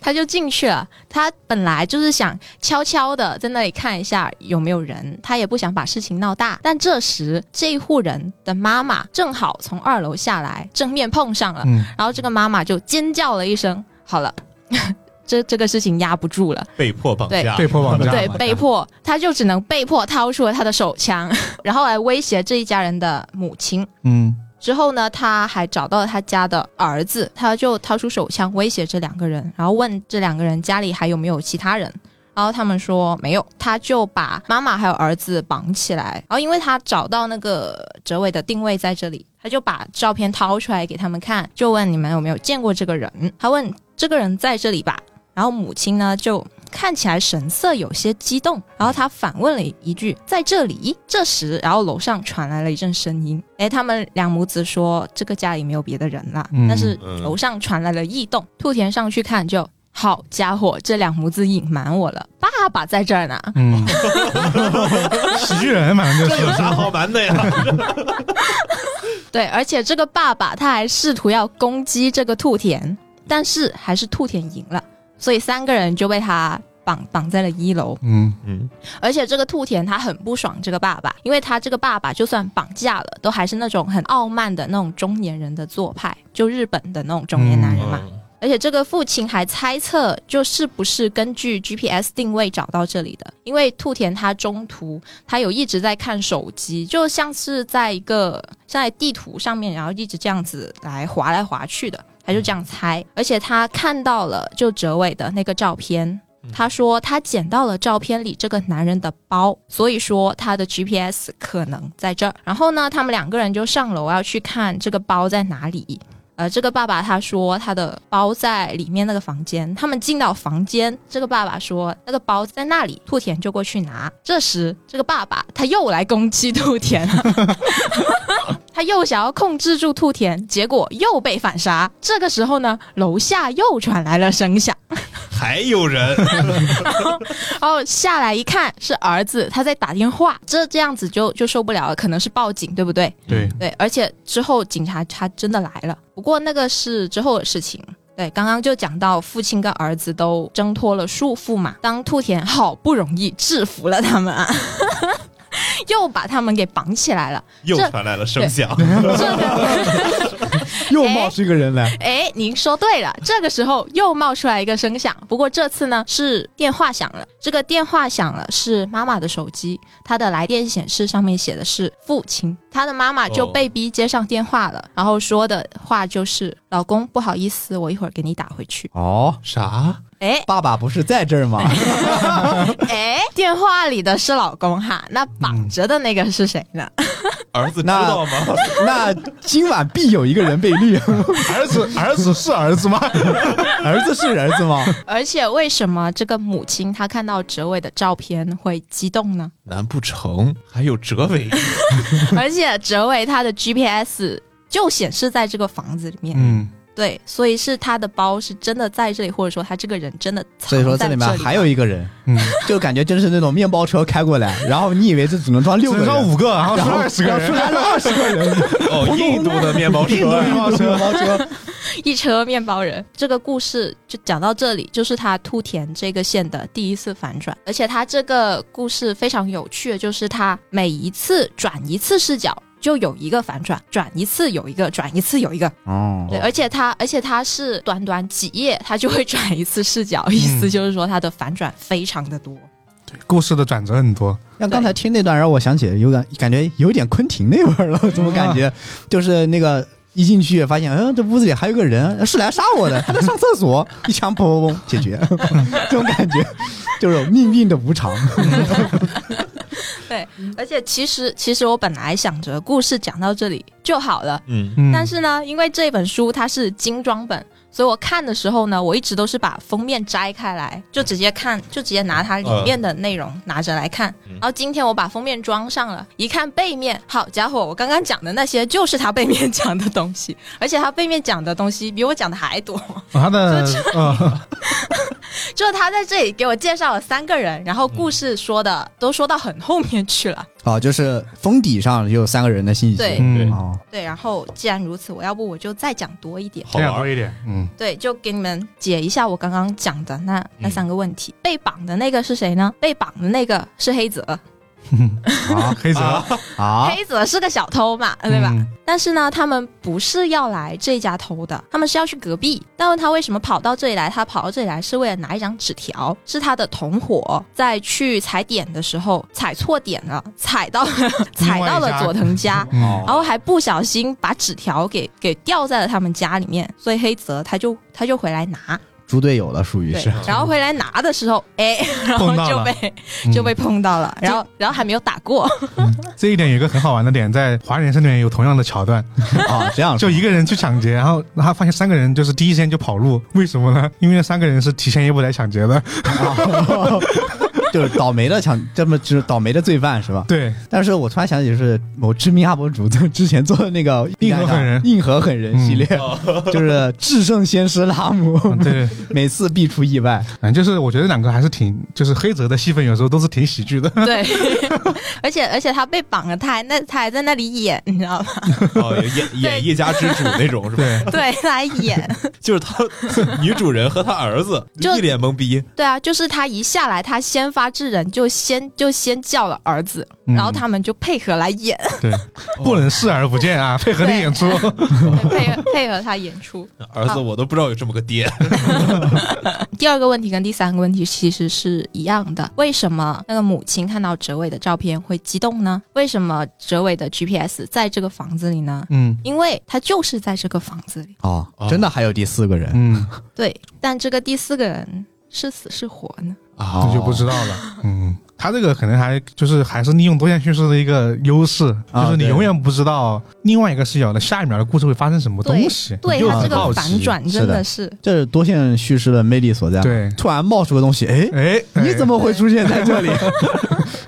Speaker 1: 他就进去了。他本来就是想悄悄的在那里看一下有没有人，他也不想把事情闹大。但这时，这一户人的妈妈正好从二楼下来，正面碰上了，
Speaker 2: 嗯，
Speaker 1: 然后这个妈妈就尖叫了一声。好了， (laughs) 这这个事情压不住了，
Speaker 3: 被迫绑架，
Speaker 2: 被迫绑架
Speaker 1: 对
Speaker 2: 嘛，
Speaker 3: (laughs)
Speaker 1: 被迫，他就只能被迫掏出了他的手枪， (laughs) 然后来威胁这一家人的母亲。
Speaker 2: 嗯，
Speaker 1: 之后呢，他还找到了他家的儿子，他就掏出手枪威胁这两个人，然后问这两个人家里还有没有其他人。然后他们说没有，他就把妈妈还有儿子绑起来。然后因为他找到那个哲伟的定位在这里，他就把照片掏出来给他们看，就问你们有没有见过这个人？他问这个人在这里吧。然后母亲呢就看起来神色有些激动，然后他反问了一句：“在这里。”这时，然后楼上传来了一阵声音。哎，他们两母子说：“这个家里没有别的人了。
Speaker 2: 嗯
Speaker 1: 但是
Speaker 3: 嗯
Speaker 1: 楼上传来了异动，兔田上去看就。好家伙，这两母子隐瞒我了！爸爸在这儿呢。
Speaker 2: (laughs) 嗯，喜剧人反正就
Speaker 3: 这有
Speaker 2: 是，
Speaker 3: 啥好瞒的呀？
Speaker 1: 对，而且这个爸爸他还试图要攻击这个兔田，但是还是兔田赢了，所以三个人就被他绑绑在了一楼。
Speaker 2: (laughs) 嗯
Speaker 3: 嗯，
Speaker 1: 而且这个兔田他很不爽这个爸爸，因为他这个爸爸就算绑架了，都还是那种很傲慢的那种中年人的做派，就日本的那种中年男人嘛。
Speaker 3: 嗯
Speaker 1: 而且这个父亲还猜测，就是不是根据 GPS 定位找到这里的，因为兔田他中途他有一直在看手机，就像是在一个像在地图上面，然后一直这样子来划来划去的，他就这样猜。而且他看到了就哲伟的那个照片。他说他捡到了照片里这个男人的包，所以说他的 GPS 可能在这儿。然后呢，他们两个人就上楼要去看这个包在哪里。呃，这个爸爸他说他的包在里面那个房间，他们进到房间，这个爸爸说那个包在那里，兔田就过去拿。这时，这个爸爸他又来攻击兔田了， (laughs) 他又想要控制住兔田，结果又被反杀。这个时候呢，楼下又传来了声响，
Speaker 3: 还有人，
Speaker 1: 然后下来一看是儿子，他在打电话，这这样子就就受不了了，可能是报警，对不对？
Speaker 2: 对，
Speaker 1: 对，而且之后警察他真的来了，不过那个是之后的事情。对，刚刚就讲到父亲跟儿子都挣脱了束缚嘛，当兔田好不容易制服了他们啊， (laughs) 又把他们给绑起来了。
Speaker 3: 又
Speaker 1: 这
Speaker 3: 传来了声响，
Speaker 2: (laughs)
Speaker 1: 这个，
Speaker 4: 又冒出一个人来，
Speaker 1: 哎，您说对了，这个时候又冒出来一个声响，不过这次呢是电话响了，这个电话响了是妈妈的手机，她的来电显示上面写的是父亲，她的妈妈就
Speaker 3: 哦
Speaker 1: 被逼接上电话了，然后说的话就是老公不好意思，我一会儿给你打回去。
Speaker 4: 哦，
Speaker 3: 啥？
Speaker 1: 哎
Speaker 4: 爸爸不是在这
Speaker 2: (laughs)
Speaker 4: 儿吗？
Speaker 1: 哎，电话里的是老公哈，那绑着的那个是谁呢？
Speaker 3: 儿子知
Speaker 4: 那
Speaker 3: 道吗？
Speaker 4: 那今晚必有一个人被
Speaker 2: (laughs)
Speaker 4: 绿，
Speaker 2: 儿子儿子是儿子吗？
Speaker 4: 儿子是儿子吗？
Speaker 1: 而且为什么这个母亲她看到哲伟的照片会激动呢？
Speaker 3: 难不成还有哲伟？
Speaker 4: (laughs)
Speaker 1: 而且哲伟他的 GPS 就显示在这个房子里面，
Speaker 2: 嗯，
Speaker 1: 对，所以是他的包是真的在这里，或者说他这个人真的藏
Speaker 4: 所以说
Speaker 1: 在
Speaker 4: 这里
Speaker 1: 里
Speaker 4: 面还有一个人，
Speaker 2: 嗯，
Speaker 4: 就感觉真是那种面包车开过来，然后你以为这只能装六
Speaker 2: 只
Speaker 4: 个
Speaker 2: 能
Speaker 4: 人，
Speaker 2: 上五个，然后
Speaker 4: 然
Speaker 2: 出
Speaker 4: 后
Speaker 2: 二十个
Speaker 4: 然后出
Speaker 2: 人，
Speaker 4: 来了二十个人，
Speaker 3: (laughs) 哦，印度的面包
Speaker 2: 印度
Speaker 3: 车，啊
Speaker 2: 面包车
Speaker 4: 面，
Speaker 2: (laughs)
Speaker 4: 包车，
Speaker 1: 一车面包人。这个故事就讲到这里，就是他秃田这个线的第一次反转，而且他这个故事非常有趣，的就是他每一次转一次视角。就有一个反转，转一次有一个，转一次有一个，
Speaker 4: 哦
Speaker 1: 对，而且他，而且他是短短几页，他就会转一次视角，意
Speaker 4: 嗯
Speaker 1: 思就是说他的反转非常的多。
Speaker 2: 故事的转折很多，
Speaker 4: 像刚才听那段，让我想起有感感觉有点昆汀那味儿
Speaker 2: (laughs)
Speaker 4: 了，怎么感觉？就是那个一进去发现，嗯、这屋子里还有个人，是来杀我
Speaker 2: (laughs)
Speaker 4: 的，他在上厕所，一枪砰砰砰解决，这种感觉就是命运的无常。
Speaker 2: (laughs)
Speaker 1: 对，而且其实其实我本来想着故事讲到这里就好了，
Speaker 3: 嗯，
Speaker 2: 嗯，
Speaker 1: 但是呢，因为这本书它是精装本，所以我看的时候呢，我一直都是把封面摘开来，就直接看，就直接拿它里面的内容拿着来看。然后今天我把封面装上了，一看背面，好家伙，我刚刚讲的那些就是它背面讲的东西，而且它背面讲的东西比我讲的还多。 (laughs)
Speaker 2: 哦他的呃，
Speaker 1: 就是他在这里给我介绍了三个人，然后故事说的、都说到很后面去了。
Speaker 4: 哦，就是封底上有三个人的信息。
Speaker 1: 对
Speaker 2: 嗯，
Speaker 4: 哦，
Speaker 1: 对，然后既然如此，我要不我就再讲多一点。
Speaker 3: 好
Speaker 2: 这样
Speaker 3: 玩
Speaker 2: 多
Speaker 3: 儿，
Speaker 2: 一点，嗯，
Speaker 1: 对，就给你们解一下我刚刚讲的那那三个问题。被绑的那个是谁呢？被绑的那个是黑泽，
Speaker 2: 啊，黑泽
Speaker 3: 啊，
Speaker 4: 啊，
Speaker 1: 黑泽是个小偷嘛，对吧？
Speaker 2: 嗯
Speaker 1: 但是呢，他们不是要来这家偷的，他们是要去隔壁。但是他为什么跑到这里来？他跑到这里来是为了拿一张纸条，是他的同伙在去踩点的时候踩错点了，踩到踩到了佐藤家。
Speaker 2: 嗯
Speaker 4: 哦
Speaker 1: 然后还不小心把纸条给给掉在了他们家里面，所以黑泽他就他就回来拿，
Speaker 4: 猪队友了，属于
Speaker 1: 对
Speaker 4: 是。，
Speaker 1: 然后回来拿的时候， (laughs) 哎，然后
Speaker 2: 碰到
Speaker 1: 就
Speaker 2: 了嗯
Speaker 1: 被就被碰到了，然后然后还没有打
Speaker 2: (laughs)
Speaker 1: 过，
Speaker 2: 这一点有一个很好玩的点，在《华人生》里面有同样的桥段，
Speaker 4: 啊，
Speaker 2: (laughs)
Speaker 4: 这样
Speaker 2: 就一个人去抢劫，然后他发现三个人就是第一时间就跑路，为什么呢？因为那三个人是提前一步来抢劫的。
Speaker 4: 个啊就是倒霉的抢，这么就是倒霉的罪犯是吧？
Speaker 2: (laughs) 对，
Speaker 4: 但是我突然想起，就是某知名 UP 主就之前做的那个
Speaker 2: 硬核狠人
Speaker 4: 硬核狠人系列，就是制胜先师拉姆，
Speaker 2: (laughs) 嗯 (laughs) 对，
Speaker 4: (laughs) 每次必出意外。
Speaker 2: 反正就是我觉得两个还是挺，就是黑泽的戏份有时候都是挺喜剧的。
Speaker 1: 对，而且而且他被绑了，他还那他还在那里演，你知道
Speaker 2: (laughs)
Speaker 1: 吗？
Speaker 3: 哦，演演一家之主那种是
Speaker 2: 对，
Speaker 3: 吧？
Speaker 1: 对，他还演，
Speaker 3: 就是 (laughs) 他女主人和他儿 (laughs) 子
Speaker 1: 就
Speaker 3: 一脸懵逼，
Speaker 1: 对啊，就是他一下来，他先发制人，就先就先叫了儿子，
Speaker 2: 嗯
Speaker 1: 然后他们就配合来
Speaker 2: (laughs)
Speaker 1: 演，
Speaker 2: 对，
Speaker 3: 哦
Speaker 2: 不能视而不见 (laughs) 啊，配合你演出。
Speaker 1: 对配合配合他演出。
Speaker 3: 儿子我都不知道有这么个爹。
Speaker 1: 第二个问题跟第三个问题其实是一样的，为什么那个母亲看到哲伟的照片会激动呢？为什么哲伟的 GPS 在这个房子里呢？
Speaker 2: (laughs) 嗯
Speaker 1: 因为他就是在这个房子里。
Speaker 4: 哦
Speaker 3: 哦，
Speaker 4: 真的还有第四个人
Speaker 2: 嗯，
Speaker 1: 对，但这个第四个人是死是活呢？
Speaker 4: 啊
Speaker 2: 这就不知道了。嗯。他这个可能还就是还是利用多线叙事的一个优势，
Speaker 4: 啊
Speaker 2: 就是你
Speaker 4: 对
Speaker 2: 永远不知道另外一个视角的下一秒的故事会发生什么东西，
Speaker 1: 对
Speaker 2: 你就
Speaker 1: 他这
Speaker 2: 很
Speaker 1: 个
Speaker 2: 好
Speaker 1: 反
Speaker 2: 奇。
Speaker 1: 转真的是
Speaker 4: 这是多线叙事的魅力所在。，
Speaker 2: 对，
Speaker 4: 突然冒出个东西，哎，
Speaker 2: 哎，
Speaker 4: 你怎
Speaker 2: 么？
Speaker 4: 么会出现在这里？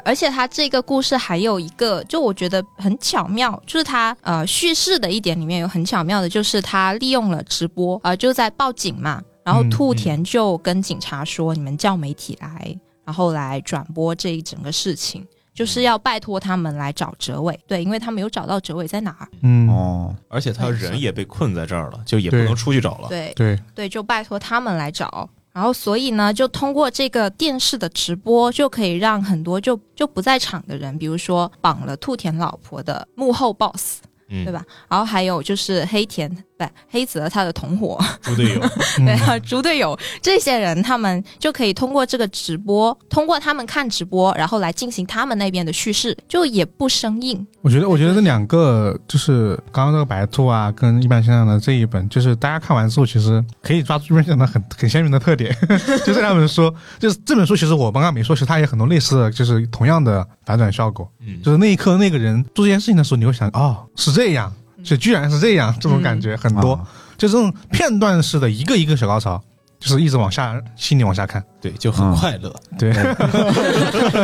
Speaker 1: 而且他这个故事还有一个，就我觉得很巧妙，就是他呃叙事的一点里面有很巧妙的，就是他利用了直播啊、呃就在报警嘛，然后
Speaker 2: 嗯
Speaker 1: 兔田就跟警察说，你们叫媒体来，然后来转播这一整个事情。就是要拜托他们来找哲伟，对，因为他没有找到哲伟在哪儿，
Speaker 2: (laughs) 嗯，
Speaker 4: 哦，
Speaker 3: (laughs) 而且他人也被困在这儿了，就也不
Speaker 2: 对
Speaker 3: 能出去找了。
Speaker 1: 对，
Speaker 2: 对，
Speaker 1: 对，就拜托他们来找。然后，所以呢，就通过这个电视的直播，就可以让很多就就不在场的人，比如说绑了兔田老婆的幕后 boss，
Speaker 3: 嗯，
Speaker 1: 对吧？然后还有就是黑田不黑泽他的同伙，
Speaker 3: 猪队 (laughs) 友，
Speaker 1: (laughs) 对
Speaker 2: 嗯
Speaker 1: 啊，猪队友这些人，他们就可以通过这个直播，通过他们看直播，然后来进行他们那边的叙事，就也不生硬。
Speaker 2: 我觉得，我觉得这两个就是刚刚这个白兔啊，跟一般先生的这一本，就是大家看完之后，其实可以抓住一般先生的很很鲜明的特点。 (laughs) 就这两本书，就是这本书，其实我刚刚没说，其实它也很多类似的，就是同样的反转效果。
Speaker 3: 嗯，
Speaker 2: 就是那一刻那个人做这件事情的时候，你会想，哦，是这样，这居然是这样，这种感觉很多，
Speaker 4: 啊
Speaker 2: 就这种片段式的一个一个小高潮，就是一直往下，心里往下看，
Speaker 3: 对，就很快乐。
Speaker 2: 对，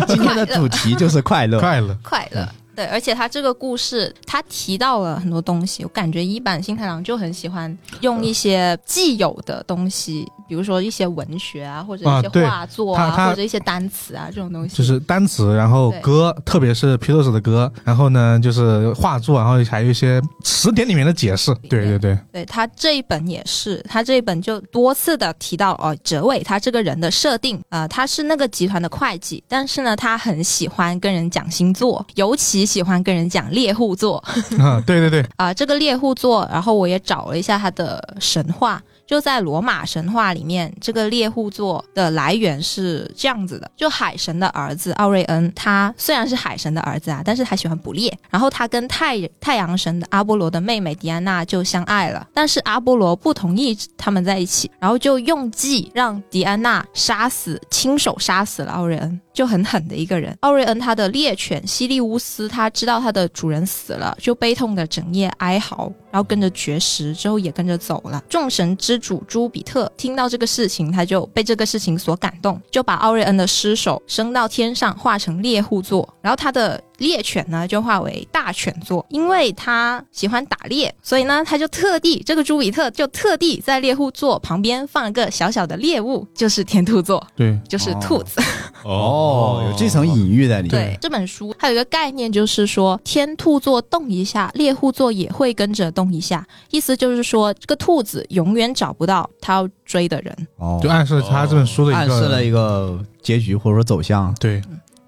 Speaker 4: 今天的主题就是快
Speaker 2: (laughs)
Speaker 4: 乐。
Speaker 2: 快乐，
Speaker 1: 快乐。对，而且他这个故事，他提到了很多东西，我感觉一坂新太郎就很喜欢用一些既有的东西，比如说一些文学啊，或者
Speaker 2: 啊
Speaker 1: 一些
Speaker 2: 对
Speaker 1: 画作
Speaker 2: 他他
Speaker 1: 或者一些单词啊这种东西。
Speaker 2: 就是单词，然后
Speaker 1: 对
Speaker 2: 歌，特别是皮特斯的歌，然后呢就是画作，然后还有一些词典里面的解释。对对对，
Speaker 1: 对他这一本也是，他这一本就多次的提到哦，哲伟他这个人的设定，呃，他是那个集团的会计，但是呢，他很喜欢跟人讲星座，尤其喜欢跟人讲猎户座。
Speaker 2: 啊，对对对，
Speaker 1: 啊、这个猎户座，然后我也找了一下它的神话，就在罗马神话里面，这个猎户座的来源是这样子的：就海神的儿子奥瑞恩，他虽然是海神的儿子啊，但是他喜欢捕猎，然后他跟太太阳神的阿波罗的妹妹迪安娜就相爱了，但是阿波罗不同意他们在一起，然后就用计让迪安娜杀死，亲手杀死了奥瑞恩，就很狠的一个人。奥瑞恩他的猎犬西利乌斯，他知道他的主人死了，就悲痛的整夜哀嚎，然后跟着绝食，之后也跟着走了。众神之主朱比特听到这个事情，他就被这个事情所感动，就把奥瑞恩的尸首升到天上，化成猎户座，然后他的猎犬呢就化为大犬座，因为他喜欢打猎，所以呢他就特地这个朱比特就特地在猎户座旁边放了个小小的猎物，就是天兔座，
Speaker 2: 对，
Speaker 1: 就是
Speaker 4: 哦
Speaker 1: 兔子。
Speaker 3: 嗯
Speaker 4: 哦，有这层隐喻在里面。
Speaker 1: 对，这本书还有一个概念，就是说天兔座动一下，猎户座也会跟着动一下。意思就是说，这个兔子永远找不到它要追的人。
Speaker 4: 哦
Speaker 2: 就暗示了他这本书的一
Speaker 4: 暗
Speaker 2: 个
Speaker 4: 示了一个结局或者说走向。
Speaker 2: 对，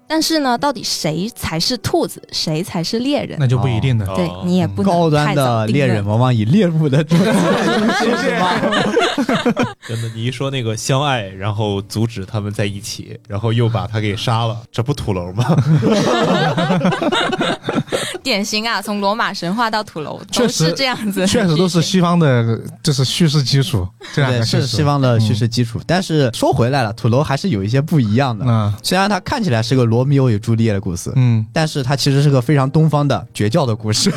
Speaker 1: 但是呢，到底谁才是兔子，谁才是猎人？
Speaker 2: 那就不一定的。
Speaker 1: 对
Speaker 3: 哦
Speaker 1: 你也不能
Speaker 4: 高端
Speaker 1: 太早
Speaker 4: 的
Speaker 1: 定
Speaker 4: 猎
Speaker 1: 论
Speaker 4: 人往往以猎物的主体为主
Speaker 2: (laughs)
Speaker 4: 嘛
Speaker 3: 真的，你一说那个相爱，然后阻止他们在一起，然后又把他给杀了，这不土楼吗？ (laughs)
Speaker 1: 典型啊，从罗马神话到土楼
Speaker 2: 确
Speaker 1: 都
Speaker 2: 实
Speaker 1: 是这样子，
Speaker 2: 确实都是西方的，就是叙事基础，这两
Speaker 4: 对，
Speaker 2: 个
Speaker 4: 是西方的叙事基础。
Speaker 2: 嗯
Speaker 4: 但是说回来了，土楼还是有一些不一样的。
Speaker 2: 啊，
Speaker 4: 虽然它看起来是个罗密欧与朱丽叶的故事，
Speaker 2: 嗯
Speaker 4: 但是它其实是个非常东方的绝教的
Speaker 2: (laughs)
Speaker 4: 故事。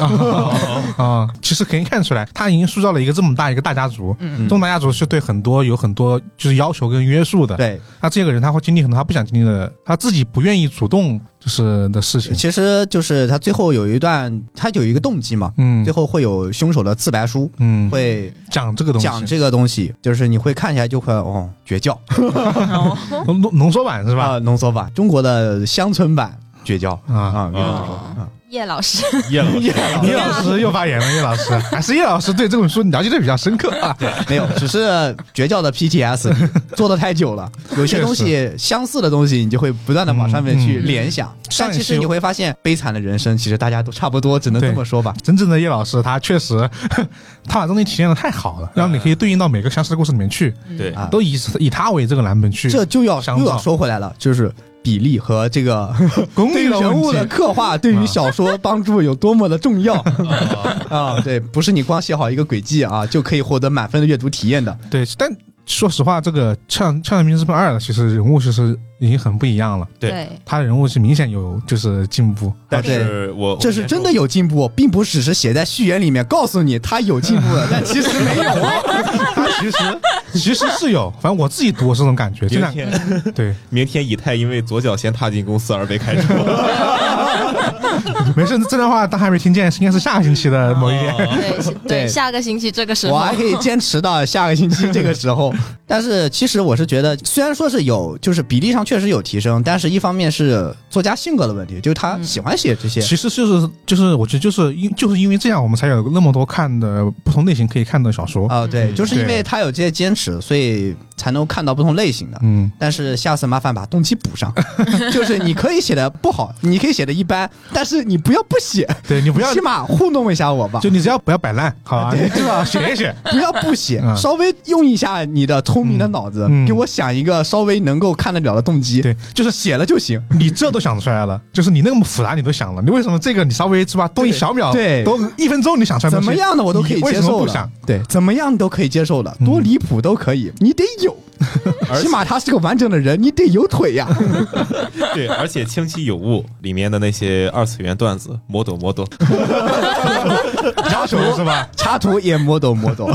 Speaker 2: 啊，其实可以看出来，他已经塑造了一个这么大一个大家族，
Speaker 1: 嗯
Speaker 2: 这种大家族是对很多有很多就是要求跟约束的。，
Speaker 4: 对，
Speaker 2: 那这个人他会经历很多他不想经历的，他自己不愿意主动就是的事情。
Speaker 4: 其实就是他最后有一段，他有一个动机嘛，
Speaker 2: 嗯
Speaker 4: 最后会有凶手的自白书，
Speaker 2: 嗯，
Speaker 4: 会
Speaker 2: 讲这个东西，
Speaker 4: 讲这个东西，就是你会看起来就会哦，绝教
Speaker 2: 浓浓浓缩版是吧？
Speaker 4: 啊，浓缩版，中国的乡村版绝教
Speaker 2: 啊，
Speaker 4: 啊，
Speaker 3: (laughs)
Speaker 1: 哦叶老师，
Speaker 3: 叶老师，
Speaker 2: 叶老师又发言了，叶老师还是叶老师对这本书了解的比较深刻啊。
Speaker 4: (laughs) 没有，只是绝教
Speaker 2: (laughs)
Speaker 4: 的 PTS 做的太久了，有些东西相似的东西，你就会不断的往上面
Speaker 2: 嗯
Speaker 4: 去联想。但其实你会发现，悲惨的人生其实大家都差不多，只能这么说吧。
Speaker 2: 真正的叶老师，他确实， (laughs) 他把东西体现的太好了，让你可以对应到每个相似的故事里面去，
Speaker 3: 对
Speaker 4: 啊
Speaker 2: 都以以他为这个蓝本去。
Speaker 4: 这就要
Speaker 2: 想
Speaker 4: 又
Speaker 2: 法
Speaker 4: 要说回来了，就是比例和这 (laughs) 个
Speaker 2: 功
Speaker 4: 对
Speaker 2: 利
Speaker 4: 于
Speaker 2: 的
Speaker 4: 人物的
Speaker 2: 问题，
Speaker 4: 刻画啊对于小说帮助有多么的重 (laughs) 要啊！对，不是你光写好一个轨迹啊，就可以获得满分的阅读体验的。
Speaker 2: 对，但说实话，这个《呛呛人民之奔二》其实人物其实已经很不一样了，
Speaker 3: 对
Speaker 1: 对
Speaker 2: 他的人物是明显有就是进
Speaker 4: (laughs)
Speaker 2: 步。
Speaker 3: 但
Speaker 4: 对
Speaker 3: 是我
Speaker 4: 这是真的，有进步，并不只是写在序言里面告诉你他有进步了， (laughs) 但其实没有啊。
Speaker 2: 他其实其实是有，反正我自己读我是这种感觉。这
Speaker 3: 明
Speaker 2: 两
Speaker 3: 天
Speaker 2: 对，
Speaker 3: 明天以太因为左脚先踏进公司而被开除。
Speaker 2: 没事，这段话他还没听见，应该是下个星期的某一
Speaker 3: 哦 (laughs)
Speaker 2: 天。
Speaker 1: 对是
Speaker 4: 对
Speaker 1: 对，下个星期这个时
Speaker 4: 我
Speaker 1: 候，
Speaker 4: 还可以坚持到下个星期这个时 (laughs) 候。但是其实我是觉得，虽然说是有，就是比例上确实有提升，但是一方面是作家性格的问题，就是他喜欢写这些。
Speaker 2: 其实就是就是，我觉得就是因就是因为这样，我们才有那么多看的不同类型可以看的小说。
Speaker 4: 啊、对，
Speaker 3: 嗯
Speaker 4: 就是因为
Speaker 2: 对
Speaker 4: 他有这些坚持，所以才能看到不同类型的。
Speaker 2: 嗯，
Speaker 4: 但是下次麻烦把动机
Speaker 2: (laughs)
Speaker 4: 补上，就是你可以写的不好，你可以写的一般，但是你不要不写，
Speaker 2: 对你不要
Speaker 4: 起码糊弄一下我吧
Speaker 2: 就，你只要不要摆烂，好吧？你至少写一
Speaker 4: (laughs)
Speaker 2: 写。
Speaker 4: 不要不写，
Speaker 2: 嗯
Speaker 4: 稍微用一下你的聪明的脑子，
Speaker 2: 嗯嗯
Speaker 4: 给我想一个稍微能够看得了的动机，
Speaker 2: 对，
Speaker 4: 就是写了就行。
Speaker 2: 你这都想出来了，就是你那么复杂你都想了，你为什么这个你稍微是吧多一小秒，
Speaker 4: 对
Speaker 2: 多一分钟你想出来
Speaker 4: 怎么样的我都可以
Speaker 2: 你为
Speaker 4: 接
Speaker 2: 什么
Speaker 4: 受
Speaker 2: 不
Speaker 4: 了
Speaker 2: 想？，
Speaker 4: 对，怎么样都可以接受了，
Speaker 2: 嗯
Speaker 4: 多离谱都可以，你得
Speaker 2: (laughs)
Speaker 4: 有，
Speaker 3: 而且
Speaker 4: 起码他是个完整的人，你得有腿呀。
Speaker 3: 对，而且《清奇有物》里面的那些二次元段子，魔抖魔抖，
Speaker 2: 加球是吧？
Speaker 4: 插图也磨抖
Speaker 2: (laughs)
Speaker 4: 磨抖，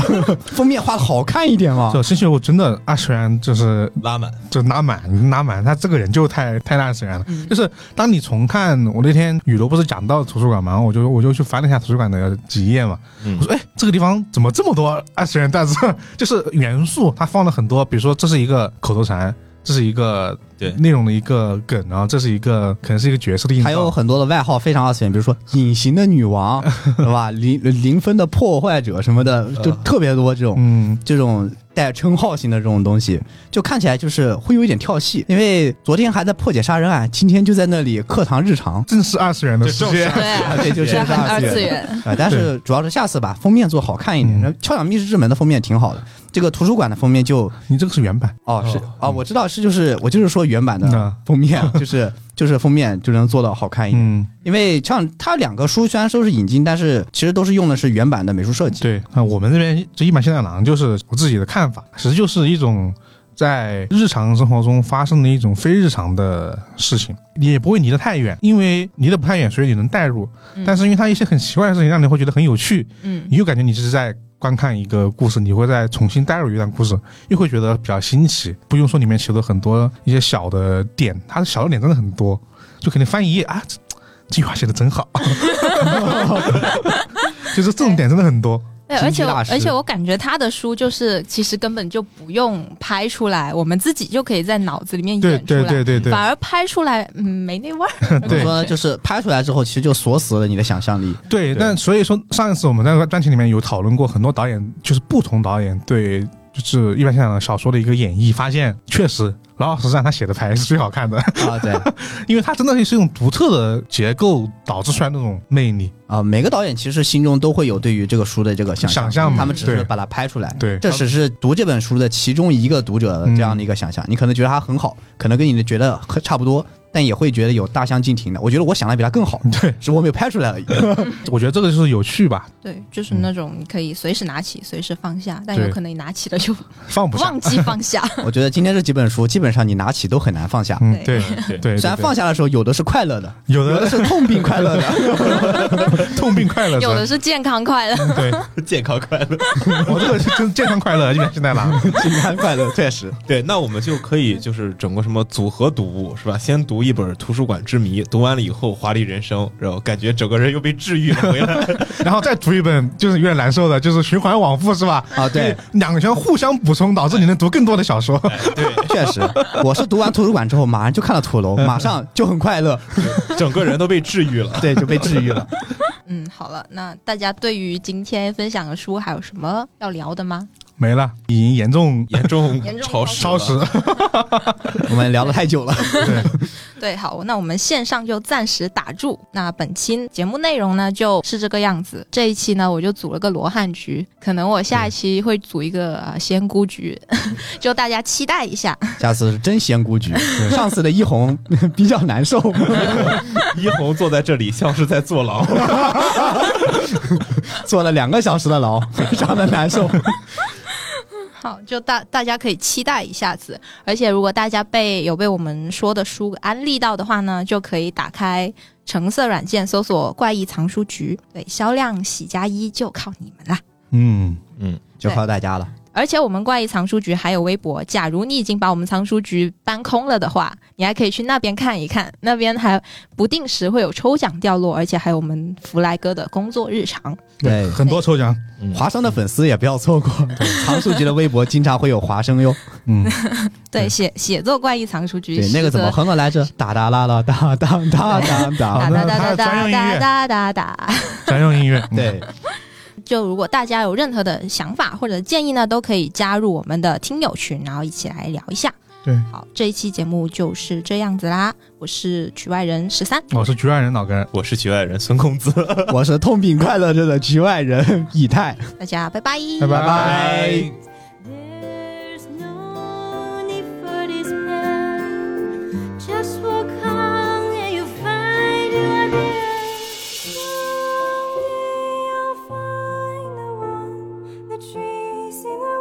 Speaker 4: 封面画的好看一点嘛
Speaker 2: 这。星期五真的二次元就是
Speaker 3: 拉满。
Speaker 2: 就拉满拉满，他这个人就太太二次元了。就是当你重看我那天雨楼不是讲到图书馆嘛，我就我就去翻了一下图书馆的几页嘛，
Speaker 3: 嗯
Speaker 2: 我说哎，这个地方怎么这么多二次元段子？就是元素，它放了很多，比如说这是一个口头禅，这是一个
Speaker 3: 对
Speaker 2: 内容的一个梗，然后这是一个可能是一个角色的映
Speaker 4: 还有
Speaker 2: 照。
Speaker 4: 很多的外号非常二次元，比如说“隐形的女王”，
Speaker 2: (laughs)
Speaker 4: 对吧？零零分的破坏者什么的，就特别多这种。
Speaker 2: 呃嗯，
Speaker 4: 这种带称号型的这种东西，就看起来就是会有一点跳戏。因为昨天还在破解杀人案，今天就在那里课堂日常
Speaker 2: 正是二次元的世界。
Speaker 1: 对啊
Speaker 4: 啊，
Speaker 3: (laughs)
Speaker 4: 对，就是
Speaker 1: 这很
Speaker 4: 二
Speaker 1: 二
Speaker 4: 次
Speaker 1: 次
Speaker 4: 元。
Speaker 1: 元，
Speaker 4: 啊，但是主要是下次把封面做好看一点。
Speaker 2: 嗯
Speaker 4: 那《敲响密室之门》的封面挺好的，这个图书馆的封面就
Speaker 2: 你这个是原版，
Speaker 4: 哦是
Speaker 3: 哦
Speaker 4: 啊，我知道是就是我就是说原版的
Speaker 2: 嗯 (laughs)
Speaker 4: 封面，就是就是封面就能做到好看一点。
Speaker 2: 嗯，
Speaker 4: 因为像它两个书虽然都是引进，但是其实都是用的是原版的美术设计。
Speaker 2: 对啊、我们这边这一版现在郎就是我自己的看法，其实就是一种在日常生活中发生的一种非日常的事情，你也不会离得太远，因为离得不太远，所以你能代入。但是因为它一些很奇怪的事情，让你会觉得很有趣，
Speaker 1: 嗯，
Speaker 2: 你又感觉你是在观看一个故事，你会再重新带入一段故事，又会觉得比较新奇。不用说里面写的很多一些小的点，它的小的点真的很多，就可能翻一页啊，这这句话写的真好， (laughs) 就是这种点真的很多。
Speaker 1: 对，
Speaker 2: 经
Speaker 1: 而
Speaker 2: 济
Speaker 1: 且我
Speaker 2: 大师
Speaker 1: 而且我感觉他的书就是其实根本就不用拍出来，我们自己就可以在脑子里面
Speaker 2: 对
Speaker 1: 演出
Speaker 2: 对
Speaker 1: 来，
Speaker 2: 对对对
Speaker 1: 反而拍出来嗯没那味儿，
Speaker 4: 怎么说呢？就是拍出来之后，其实就锁死了你的想象
Speaker 2: (laughs)
Speaker 4: 力。
Speaker 2: 对，
Speaker 3: 对
Speaker 2: 但所以说上一次我们那个专题里面有讨论过很多导演，就是不同导演对就是一般现场小说的一个演绎，发现确实老老实实让他写的牌是最好看的， (laughs)
Speaker 4: 啊，对
Speaker 2: 因为他真的是用独特的结构导致出来那种魅力。
Speaker 4: 啊，每个导演其实心中都会有对于这个书的这个想
Speaker 2: 想象嘛
Speaker 4: 他们只是
Speaker 2: 对
Speaker 4: 把它拍出来。
Speaker 2: 对嗯
Speaker 4: 这只是读这本书的其中一个读者的这样的一个想象。你可能觉得它很好，可能跟你的觉得很差不多，但也会觉得有大相径庭的。我觉得我想的比它更好，
Speaker 2: 对，
Speaker 4: 只是我没有拍出来而已。
Speaker 2: 我觉得这个就是有趣吧，
Speaker 1: 对，就是那种你可以随时拿起，随时放下，但
Speaker 2: 嗯对
Speaker 1: 有可能你拿起了就
Speaker 2: 放不下
Speaker 1: 忘。记放
Speaker 2: (laughs)
Speaker 1: 下。
Speaker 4: (laughs) 我觉得今天这几本书，基本上你拿起都很难放下。
Speaker 2: 嗯，对
Speaker 1: 对
Speaker 3: 对
Speaker 2: 对，
Speaker 4: 虽然
Speaker 2: 对
Speaker 4: 放下的时候，有的是快乐的，
Speaker 2: (laughs) 有
Speaker 4: 有的
Speaker 2: 的
Speaker 4: 是痛并快
Speaker 2: (laughs)
Speaker 4: 乐的，
Speaker 2: 痛并
Speaker 1: (laughs)
Speaker 2: 快乐着，
Speaker 1: 有的是健康快乐，
Speaker 2: 对，
Speaker 4: 健康快乐，
Speaker 2: 我这个是真健康快乐，一边现
Speaker 1: (laughs)
Speaker 2: 在拿。
Speaker 4: (laughs) 健康快乐，确实。
Speaker 3: 对，那我们就可以就是整个什么组合读物是吧？先读一本《图书馆之谜》，读完了以后华丽人生，然后感觉整个人又被治愈了回
Speaker 4: (laughs)
Speaker 3: 来。
Speaker 2: 然后再读一本就是有点难受的，就是循环往复是吧？
Speaker 4: 啊对，
Speaker 2: 两圈互相补充，导致你能读更多的小说。
Speaker 3: 哎对，
Speaker 4: 确实，我是读完图书馆之后，马上就看到
Speaker 2: (laughs)
Speaker 4: 土楼，马上就很快乐，
Speaker 3: 整个人都被治愈了。
Speaker 4: 对，就被治愈
Speaker 2: (laughs)
Speaker 4: 了。
Speaker 1: 嗯，好了，那大家对于今天分享的书还有什么要聊的吗？
Speaker 2: 没了，已经严重
Speaker 3: 严
Speaker 2: (laughs)
Speaker 3: 重
Speaker 1: 严重
Speaker 3: 超时，
Speaker 2: 超时。
Speaker 3: 了。
Speaker 4: 我们聊了太久了，
Speaker 2: 对，
Speaker 4: (laughs)
Speaker 1: 对，好，那我们线上就暂时打住。那本期节目内容呢，就是这个样子。这一期呢，我就组了个罗汉局，可能我下一期会组一个呃仙姑局，就大家期待一下。
Speaker 4: 下次是真仙姑局，上次的一红比较难
Speaker 2: (laughs)
Speaker 4: 受。
Speaker 3: 一红坐在这里像是在坐牢。 (laughs)
Speaker 4: 坐了两个小时的牢，非常的难
Speaker 2: (laughs)
Speaker 4: 受。
Speaker 1: 好，就大大家可以期待一下子。而且，如果大家被有被我们说的书安利到的话呢，就可以打开橙色软件搜索“怪异藏书局”，对，销量喜加一就靠你们啦。
Speaker 2: 嗯，
Speaker 3: 嗯，
Speaker 4: 就靠大家了，
Speaker 1: 而且我们怪异藏书局还有微博，假如你已经把我们藏书局搬空了的话，你还可以去那边看一看，那边还不定时会有抽奖掉落，而且还有我们弗莱哥的工作日常。
Speaker 4: 对
Speaker 2: 很多抽奖。
Speaker 4: 华生的粉丝也不要错过，常素局的微博经常会有华生哟。 (laughs)
Speaker 2: 嗯，
Speaker 1: 对，写写作怪异藏书局，
Speaker 4: 对，那个
Speaker 1: 是
Speaker 4: 怎么哼了来着？哒哒啦啦哒哒
Speaker 2: (laughs)
Speaker 4: 哒哒
Speaker 1: 哒哒
Speaker 4: 哒。
Speaker 2: 他
Speaker 1: 哒
Speaker 2: 的专
Speaker 1: 哒
Speaker 2: 用音
Speaker 1: 哒
Speaker 2: 乐
Speaker 1: 哒哒哒。
Speaker 2: 专用音乐。嗯，
Speaker 4: 对，
Speaker 1: 就如果大家有任何的想法或者建议呢，都可以加入我们的听友群，然后一起来聊一下。
Speaker 2: 对，
Speaker 1: 好，这一期节目就是这样子啦。我是局外人十三，
Speaker 2: 我哦是局外人老根儿，
Speaker 3: 我是局外人孙公子。
Speaker 4: 我是痛并快乐着的局外人以太。
Speaker 1: 大家拜拜，
Speaker 2: 拜
Speaker 4: 拜拜。
Speaker 5: There's no need for despair. Just walk on and you'll find you are there. Surely you'll find the one, the trees in the